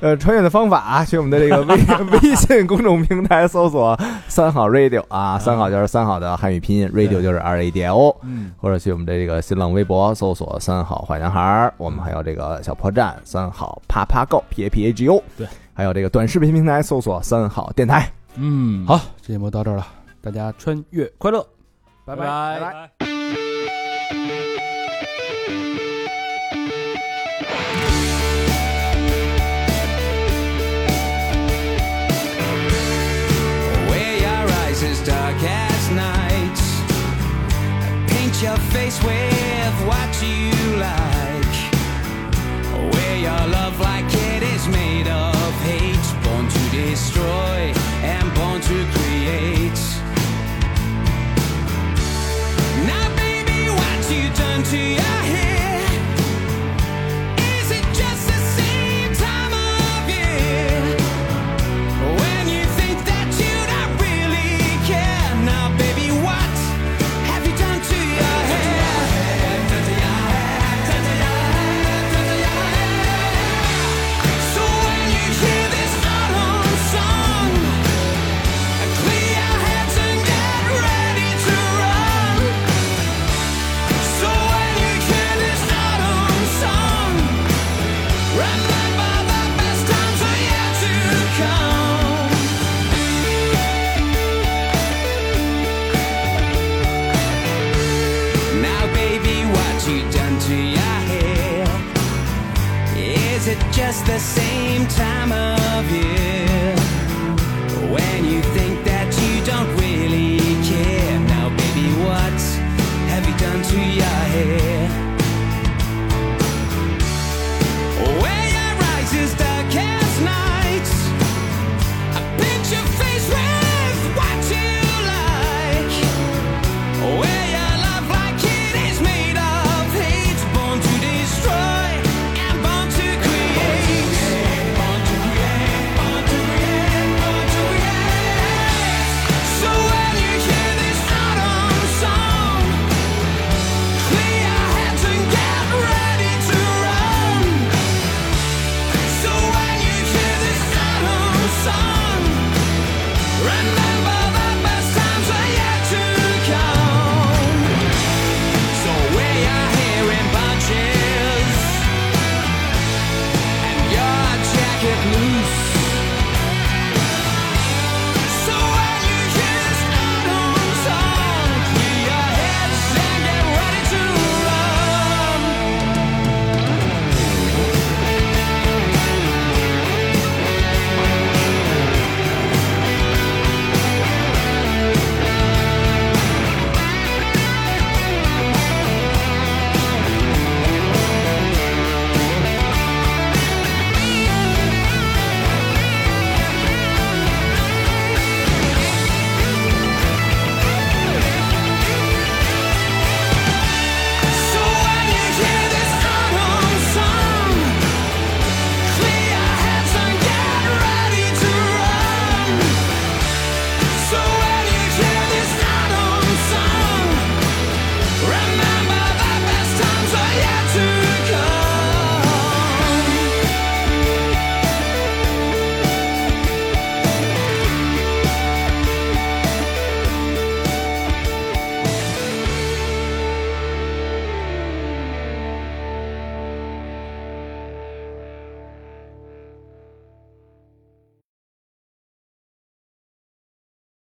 S2: 呃，穿越的方法啊，去我们的这个微微信公众平台搜索“三好 radio” 啊，三好就是三好的汉语拼音，radio 就是 R A D I O，
S3: 嗯，
S2: 或者去我们的这个新浪微博搜索“三好坏男孩儿”，我们还有这个小破站“三好啪啪 go p a p a g o”，
S3: 对，
S2: 还有这个短视频平台搜索“三好电台
S3: 嗯，
S1: 好，这节目到这儿了，大家穿越快乐。
S3: 拜
S2: 拜拜拜。
S8: Where your eyes is dark as night. Paint your face with what you like. Where your love like it is made of hate. Born to destroy and born to create. Now, baby, what you done to your hair? Is it just the same time of year? When you think that you don't really care now, baby, what have you done to your hair? So when you hear this autumn song, clear your heads and get ready to run. So when you hear this autumn song. Remember the best times are yet to come. Now, baby, what you done to your hair? Is it just the same time of year? When you think that you don't really care. Now, baby, what have you done to your hair?